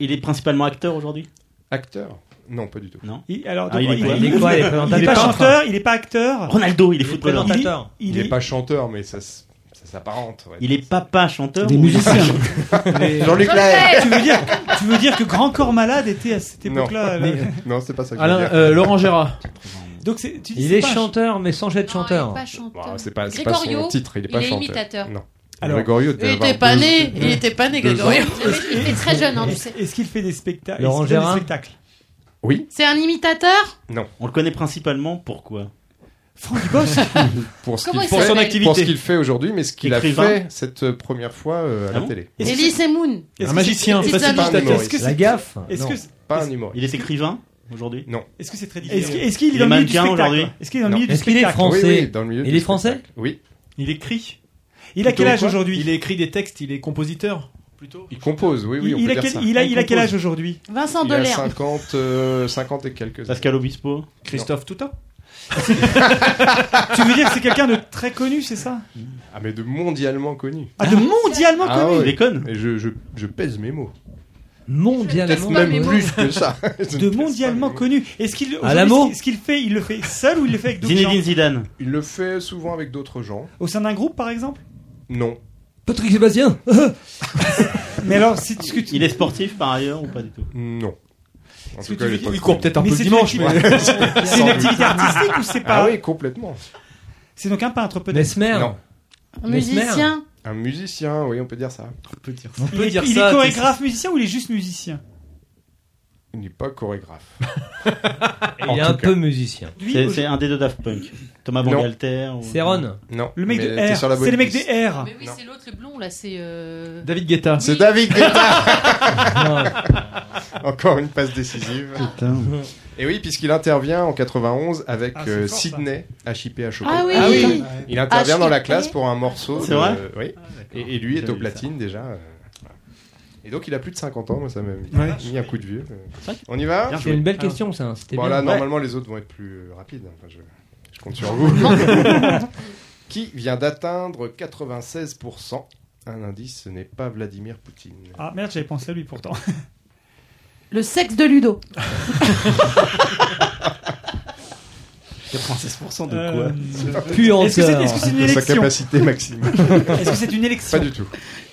Il est principalement acteur aujourd'hui Acteur Non, pas du tout. Non. Il, alors, Ah, il donc, est quoi Il est quoi, il est [LAUGHS] il est pas présentateur chanteur, il est pas acteur. Ronaldo, il est Il est footballeur. présentateur. Il, Il, il est... pas chanteur, mais ça, s- ça s'apparente. ouais. Il est papa chanteur Des ou- musiciens. Jean-Luc Lahaye. tu veux dire, tu veux dire que Grand Corps Malade était à cette Non. époque-là euh, là- [LAUGHS] Non, c'est pas ça que je veux Alain, dire. euh, Laurent Gérard. Donc c'est- tu dis Il c'est est pas un- chanteur, mais sans jet de Non, chanteur. il est pas chanteur. Bon, Bah, c'est pas, c'est pas son Gregorio, titre, il est il pas est chanteur. imitateur. Non. Alors, Gregorio devait Il Bah, était avoir pas deux- né, deux- il était pas né, deux ans. Grégorio. Il était très jeune, hein, tu sais. Est-ce qu'il fait des spectacles Laurent Est-ce qu'il fait Gérard des spectacles Oui, C'est un imitateur On le connaît principalement pourquoi Franck Dubosc [LAUGHS] pour ce Comment qu'il il s'appelle Pour son fait, activité. pour ce qu'il fait aujourd'hui, mais ce qu'il a Écrivain. fait cette première fois euh, à Ah la bon télé. Est-ce que Elise et Moon. Est-ce Un que magicien. c'est- ça, c'est c'est pas un un Est-ce humoriste. que La c'est gaffe. est-ce Non. que Pas un humoriste. Il est écrivain aujourd'hui Non. est-ce que c'est très Est-ce difficile que- est-ce qu'il Il est est dans dans le le milieu mannequin du spectacle. aujourd'hui Est-ce qu'il est dans le Non. milieu du Est-ce qu'il est spectacle français Oui, oui, dans le milieu Il du est français spectacle. Oui. Il écrit. Il a quel Plutôt âge quoi aujourd'hui Il écrit des textes, il est compositeur. Plutôt. Il compose, oui, oui, on il, peut a dire quel, ça. il, a, Il il a quel compose. âge aujourd'hui Vincent Il a Belair. 50, euh, 50 et quelques années. Pascal Obispo Christophe Toutain. Tu veux dire que c'est quelqu'un de très connu, c'est ça Ah, mais de mondialement connu. Ah, de mondialement Ah connu ouais. Il déconne Et je, je, je pèse mes mots. Mondialement. Peut-être même plus que [LAUGHS] ça. Je ne De pèse pas mondialement mes mots. connu. Est-ce qu'il À aujourd'hui, l'amour ce qu'il fait, il le fait seul ou il le fait avec d'autres gens Zinedine Zidane. Il le fait Euh, souvent avec d'autres gens. Au sein d'un groupe, par exemple Non. Patrick Sébastien. Mais alors, si tu- ce que tu- Il est sportif par ailleurs ou pas du tout Non. En Ce tout que cas, tu il est dis- pas Il court connu. peut-être un Mais peu le c'est dimanche, une [LAUGHS] mais. activité- [LAUGHS] c'est une activité artistique ou c'est pas Ah oui, complètement. C'est donc un peintre peut-être. Mesmer. Non. Un Mesmer. musicien. Un musicien, oui, on peut dire ça. On Il peut est, dire il est ça. chorégraphe musicien ou il est juste musicien Il n'est pas [LAUGHS] chorégraphe. t'es- Il est En un tout cas. peu musicien. Lui, C'est aujourd'hui- c'est un des deux Daft Punk. Thomas Non. Bangalter. ou- C'est Ron. Non. Le mec mais de t'es R. sur la C'est les bonne mecs des piste. R. Mais oui, Non. c'est l'autre, le blond, là, c'est. euh, David Guetta. C'est David Guetta. Non. [LAUGHS] Encore une passe décisive. Putain. Et oui, puisqu'il intervient en 91 avec Ah, c'est euh, fort, ça. Sydney, HIP à Choco. Ah oui. Ah oui. Il intervient dans la HIP. classe pour un morceau. C'est de- vrai Oui. Et, et lui est J'avais au vu platine déjà. euh, voilà. Et donc il a plus de 50 ans, moi ça m'a mis, Ouais. mis un coup de vieux. euh. Cinq On y va Ah. Bien C'est une belle question, ça. C'était Bon bien. là, Ouais. normalement les autres vont être plus euh, rapides. Enfin, je, je compte [LAUGHS] sur vous. [LAUGHS] Qui vient d'atteindre 96% Un indice, ce n'est pas Vladimir Poutine. Ah merde, j'avais pensé à lui pourtant. Le sexe de [LAUGHS] Ludo. 96% de Euh, quoi Puanteur. Est-ce que c'est est-ce que c'est une De sa élection capacité maximale. [LAUGHS] Est-ce que c'est une pas élection du tout.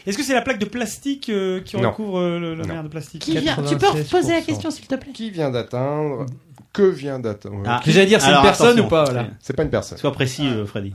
Est-ce que c'est la plaque de plastique euh, qui Non. recouvre euh, le- la Non. mer de plastique Qui vient Tu peux reposer la 96%. question, s'il te plaît Qui vient d'atteindre que vient d'atteindre. Ah. Qui- Alors, attention. C'est pas une personne. Sois précis, euh, Freddy.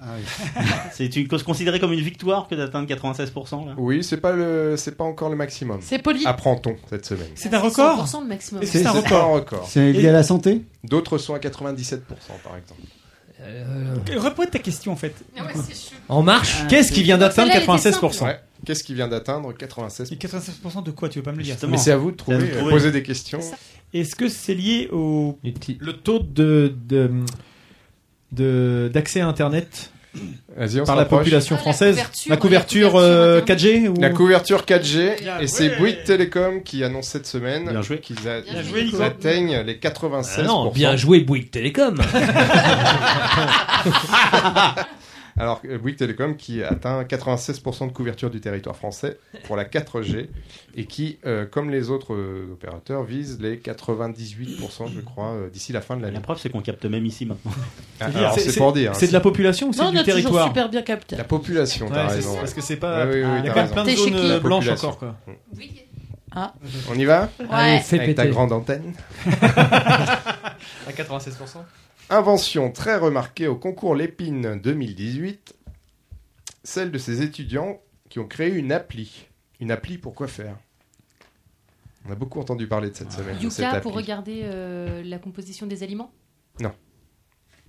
c'est une cause considérée comme une victoire que d'atteindre 96% là [LAUGHS] Oui, c'est pas le, c'est pas encore le maximum. C'est poli. Apprend-on cette semaine. C'est un record 100% le maximum. Est-ce que C'est un record. un record. C'est lié à la santé D'autres sont à 97% par exemple. Repose ta question en fait. du coup. En marche Ah, Qu'est-ce qui vient d'atteindre celle-là, elle était 96% simple. Ouais. Qu'est-ce qui vient d'atteindre 96 Et 96% de quoi Tu veux pas me le dire Justement. Mais c'est à vous de trouver, C'est à vous de euh, trouver. poser des questions. Est-ce que c'est lié au le taux de de- de- d'accès à Internet Vas-y, on par se la rapproche. population Ah, la française, couverture, la la couverture, euh, 4G ou La couverture 4G Bien et c'est Bouygues Télécom qui annonce cette semaine qu'ils a- Bien joué, qu'ils Nico. atteignent les 96%. Ah non, bien joué Bouygues Télécom. [LAUGHS] Alors, euh, Bouygues Télécom qui atteint 96% de couverture du territoire français pour la 4G et qui, euh, comme les autres euh, opérateurs, vise les 98%, je crois, euh, d'ici la fin de l'année. La preuve, c'est qu'on capte même ici maintenant. Alors, c'est pour dire. hein, C'est de la population ou Non, c'est on a du toujours territoire super bien capté. La population, t'as Ouais, c'est- raison, ouais. Parce que c'est pas. Ouais, oui, oui, il t'as y a quand même raison. plein de T'es chez qui La zones euh, blanches population. encore, quoi. Ah. On y va Ouais. Allez, fais Avec ta péter. grande [LAUGHS] antenne. À 96%. Invention très remarquée au concours Lépine 2018, celle de ces étudiants qui ont créé une appli. Une appli pour quoi faire On a beaucoup entendu parler de cette Ah. semaine. de cette Yuka pour appli. regarder euh, la composition des [LAUGHS] aliments.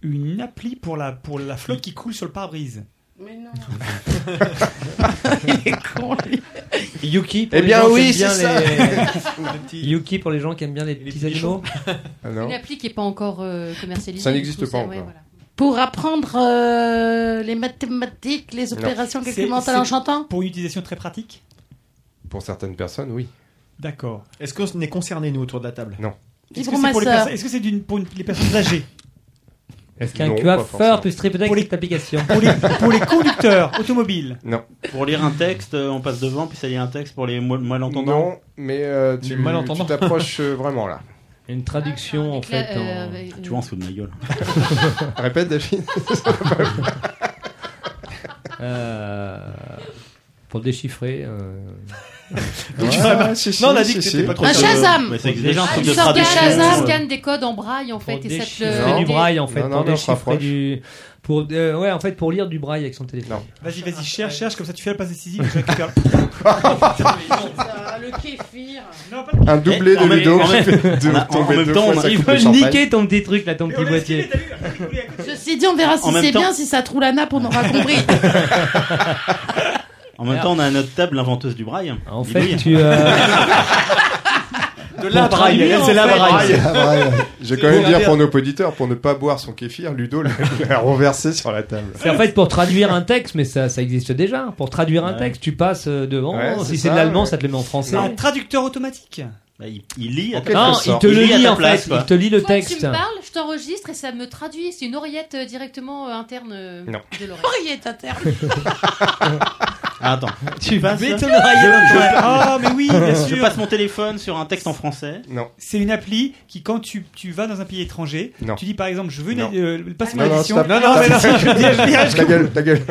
une appli pour la pour la flotte qui coule sur le pare-brise Mais non. [LAUGHS] Il est con, lui. Yuki pour Eh les bien gens oui, qui aiment c'est bien [LAUGHS] ça. les- Le petit- Yuki pour les gens qui aiment bien les petits animaux. [LAUGHS] Ah Une [LAUGHS] appli qui n'est pas encore euh, commercialisée. Ça n'existe du tout, pas ça, encore. voilà. Pour apprendre euh, les mathématiques, les opérations C'est- calculatoires en c'est chantant Pour une utilisation très pratique. Pour certaines personnes, oui. D'accord. Est-ce qu'on est concerné nous autour de la table Non. Est-ce Est-ce que c'est pour les personnes- personnes- est-ce que c'est d'une- pour une- les personnes âgées Est-ce qu'un Non, pas coiffeur forcément. peut se répéter avec cette application pour les, pour les conducteurs automobiles Non. Pour lire un texte, euh, on passe devant, puis ça lit un texte pour les mo- malentendants. Non, mais euh, tu Les malentendants. tu t'approches euh, vraiment [LAUGHS] là. Une traduction en Éclat- euh, fait. en- avec- Tu vois, en dessous de ma gueule. [LAUGHS] Répète, Daphine. Euh, Pour le déchiffrer. euh, Ouais, si, si, si, si. trop Un sérieux. Shazam Mais c'est Ah, déjà un truc tu de euh. sors des traduction. Shazam. On scanne des codes en braille en fait Pour et ça te déchiffrer le. du braille en fait. Non, non, pour non, on se déchiffrer rapproche. du. Pour, euh, ouais, en fait, pour lire du braille avec son téléphone. Vas-y, vas-y, cherche, cherche, comme ça tu fais la passe décisive et je récupère. [LAUGHS] le kéfir. Non, pas Un doublé Eh, en [LAUGHS] de même- Ludo en qui même- fait deux- en- en tomber même deux temps, fois on a- sa il coupe veut de champagne. [LAUGHS] niquer ton petit truc là, ton petit boîtier. Ceci dit, on verra si En même c'est temps- bien, si ça trouve la nappe, on aura [LAUGHS] compris. En même Merde. temps, on a à notre table l'inventeuse du braille. En Dis fait, oui. tu, euh, [LAUGHS] De la braille, elle, c'est la braille. [LAUGHS] J'ai quand même dire pour nos auditeurs, pour ne pas boire son kéfir, Ludo l'a [LAUGHS] l'a renversé sur la table. C'est en fait pour traduire un texte, mais ça, ça existe déjà. hein. Pour traduire un Ouais. texte, tu passes euh, devant. Ouais, c'est si c'est ça, de l'allemand, ouais. ça te le met en français. Bah, Un traducteur automatique. il, lit. à ta Non, place. il te le lit, en fait, il te lit le Toi, texte. Tu me parles, je t'enregistre et ça me traduit. C'est une oreillette euh, directement euh, interne euh, Non. de l'oreille. Oreillette interne. Ah, Attends. Tu passes. mets ton Je- oreillette. je- Ouais. Ah, mais oui, bien sûr. Je passe mon téléphone sur un texte en français. Non. C'est une appli qui, quand tu, tu vas dans un pays étranger, Non. tu dis par exemple, je veux une, Non. euh, passe Non, moi non, l'addition. stop. non, mais non, je [LAUGHS] dis- je dirais, je- Ta gueule, [LAUGHS] ta gueule.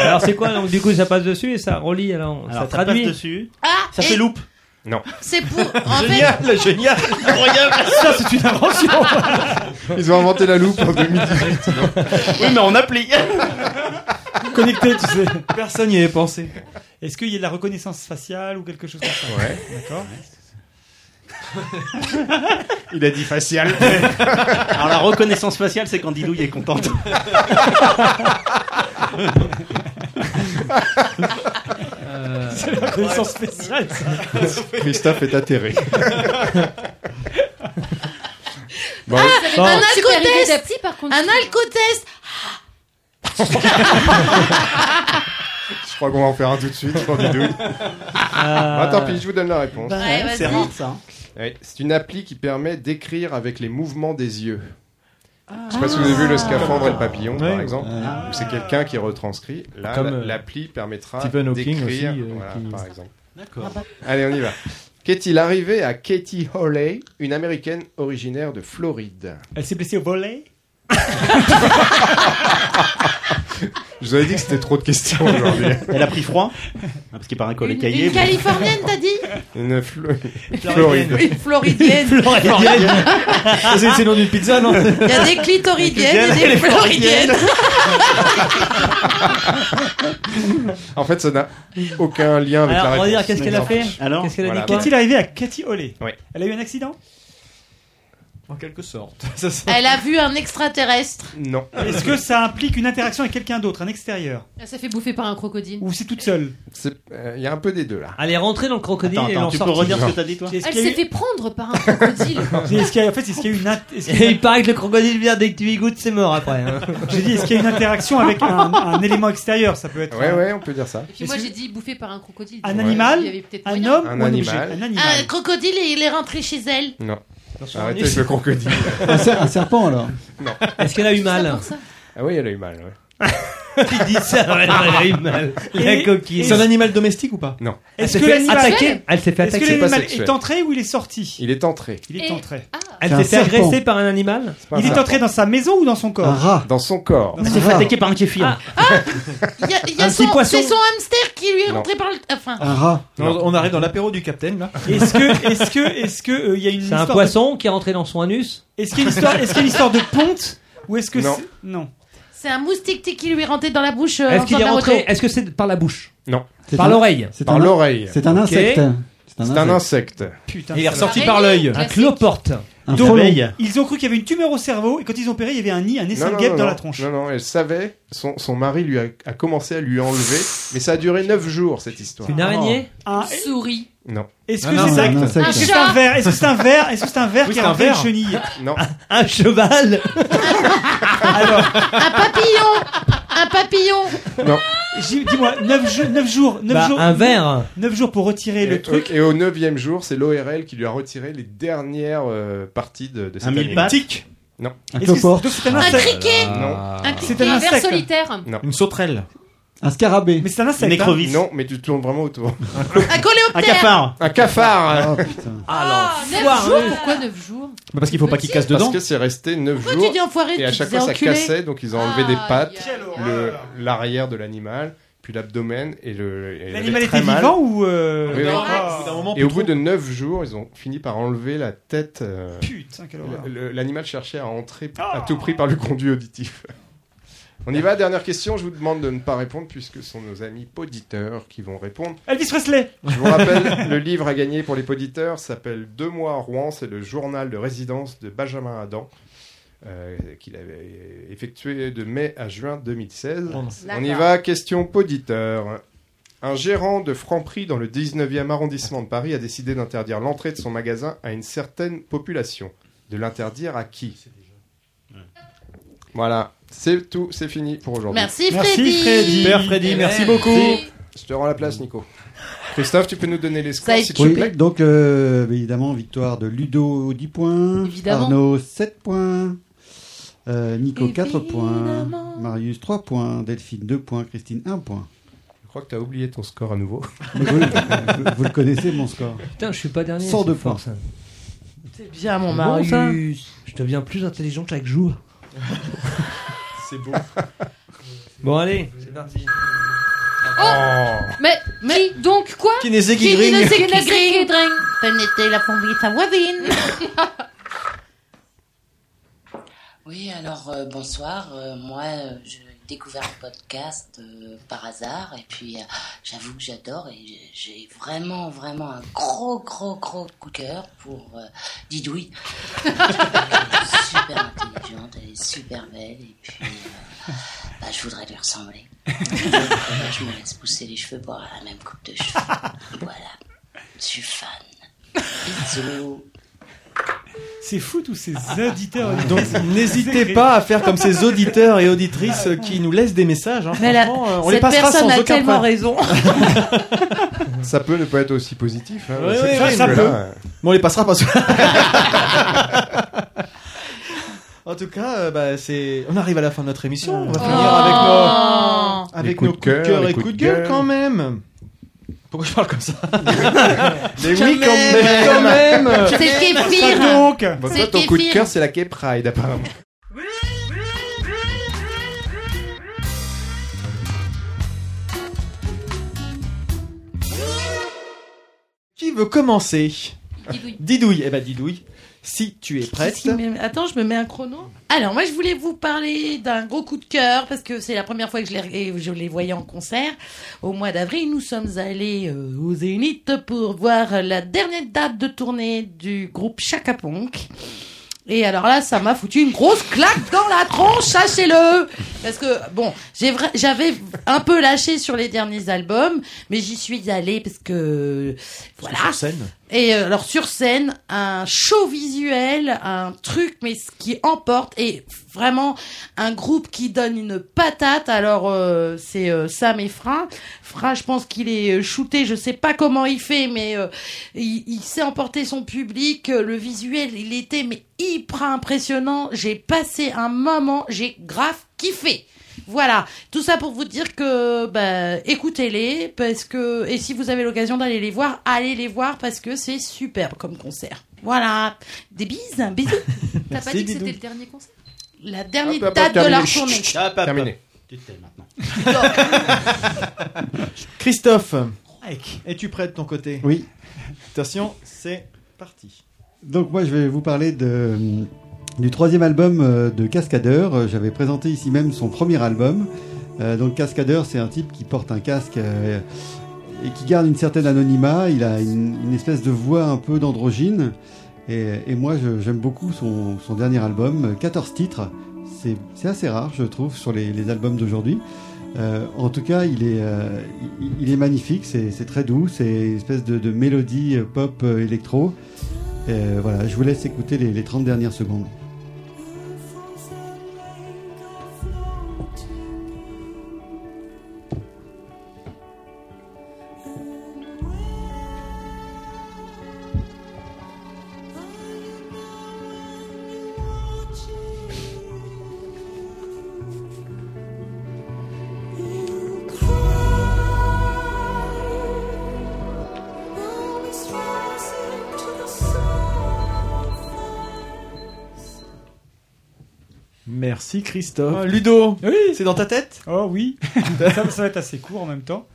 Alors c'est quoi Donc du coup, ça passe dessus et ça relie. Alors, Alors, ça ça traduit. passe dessus. Ah, Ça fait loupe. Non. C'est pour. En génial, fait, génial. Ça, c'est une invention. [LAUGHS] Ils ont inventé la loupe en 2018. Oui, mais on appli. Connecté, tu sais. Personne n'y avait pensé. Est-ce qu'il y a de la reconnaissance faciale ou quelque chose comme ça Ouais. D'accord. Il a dit facial. [LAUGHS] Alors, la reconnaissance faciale, c'est quand Didouille est contente. Euh, C'est la reconnaissance spéciale, ça. Christophe est atterré. Bon, Ah, bon. un Super idée alcotest d'appli, par contre. Un alcotest [LAUGHS] Ah. je crois qu'on va en faire un tout de suite pour Didouille. Euh, Ah, tant pis, je vous donne la réponse. Bah, Ouais, c'est vas-y. rare, ça, hein. Ouais, c'est une appli qui permet d'écrire avec les mouvements des yeux. Ah. Je sais pas si vous avez vu le scaphandre et le papillon, par Ouais. exemple. Ah. où C'est quelqu'un qui retranscrit. Là, Comme, la- euh, l'appli permettra Stephen Hawking d'écrire, aussi, euh, voilà, qui- par exemple. D'accord. Allez, on y va. Qu'est-il arrivé à Katie Hawley, une américaine originaire de Floride Elle s'est blessée au volet Je vous avais dit que c'était trop de questions aujourd'hui. Elle a pris froid Ah, Parce qu'il paraît qu'on les cahiers. Une californienne, t'as dit Une flo- Floridienne. Floride. Ah, Une floridienne. Floridienne. C'est c'est le nom d'une pizza, non Il y a des clitoridiennes et des Les floridiennes. En fait, ça n'a aucun lien avec Alors, la on réponse. va dire qu'est-ce qu'elle a fait Qu'est-ce qu'elle a dit Qu'est-il arrivé à Cathy Olé Ouais. Elle a eu un accident En [LAUGHS] [LAUGHS] quelque sorte. Elle a vu un extraterrestre. Non. Est-ce que ça implique une interaction avec quelqu'un d'autre, un extérieur Elle s'est fait bouffer par un crocodile. Ou c'est toute seule euh, Il y a un peu des deux là. Allez, rentrez dans le crocodile Attends, et attends, l'en tu peux sortir. redire ce que t'as dit, toi Elle s'est fait prendre par un crocodile. Est-ce qu'il y a, en fait, est-ce qu'il y a une int- est-ce qu'il y a- Et il paraît que le crocodile vient dès que tu y goûtes, c'est mort après. hein. [LAUGHS] J'ai dit, est-ce qu'il y a une interaction avec un, un élément extérieur Ça peut être. Ouais, euh, ouais, on peut dire ça. Et puis moi j'ai dit bouffé par un crocodile. Un Donc, animal, il y avait peut-être un moyen. Ah. homme Un ou un animal. objet Un animal. Un crocodile et il est rentré chez elle. Non. Attention, on Arrêtez est- avec le crocodile. Un, cer- un serpent alors Non. Est-ce qu'elle a eu mal Ah oui, elle a eu mal, ouais. Il dit ça, Ah, ouais, elle Ah. a eu mal. Ah, La Et- coquille. et- C'est un Ah, animal domestique ou pas Non. Elle Est-ce s'est que fait l'animal attaquer. Elle s'est fait Est-ce que attaquer. l'animal C'est pas est sexuel. entré ou il est sorti Il est entré. Il est Et- entré. Elle C'est s'est fait un serpent. agresser par un animal pas Il un est entré dans sa maison ou dans son Un Ah, corps rat Dans son corps. Elle s'est fait attaquer par un hein. kéfir. Il y a, Bah, il y a Un petit son, poisson. c'est son hamster qui lui est Non. rentré par le. Enfin, Un rat On, on arrive dans l'apéro du capitaine là. Est-ce [LAUGHS] que, est-ce que, est-ce que euh, il y a une C'est un histoire poisson qui est rentré dans son anus de- Est-ce qu'il y a une histoire, est-ce qu'il y a une histoire de [LAUGHS] ponte ou est-ce que Non. c'est- non c'est un moustique qui lui est rentré dans la bouche. euh, Est-ce en qu'il est sortant de la rentré moto. Est-ce que c'est par la bouche Non. C'est Par un- l'oreille C'est Par un, l'oreille. c'est un insecte. C'est C'est un insecte. Putain. Et il est ça va. ressorti par l'œil. Un cloporte Un Donc, frelon. Abeille. Ils ont cru qu'il y avait une tumeur au cerveau et quand ils ont opéré, il y avait un nid, un esselguette dans la tronche. Non, non, elle savait. Son, son mari lui a, a commencé à lui enlever. Mais ça a duré 9 jours, cette histoire. Une araignée Un- Une souris. Non. Est-ce Non, que non, c'est ça un Est-ce insecte. que c'est un verre Est-ce que c'est un verre Est-ce que c'est un verre Oui, qui c'est a un rentré une ver. chenille Non. [LAUGHS] Un cheval Un papillon. un papillon. non. J'ai- Dis-moi, 9, jours, 9 Bah, Oh. jours, Un verre 9 jours pour retirer le Et- truc. Et, au 9 jours, c'est l'ORL qui lui a retiré les dernières euh, parties de, de cette Un mille année. Ah pattes. Tic. Un Est-ce que c'est- cloporte. donc c'est un Un insecte. criquet. Non. Un C'est criquet. un Un ver insecte. solitaire. Une sauterelle. Un scarabée. Mais c'est un Une insecte. hein. écrevisse. Non, mais tu tournes vraiment autour. Un Un coléoptère. cafard. Un cafard Ah, putain. Ah Oh, Neuf jours Pourquoi 9 jours Bah, parce qu'il faut pas qu'il casse Parce dedans. que c'est resté 9 Pourquoi tu jours. dis enfoiré Et à tu chaque te fois, ça faisais enculer. cassait. Donc, ils ont enlevé des Ah, pattes. Quelle le- l'arrière de l'animal, puis l'abdomen et le. et elle L'animal avait était très mal. vivant ou euh, Oui, oui. Ah. Et au bout de 9 jours, ils ont fini par enlever la tête. euh, Putain, quelle horreur. le- le- L'animal cherchait à entrer p- Ah. à tout prix par le conduit auditif. [LAUGHS] On y va, dernière question. Je vous demande de ne pas répondre puisque ce sont nos amis poditeurs qui vont répondre. Elvis Presley. Je vous rappelle, le livre à gagner pour les poditeurs s'appelle Deux mois à Rouen. C'est le journal de résidence de Benjamin Adam euh, qu'il avait effectué de mai à juin 2016. On y va, question poditeur. Un gérant de Franprix dans le 19e arrondissement de Paris a décidé d'interdire l'entrée de son magasin à une certaine population. De l'interdire à qui Voilà, c'est tout, c'est fini pour aujourd'hui. Merci Merci, Freddy. Freddy. Eh ben, Père Freddy, merci beaucoup. Je te rends la place, Nico. [LAUGHS] Christophe, tu peux nous donner les scores, Ça y est, Ah, s'il te Oui, plaît donc euh, évidemment, victoire de Ludo 10 points, Évidemment. Arnaud 7 points, euh, Nico 4 points, Évidemment. Marius 3 points, Delphine 2 points, Christine 1 point. Je crois que tu as oublié ton score [LAUGHS] à nouveau. Mais Vous, vous- vous le connaissez, mon score. Putain, je suis pas dernier. 102 c'est fort, points. ça. C'est bien mon Bon, mari. hein. ça. Je deviens plus intelligent [LAUGHS] chaque jour. C'est beau. Bon, allez, Oh. c'est parti. Mais, mais donc quoi Qui dit ne sait Qui qui ne sait qui gring. gring Ce n'était la fondue de sa voisine. Oui, alors euh, bonsoir. Euh, moi, euh, j'ai découvert le podcast euh, par hasard et puis euh, j'avoue que j'adore et j'ai- j'ai vraiment, vraiment un gros, gros, gros coup de cœur pour euh, Didouille. [LAUGHS] Je trouve qu'elle est super intelligente, elle est super belle et puis euh, bah, je voudrais lui ressembler. Donc, euh, je me laisse pousser les cheveux pour avoir la même coupe de cheveux. Voilà, je suis fan. Bisous. C'est fou tous ces auditeurs. Donc n'hésitez pas à faire comme ces auditeurs et Ah, auditrices euh, qui nous laissent des messages. hein. Mais la- Franchement, euh, on les Cette passera personne sans a aucun tellement problème. [LAUGHS] raison. Ça peut ne pas être aussi positif. hein. Ouais, C'est ouais, terrible, ça peut. là. Bon, on les passera [LAUGHS] pas. [LAUGHS] en tout cas, euh, bah, c'est. On arrive à la fin de notre émission. On va finir avec nos, Oh. avec coups nos de coups de cœur, cœur les et coups coups de de gueule gueule. quand même. Pourquoi je parle comme ça Mais Quand oui, quand même. même. Quand même. C'est le Ça kéfir. donc. Bon, C'est toi, ton coup de kéfir. cœur, c'est la Gay Pride, apparemment. Qui veut commencer Didouille. Didouille. Eh ben, Didouille, si tu es prête. Si, mais attends, je me mets un chrono. Alors, moi, je voulais vous parler d'un gros coup de cœur parce que c'est la première fois que je les, je les voyais en concert. Au mois d'avril, nous sommes allés euh, au Zénith pour voir la dernière date de tournée du groupe Chaka Ponk. Et alors là, ça m'a foutu une grosse claque dans la tronche, sachez-le Parce que, bon, j'ai vra- j'avais un peu lâché sur les derniers albums, mais j'y suis allée parce que... Voilà Sur scène. et euh, alors sur scène, un show visuel, un truc mais ce qui emporte et vraiment un groupe qui donne une patate. Alors euh, c'est euh, Sam et Fra. Fra, je pense qu'il est euh, shooté, je sais pas comment il fait, mais euh, il, il sait emporter son public. Euh, Le visuel, il était mais hyper impressionnant. J'ai passé un moment, j'ai grave kiffé. Voilà, tout ça pour vous dire que bah, écoutez-les parce que et si vous avez l'occasion d'aller les voir, allez les voir parce que c'est superbe comme concert. Voilà, des bises, [LAUGHS] bisous. T'as pas dit que c'était le dernier concert La Ah, dernière bah, date de leur tournée. Terminé. Ah, Tu te tais maintenant. [LAUGHS] Christophe, es-tu prêt de ton côté Oui. Attention, c'est parti. Donc moi je vais vous parler de, du troisième album euh, de Cascadeur. Euh, J'avais présenté ici même son premier album. Euh, donc Cascadeur c'est un type qui porte un casque euh, et qui garde une certaine anonymat. Il a une, une espèce de voix un peu d'androgyne. Et, et moi je- j'aime beaucoup son, son dernier album, euh, 14 titres. C'est c'est assez rare je trouve sur les, les albums d'aujourd'hui. Euh, en tout cas, il est, euh, il, il est magnifique, c'est c'est très doux, c'est une espèce de, de mélodie euh, pop euh, électro. Euh, voilà, je vous laisse écouter les, les 30 dernières secondes. Merci Christophe. Ludo, oui. c'est dans ta tête Oh oui, ça, ça va être assez court en même temps.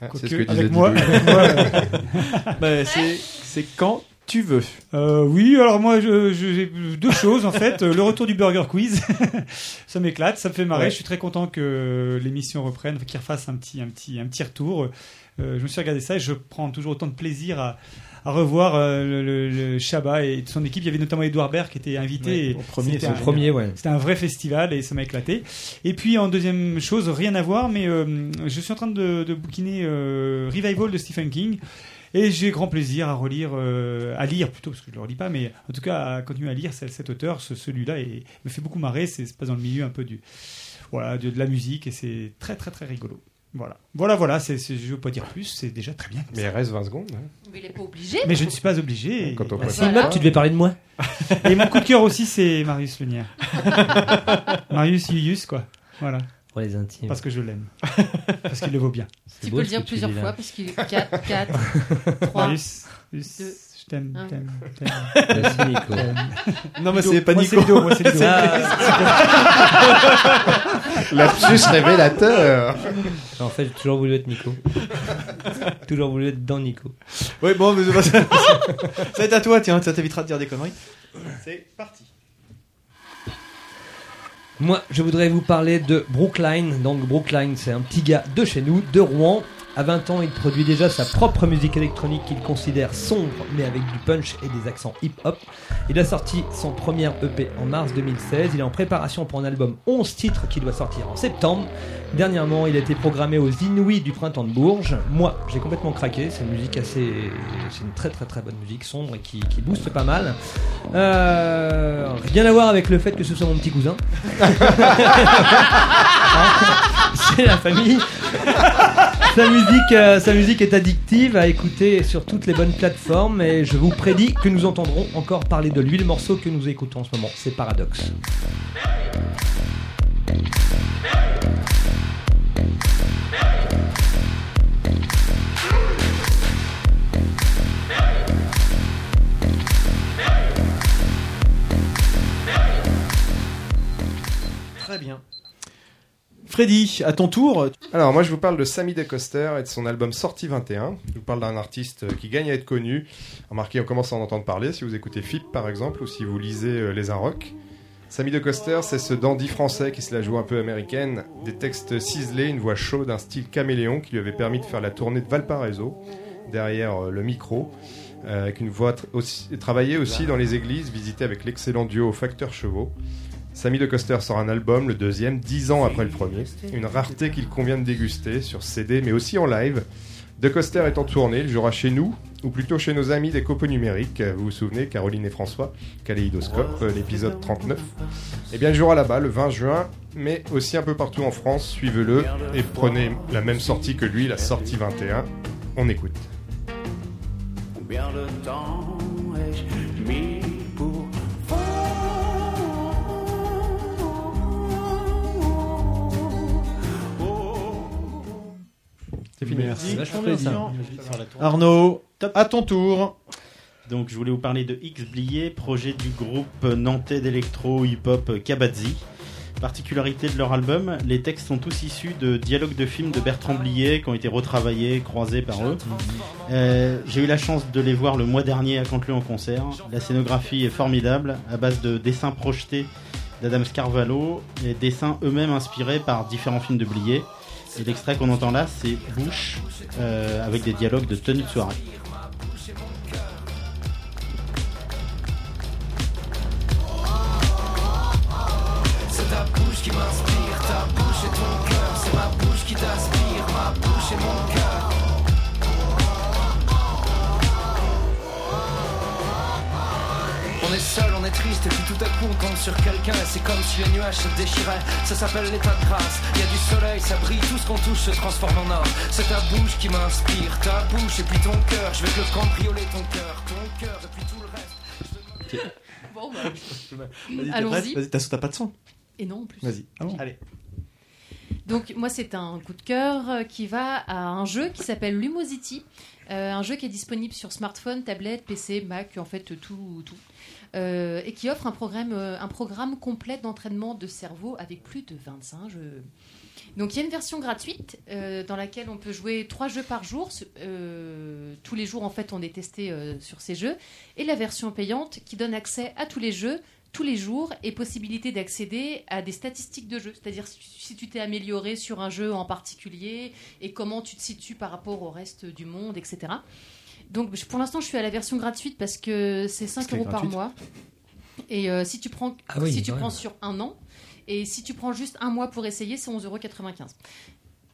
Quoique, Ah, c'est ce que disait avec moi, Didouille. avec moi, euh, [LAUGHS] Bah, c'est c'est quand tu veux. Euh, oui, alors moi, je- je- j'ai deux choses en fait. Euh, Le retour du Burger Quiz, [LAUGHS] ça m'éclate, ça me fait marrer. Ouais. Je suis très content que l'émission reprenne, qu'il refasse un petit, un petit, un petit retour. Euh, je me suis regardé ça et je prends toujours autant de plaisir à, à revoir euh, le, le- le Chabat et son équipe. Il y avait notamment Edouard Baird qui était invité. Ouais, et au premier, c'était c'est un- le premier, ouais. C'était un vrai festival et ça m'a éclaté. Et puis en deuxième chose, rien à voir, mais euh, je suis en train de, de bouquiner euh, Revival de Stephen King. Et j'ai grand plaisir à relire, euh, à lire plutôt, parce que je ne le relis pas, mais en tout cas à continuer à lire ce- cet auteur, ce- celui-là, et me fait beaucoup marrer. C'est c'est pas dans le milieu un peu du, voilà, de, de la musique, et c'est très très très rigolo. Voilà, voilà, voilà. c'est c'est- je veux pas dire plus, c'est déjà très bien. Mais il reste 20 secondes. hein. Mais il est pas obligé. Mais je ne suis pas obligé. Bah, Quand on Et- peut C'est une note, tu devais parler de moi. Et mon coup de cœur aussi, c'est Marius Lenière. [LAUGHS] Marius Ilius, quoi. Voilà. Pour les intimes. Parce que je l'aime. Parce qu'il le vaut bien. Tu peux le dire plusieurs fois parce [LAUGHS] qu'il est 4, 4, 3. Marius, Marius, deux, je t'aime, un. t'aime, Merci, t'aime. Nico. Ah. t'aime. Non, mais Ludo. c'est pas Moi, Nico. Ludo, moi, c'est [LAUGHS] Ludo. Lapsus révélateur. En fait, j'ai toujours voulu [LAUGHS] être Nico. toujours voulu être dans Nico. Oui, bon, mais c'est pas ça. [LAUGHS] ça va être à toi, tiens, ça t'évitera de dire des conneries. C'est parti. Moi, je voudrais vous parler de Brookline. Donc, Brookline, c'est un petit gars de chez nous, de Rouen. À 20 ans, il produit déjà sa propre musique électronique qu'il considère sombre, mais avec du punch et des accents hip-hop. Il a sorti son premier EP en mars 2016. Il est en préparation pour un album 11 titres qui doit sortir en septembre. Dernièrement, il a été programmé aux Inouïs du printemps de Bourges. Moi, j'ai complètement craqué. C'est une musique assez. C'est une très très très bonne musique sombre et qui, qui booste pas mal. Euh, Rien à voir avec le fait que ce soit mon petit cousin. [LAUGHS] C'est la famille. Sa musique, euh, sa musique est addictive à écouter sur toutes les bonnes plateformes et je vous prédis que nous entendrons encore parler de lui le morceau que nous écoutons en ce moment. C'est Paradoxe. Très bien. Freddy, à ton tour. Alors, moi, je vous parle de Sammy DeCoster et de son album Sortie 21. Je vous parle d'un artiste euh, qui gagne à être connu. Remarquez, on commence à en entendre parler si vous écoutez FIP, par exemple, ou si vous lisez euh, Les Inrocks. Sammy DeCoster, c'est ce dandy français qui se la joue un peu américaine, des textes ciselés, une voix chaude, un style caméléon qui lui avait permis de faire la tournée de Valparaiso, derrière euh, le micro, euh, avec une voix tr- aussi, travaillée aussi dans les églises, visitée avec l'excellent duo Facteur Chevaux. Sammy DeCoster sort un album, le deuxième, dix ans après le premier, une rareté qu'il convient de déguster sur CD mais aussi en live. De Coster est en tournée, il jouera chez nous, ou plutôt chez nos amis des copeaux numériques. Vous vous souvenez, Caroline et François, Kaléidoscope, euh, l'épisode 39. Eh bien, il jouera là-bas le 20 juin, mais aussi un peu partout en France. Suivez-le et prenez la même sortie que lui, la sortie 21. On écoute. Combien de temps ai-je mis pour C'est fini. Merci. Vachement bien, ça. Arnaud, à ton tour. Donc, je voulais vous parler de X Blié, projet du groupe nantais d'électro hip-hop Kabadzi. Particularité de leur album, les textes sont tous issus de dialogues de films de Bertrand Blier qui ont été retravaillés, croisés par eux. Euh, J'ai eu la chance de les voir le mois dernier à Canteleu en concert. La scénographie est formidable, à base de dessins projetés d'Adam Scarvalho, et dessins eux-mêmes inspirés par différents films de Blier. Et l'extrait qu'on entend là, c'est Bouche, euh, avec des dialogues de tenue de soirée. C'est ta bouche qui m'inspire, ta bouche et ton cœur. C'est ma bouche qui t'aspire, ma bouche et mon cœur. On est seul, on est triste, et puis tout à coup on tombe sur quelqu'un, et c'est comme si les nuages se déchiraient. Ça s'appelle l'état de grâce. Il y a du soleil, ça brille, tout ce qu'on touche se transforme en or. C'est ta bouche qui m'inspire, ta bouche et puis ton cœur. Je vais te le cambrioler, ton cœur, ton cœur, et puis tout le reste. Bon, bah. Vas-y, t'es prête Allons-y. Vas-y, t'as t'as pas de son. Et non, en plus. Vas-y. Ah bon Allez. Donc moi c'est un coup de cœur euh, qui va à un jeu qui s'appelle Lumosity, Euh, un jeu qui est disponible sur smartphone, tablette, PC, Mac, en fait tout, tout, Euh, et qui offre un programme, euh, un programme complet d'entraînement de cerveau avec plus de 25 jeux. Donc il y a une version gratuite euh, dans laquelle on peut jouer trois jeux par jour. Ce- euh, tous les jours en fait on est testé euh, sur ces jeux. Et la version payante qui donne accès à tous les jeux tous les jours et possibilité d'accéder à des statistiques de jeu. C'est-à-dire si tu- si tu t'es amélioré sur un jeu en particulier et comment tu te situes par rapport au reste du monde, etc. Donc je- pour l'instant je suis à la version gratuite parce que c'est 5 C'était euros par gratuite. mois. Et euh, si tu prends, Ah oui, si tu quand prends même. sur un an, et si tu prends juste un mois pour essayer, c'est 11,95€.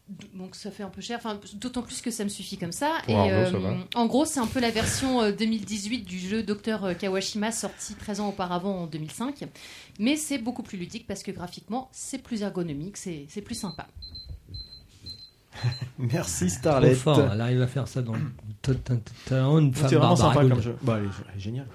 D- Donc ça fait un peu cher, enfin, d'autant plus que ça me suffit comme ça. Pour et euh, Arnaud, ça va. en gros, c'est un peu la version euh, 2018 du jeu Docteur euh, Kawashima sorti 13 ans auparavant en 2005. Mais c'est beaucoup plus ludique parce que graphiquement, c'est plus ergonomique, c'est c'est plus sympa. Merci Starlet. Trop fort, elle arrive à faire ça dans ta- ta- ta- ta- une femme C'est vraiment Barbara sympa comme Gould. jeu. Bah, allez, c'est génial.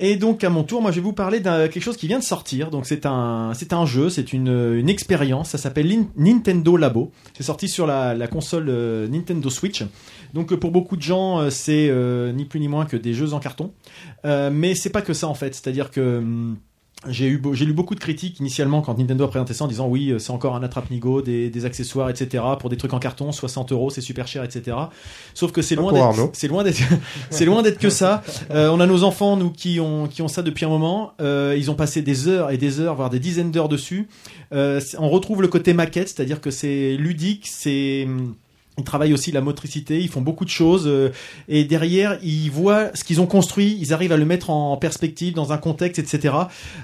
Et donc à mon tour, moi je vais vous parler d'un quelque chose qui vient de sortir. Donc c'est un c'est un jeu, c'est une, une expérience. Ça s'appelle Lin- Nintendo Labo. C'est sorti sur la, la console euh, Nintendo Switch. Donc euh, pour beaucoup de gens, euh, c'est euh, ni plus ni moins que des jeux en carton. Euh, mais c'est pas que ça en fait. C'est-à-dire que hum, j'ai eu beau- j'ai lu beaucoup de critiques initialement quand Nintendo a présenté ça en disant oui euh, c'est encore un attrape-nigo, des, des accessoires, etc. Pour des trucs en carton, 60 euros, c'est super cher, etc. Sauf que c'est Pas loin pour d'être Arnaud. c'est loin d'être [LAUGHS] c'est loin d'être que ça. Euh, on a nos enfants nous qui ont qui ont ça depuis un moment. Euh, ils ont passé des heures et des heures, voire des dizaines d'heures dessus. Euh, c'est- on retrouve le côté maquette, c'est-à-dire que c'est ludique, c'est ils travaillent aussi la motricité, ils font beaucoup de choses euh, et derrière ils voient ce qu'ils ont construit, ils arrivent à le mettre en perspective dans un contexte, etc.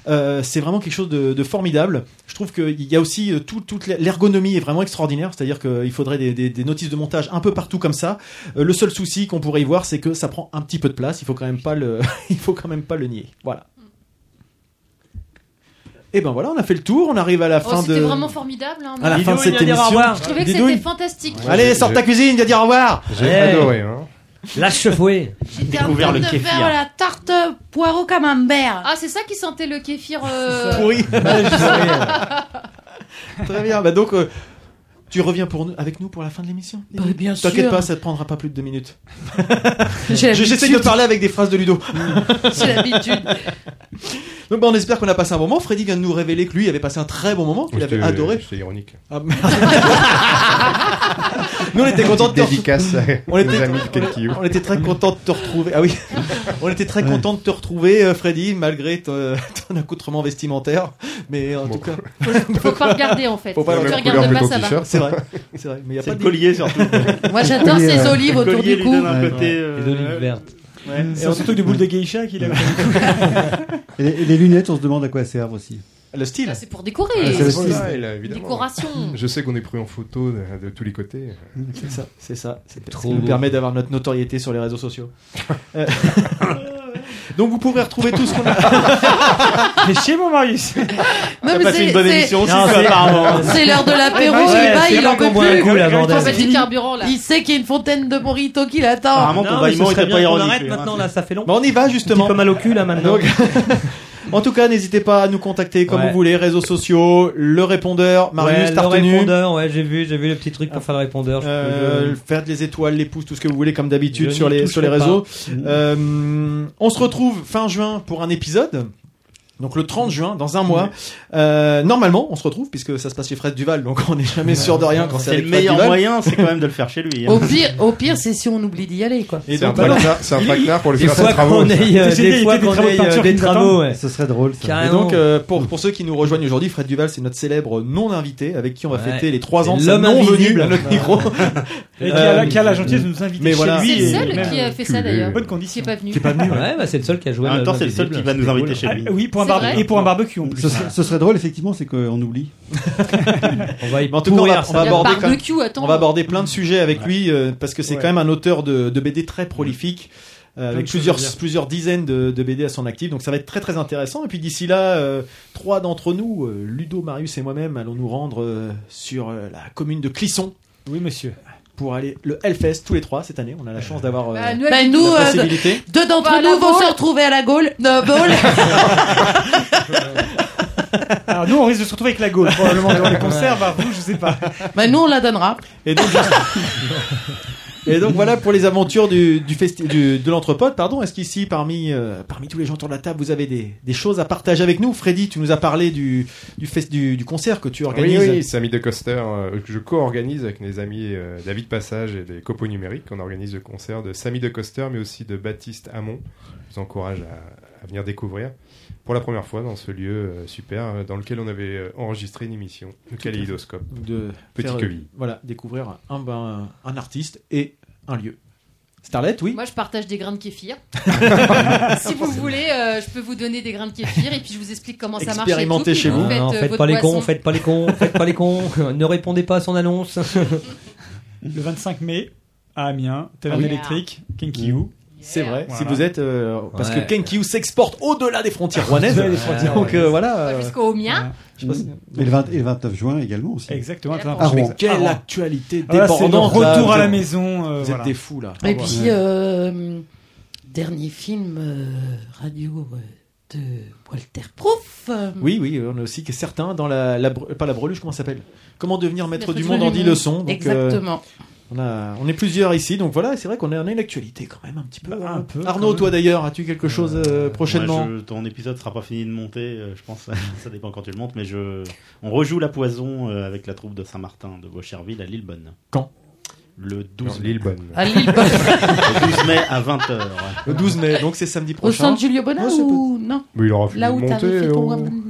Euh, c'est vraiment quelque chose de, de formidable. Je trouve qu'il y a aussi euh, tout- toute l'ergonomie est vraiment extraordinaire, c'est-à-dire qu'il faudrait des, des- des notices de montage un peu partout comme ça. Euh, le seul souci qu'on pourrait y voir, c'est que ça prend un petit peu de place. Il faut quand même pas le, [LAUGHS] il faut quand même pas le nier. Voilà. Et ben voilà, on a fait le tour. On arrive à la Oh, fin de. C'était vraiment formidable. hein, à la mais- fin de cette émission. Je trouvais que Didouille. c'était fantastique. Allez, sors ta cuisine, viens dire au revoir. J'ai adoré, hein. Lâche fouet. J'ai découvert le kéfir. la tarte poireau camembert. Ah, c'est ça qui sentait le kéfir. euh, Pourri. [LAUGHS] Bah, Très bien. Bah donc, euh, tu reviens pour nous, avec nous pour la fin de l'émission. Bah, bien T'inquiète sûr. pas, ça te prendra pas plus de [LAUGHS] deux minutes. J'ai J'essaie de l'habitude. [LAUGHS] parler avec des phrases de Ludo. J'ai l'habitude. Donc bah, on espère qu'on a passé un bon moment. Freddy vient de nous révéler que lui avait passé un très bon moment, qu'il avait C'était- adoré. C'était ironique. Ah, merde. Nous on était contents de te Dédicace à on nos était, amis de Kelkio. on était très contents de te retrouver. Ah oui, on était très contents de te retrouver, euh, Freddy, malgré ton, euh, ton accoutrement vestimentaire. Mais en tout cas, Faut pas regarder en fait. Faut pas si tu regarder. regardes Couleur pas, que ça ton va. t-shirt. C'est vrai. C'est vrai, mais y a C'est pas le de- collier surtout. Moi, j'adore Le collier, ces euh, olives le autour collier du lui donne cou. un Ouais. côté. euh, Et d'olives vertes. Ouais. C'est un truc de boule de geisha qu'il [LAUGHS] avait. [LAUGHS] Et les, et les lunettes, on se demande à quoi elles servent aussi. Le style. Ah, c'est pour décorer. Ah, C'est c'est pour pour ça, ça, il a, la évidemment. décoration. Je sais qu'on est pris en photo de, de tous les côtés. C'est ça, c'est ça. C'est ce Trop qui nous beau. permet d'avoir notre notoriété sur les réseaux sociaux. Euh, [LAUGHS] Donc vous pourrez retrouver tout ce [LAUGHS] qu'on a. Mais chez moi, [LAUGHS] Marius. T'as mais passé c'est- une bonne c'est- émission, Non, c'est c'est- [LAUGHS] apparemment. [LAUGHS] C'est l'heure de l'apéro, Ouais, il ouais, est bas, c'est il là en qu'on peut boit un plus. coup, là, bordel. Il- C'est du carburant, Il sait qu'il y a une fontaine de burrito qui l'attend. Apparemment, ton Non, mais bâillement ce serait était pas bien qu'on ironique, arrête lui, hein. maintenant, là, ça fait long. Bah, on y va justement. Pas mal au cul là maintenant. [LAUGHS] En tout cas, n'hésitez pas à nous contacter comme Ouais. vous voulez, réseaux sociaux, le répondeur, Marius, ouais, t'as le retenu. Ah. répondeur, ouais, j'ai vu, j'ai vu le petit truc pour faire le répondeur. je peux- Euh, faire des étoiles, les pouces, tout ce que vous voulez comme d'habitude Je sur n'y les sur les toucherai réseaux. pas. Euh, on se retrouve fin juin pour un épisode. Donc le 30 juin, dans un mois, Euh, normalement on se retrouve puisque ça se passe chez Fred Duval, donc on n'est jamais sûr de rien quand c'est C'est avec le Fred meilleur Duval. moyen, c'est quand même de le faire chez lui. hein. Au pire, au pire c'est si on oublie d'y aller, quoi. Et C'est un bah non. traquenard- c'est un Il- traquenard pour lui il- faire des ses fois travaux, qu'on ça. ait, euh, J'ai des dit, il fois y a des qu'on travaux de ait, euh, peinture des qui nous travaux, attendent. ouais. Ce serait drôle, ça. Et Carrément. donc euh, pour pour ceux qui nous rejoignent aujourd'hui, Fred Duval c'est notre célèbre non invité avec qui on va Ouais. fêter les 3 ans de C'est sa l'homme non venue invisible. à notre micro. Et qui a la- qui a la Euh, gentillesse de nous inviter mais chez voilà. lui C'est le et seul même qui a fait ça culé. d'ailleurs. Bonne Qui est pas venu. Qui est pas venu, ouais, bah, c'est le seul qui a joué. En même temps, c'est le seul qui va nous inviter chez Ah, lui. oui, pour un, C'est barbe- vrai. et pour un barbecue en plus. Ce, serait- ce serait drôle, effectivement, c'est qu'on oublie. on va Mais en tout cas, on va, on va aborder quand même- barbecue, attends. on va aborder plein de sujets avec lui euh, parce que c'est Ouais. quand même un auteur de, de BD très prolifique. euh, de avec choses plusieurs, à dire. plusieurs dizaines de, de BD à son actif, donc ça va être très très intéressant. Et puis d'ici là, euh, trois d'entre nous, euh, Ludo, Marius et moi-même, allons nous rendre euh, sur euh, la commune de Clisson. Oui, monsieur. Pour aller le Hellfest tous les trois cette année. On a la chance d'avoir euh, Bah, nous, la bah, nous, euh, possibilité. deux On va à d'entre la nous vont Gaule. se retrouver à Bah, la Gaule. No [LAUGHS] ball. Alors nous, on risque de se retrouver avec la gaule, probablement dans les conserves, à vous, je sais pas. Bah, nous, on la donnera. Et donc, [LAUGHS] Et donc voilà pour les aventures du, du, festi- du- de l'entrepôt. Pardon. Est-ce qu'ici, parmi euh, parmi tous les gens autour de la table, vous avez des, des choses à partager avec nous Freddy, tu nous as parlé du du, fest- du, du concert que tu Oui, organises. oui, Samy de Coster, euh, que je co-organise avec mes amis euh, David Passage et les copeaux numériques. On organise le concert de Samy de Coster, mais aussi de Baptiste Hamon. Je vous encourage à, à venir découvrir pour la première fois dans ce lieu euh, super euh, dans lequel on avait euh, enregistré une émission, le Tout à fait. Kaléidoscope. De Petit faire, euh, queville. Voilà, découvrir un, ben, un artiste et un lieu. Starlet, oui. Moi, je partage des grains de [LAUGHS] kéfir. si vous voulez, euh, je peux vous donner des grains de kéfir et puis je vous explique comment ça marche. et tout, Expérimentez puis chez vous. Vous Non, faites, Non, euh, faites votre pas les cons, boisson. faites pas les cons, faites pas [LAUGHS] les cons. Ne répondez pas à son annonce. Le 25 mai, à Amiens, Ah Taverne oui. électrique, Kenkiu. C'est vrai. Voilà. Si vous êtes euh, parce Ouais. que Kenkiu s'exporte au-delà des frontières rouennaises. Au-delà des frontières donc rouennaises. euh, voilà. euh, Jusqu'au mien. Et le, 20 et le 29 juin également aussi. Exactement, le 29 à juin. Rouen. Quelle Ah, bon. actualité Ah, là, c'est le débordante retour là, à vous la êtes- maison, euh, vous êtes voilà. des fous là. Et Au revoir. puis, euh, dernier film euh, radio euh, de Walter Proof. euh, Oui, oui, on a aussi que certains dans la, la bre- pas la breluche, comment ça s'appelle Comment devenir maître, Maître du du monde en monde. 10 leçons. Donc, Exactement. euh, on, a, on est plusieurs ici, donc voilà, c'est vrai qu'on a, on a une actualité quand même un petit peu. hein. quand Arnaud, même. toi d'ailleurs, as-tu quelque chose euh, prochainement Moi, je- ton épisode sera pas fini de monter, euh, je pense. [LAUGHS] ça dépend quand tu le montes, mais je. On rejoue la poison euh, avec la troupe de Saint-Martin de Bocherville à Lillebonne. Quand Le 12 Non, mai. Lillebonne. À Lillebonne. [LAUGHS] le 12 mai à 20h. Le 12 mai, donc c'est samedi Au prochain. centre Giulio Bonnat ou non Mais il aura fini Là de où t'avais monter, fait ton oh. euh, one-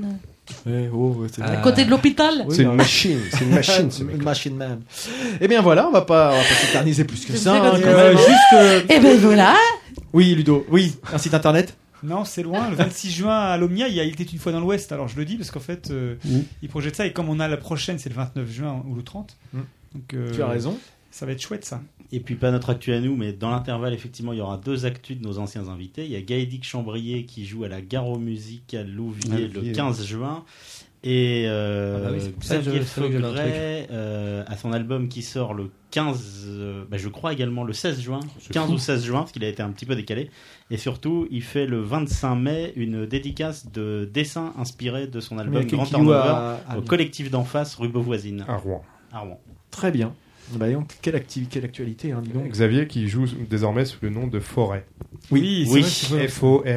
Ouais, oh, ouais, c'est À dingue. côté de l'hôpital Oui, C'est une bah, machine, c'est une machine, ce [LAUGHS] une machine man. Eh bien voilà, on va pas, on va pas s'éterniser plus que Je ça. sais pas hein, ce quand que même. c'est. Juste, euh, Eh ben voilà. Oui, Ludo, oui, un site internet. Non, c'est loin. Le [LAUGHS] 26 juin à l'Omnia, il y a Il était une fois dans l'Ouest. Alors je le dis parce qu'en fait, euh, Oui. ils projettent ça. Et comme on a la prochaine, c'est le 29 juin ou le 30. Mm. Donc, euh, Tu as raison. Ça va être chouette [LAUGHS] ça. Et puis pas notre actu à nous, mais dans l'intervalle, effectivement, il y aura deux actus de nos anciens invités. Il y a Gaëdic Chambrier qui joue à la Garo Musique à Louvier Ah, oui. le 15 juin. Et euh, Ah bah oui, c'est pour ça que Xavier je- c'est vrai que j'avais un Fogret euh, à son album qui sort le 15, euh, bah, je crois également le 16 juin, C'est 15 fou. ou 16 juin, parce qu'il a été un petit peu décalé. Et surtout, il fait le 25 mai une dédicace de dessins inspirés de son album Mais qui- Grand qui joue Turnover à- à au Amiens. collectif d'en face, rue Beauvoisine. À Rouen. À Rouen. Très bien. Bah, donc, quelle, activi- quelle actualité, hein, dis donc. Xavier qui joue désormais sous le nom de Forêt. oui. Oui, c'est vrai, c'est vrai.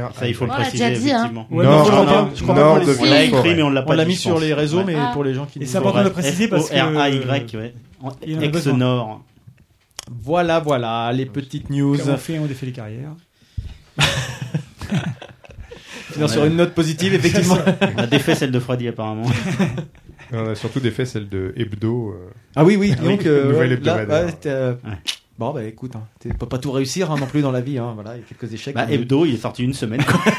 F-O-R. Ça, il faut le On l'a préciser, déjà dit, hein. effectivement. Ouais, Nord, mais je crois pas- je crois pas qu'on Nord l'ait de fait. On l'a Oui. écrit, mais on l'a On pas l'a dit, mis je sur pense. les réseaux, mais Ouais. pour les gens qui Et nous c'est important de le préciser parce que. F-O-R-A-Y, ouais. Il en a besoin. Ex-Nord. Voilà, voilà, les petites news. Comme on fait, on défait les carrières. Finir sur une note positive, effectivement. [LAUGHS] On a défait celle de [LAUGHS] Freddy, apparemment. Et on a surtout des faits, celle de Hebdo. euh, Ah oui, oui, donc. euh, nouvelle ouais, là, hebdomadaire. ouais, t'es, euh, Bon, bah écoute, hein, t'es- peux pas tout réussir hein, non plus dans la vie. Hein, voilà, il y a quelques échecs. Bah, hein. Hebdo, il est sorti une semaine. quoi. [LAUGHS]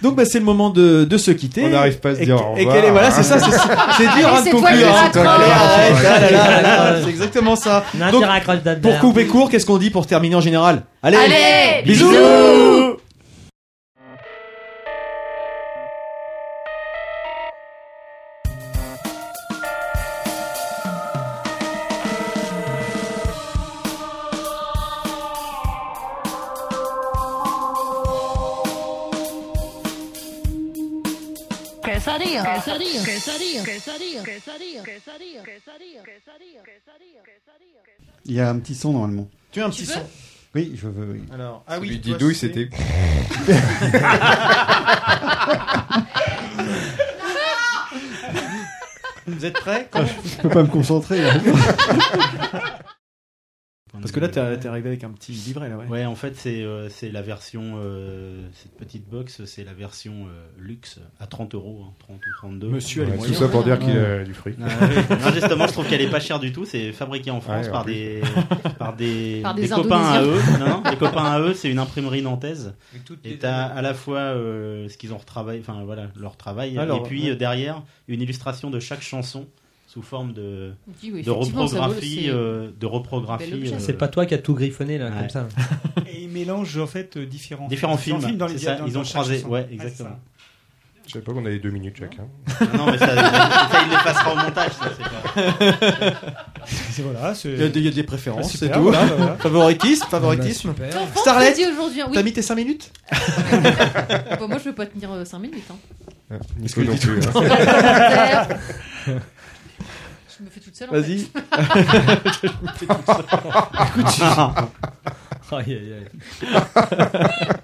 Donc bah, c'est le moment de, de se quitter. On n'arrive pas à se Et- dire au Et revoir, quelle est voilà hein. c'est ça c'est c'est dur Allez, hein, de c'est toi qui conclure. hein. raccroche. Allez, arrête, Ah là, là, [LAUGHS] là, là, là, C'est exactement ça. Nadia Donc, raccroche d'abord. pour couper court qu'est-ce qu'on dit pour terminer en général Allez, Allez, bisous Quesadilla. Quesadilla. Quesadilla. Quesadilla. Quesadilla. Quesadilla. Quesadilla. Quesadilla. Il y a un petit son normalement. Tu as un petit son Oui, je veux. oui. Alors, ah Celui oui, toi, [LAUGHS] d'Idouille, c'était- [LAUGHS] Vous êtes prêts Ah, je, je peux pas me concentrer. hein. [LAUGHS] là. Parce que là, t'es t'es arrivé avec un petit livret, là, ouais. euh, Ouais, en fait, c'est euh, c'est la version. euh, cette petite box, c'est la version euh, luxe à 30 euros, hein, 30 ou 32. Monsieur a les Ouais, moyens. tout ça pour dire qu'il a du fric. Ah, oui. Non, justement, je trouve qu'elle est pas chère du tout. C'est fabriqué en France Ouais, en par, plus. [LAUGHS] des, par des, Par des des copains à eux. Indonésiens. Non, non, des copains à eux, c'est une imprimerie nantaise. Avec toutes Et les- t'as à la fois euh, ce qu'ils ont retravaillé, enfin voilà, leur travail, Alors, et puis ouais. euh, derrière une illustration de chaque chanson sous forme de, Oui, oui, de effectivement, ça vaut- reprographie, c'est- euh, de reprographie. euh, C'est pas toi qui as tout griffonné là, ouais. comme ça. Et ils mélangent en fait euh, différents, Différents films, dans les c'est ça, dans- ils dans ont chaque croisé, chanson. Ah, ouais, c'est exactement. ça. Je savais pas qu'on avait deux minutes chacun. Non, mais ça, ça, il le passera au montage. ça, c'est [LAUGHS] pas- C'est- voilà, c'est- Il y a des- il y a des préférences, Ah, c'est super, tout. voilà, voilà. [LAUGHS] Favoritisme, favoritisme. Bah, Ton ventre Starlet, dit aujourd'hui, oui. t'as mis tes 5 minutes Bon, moi, je veux pas tenir 5 minutes. hein. Parce Nico que non je dis plus, tout le hein. temps. Je me fais toute seule. en Vas-y. fait. [LAUGHS] Je me fais toute seule. Écoute, tu- Aïe, aïe, aïe.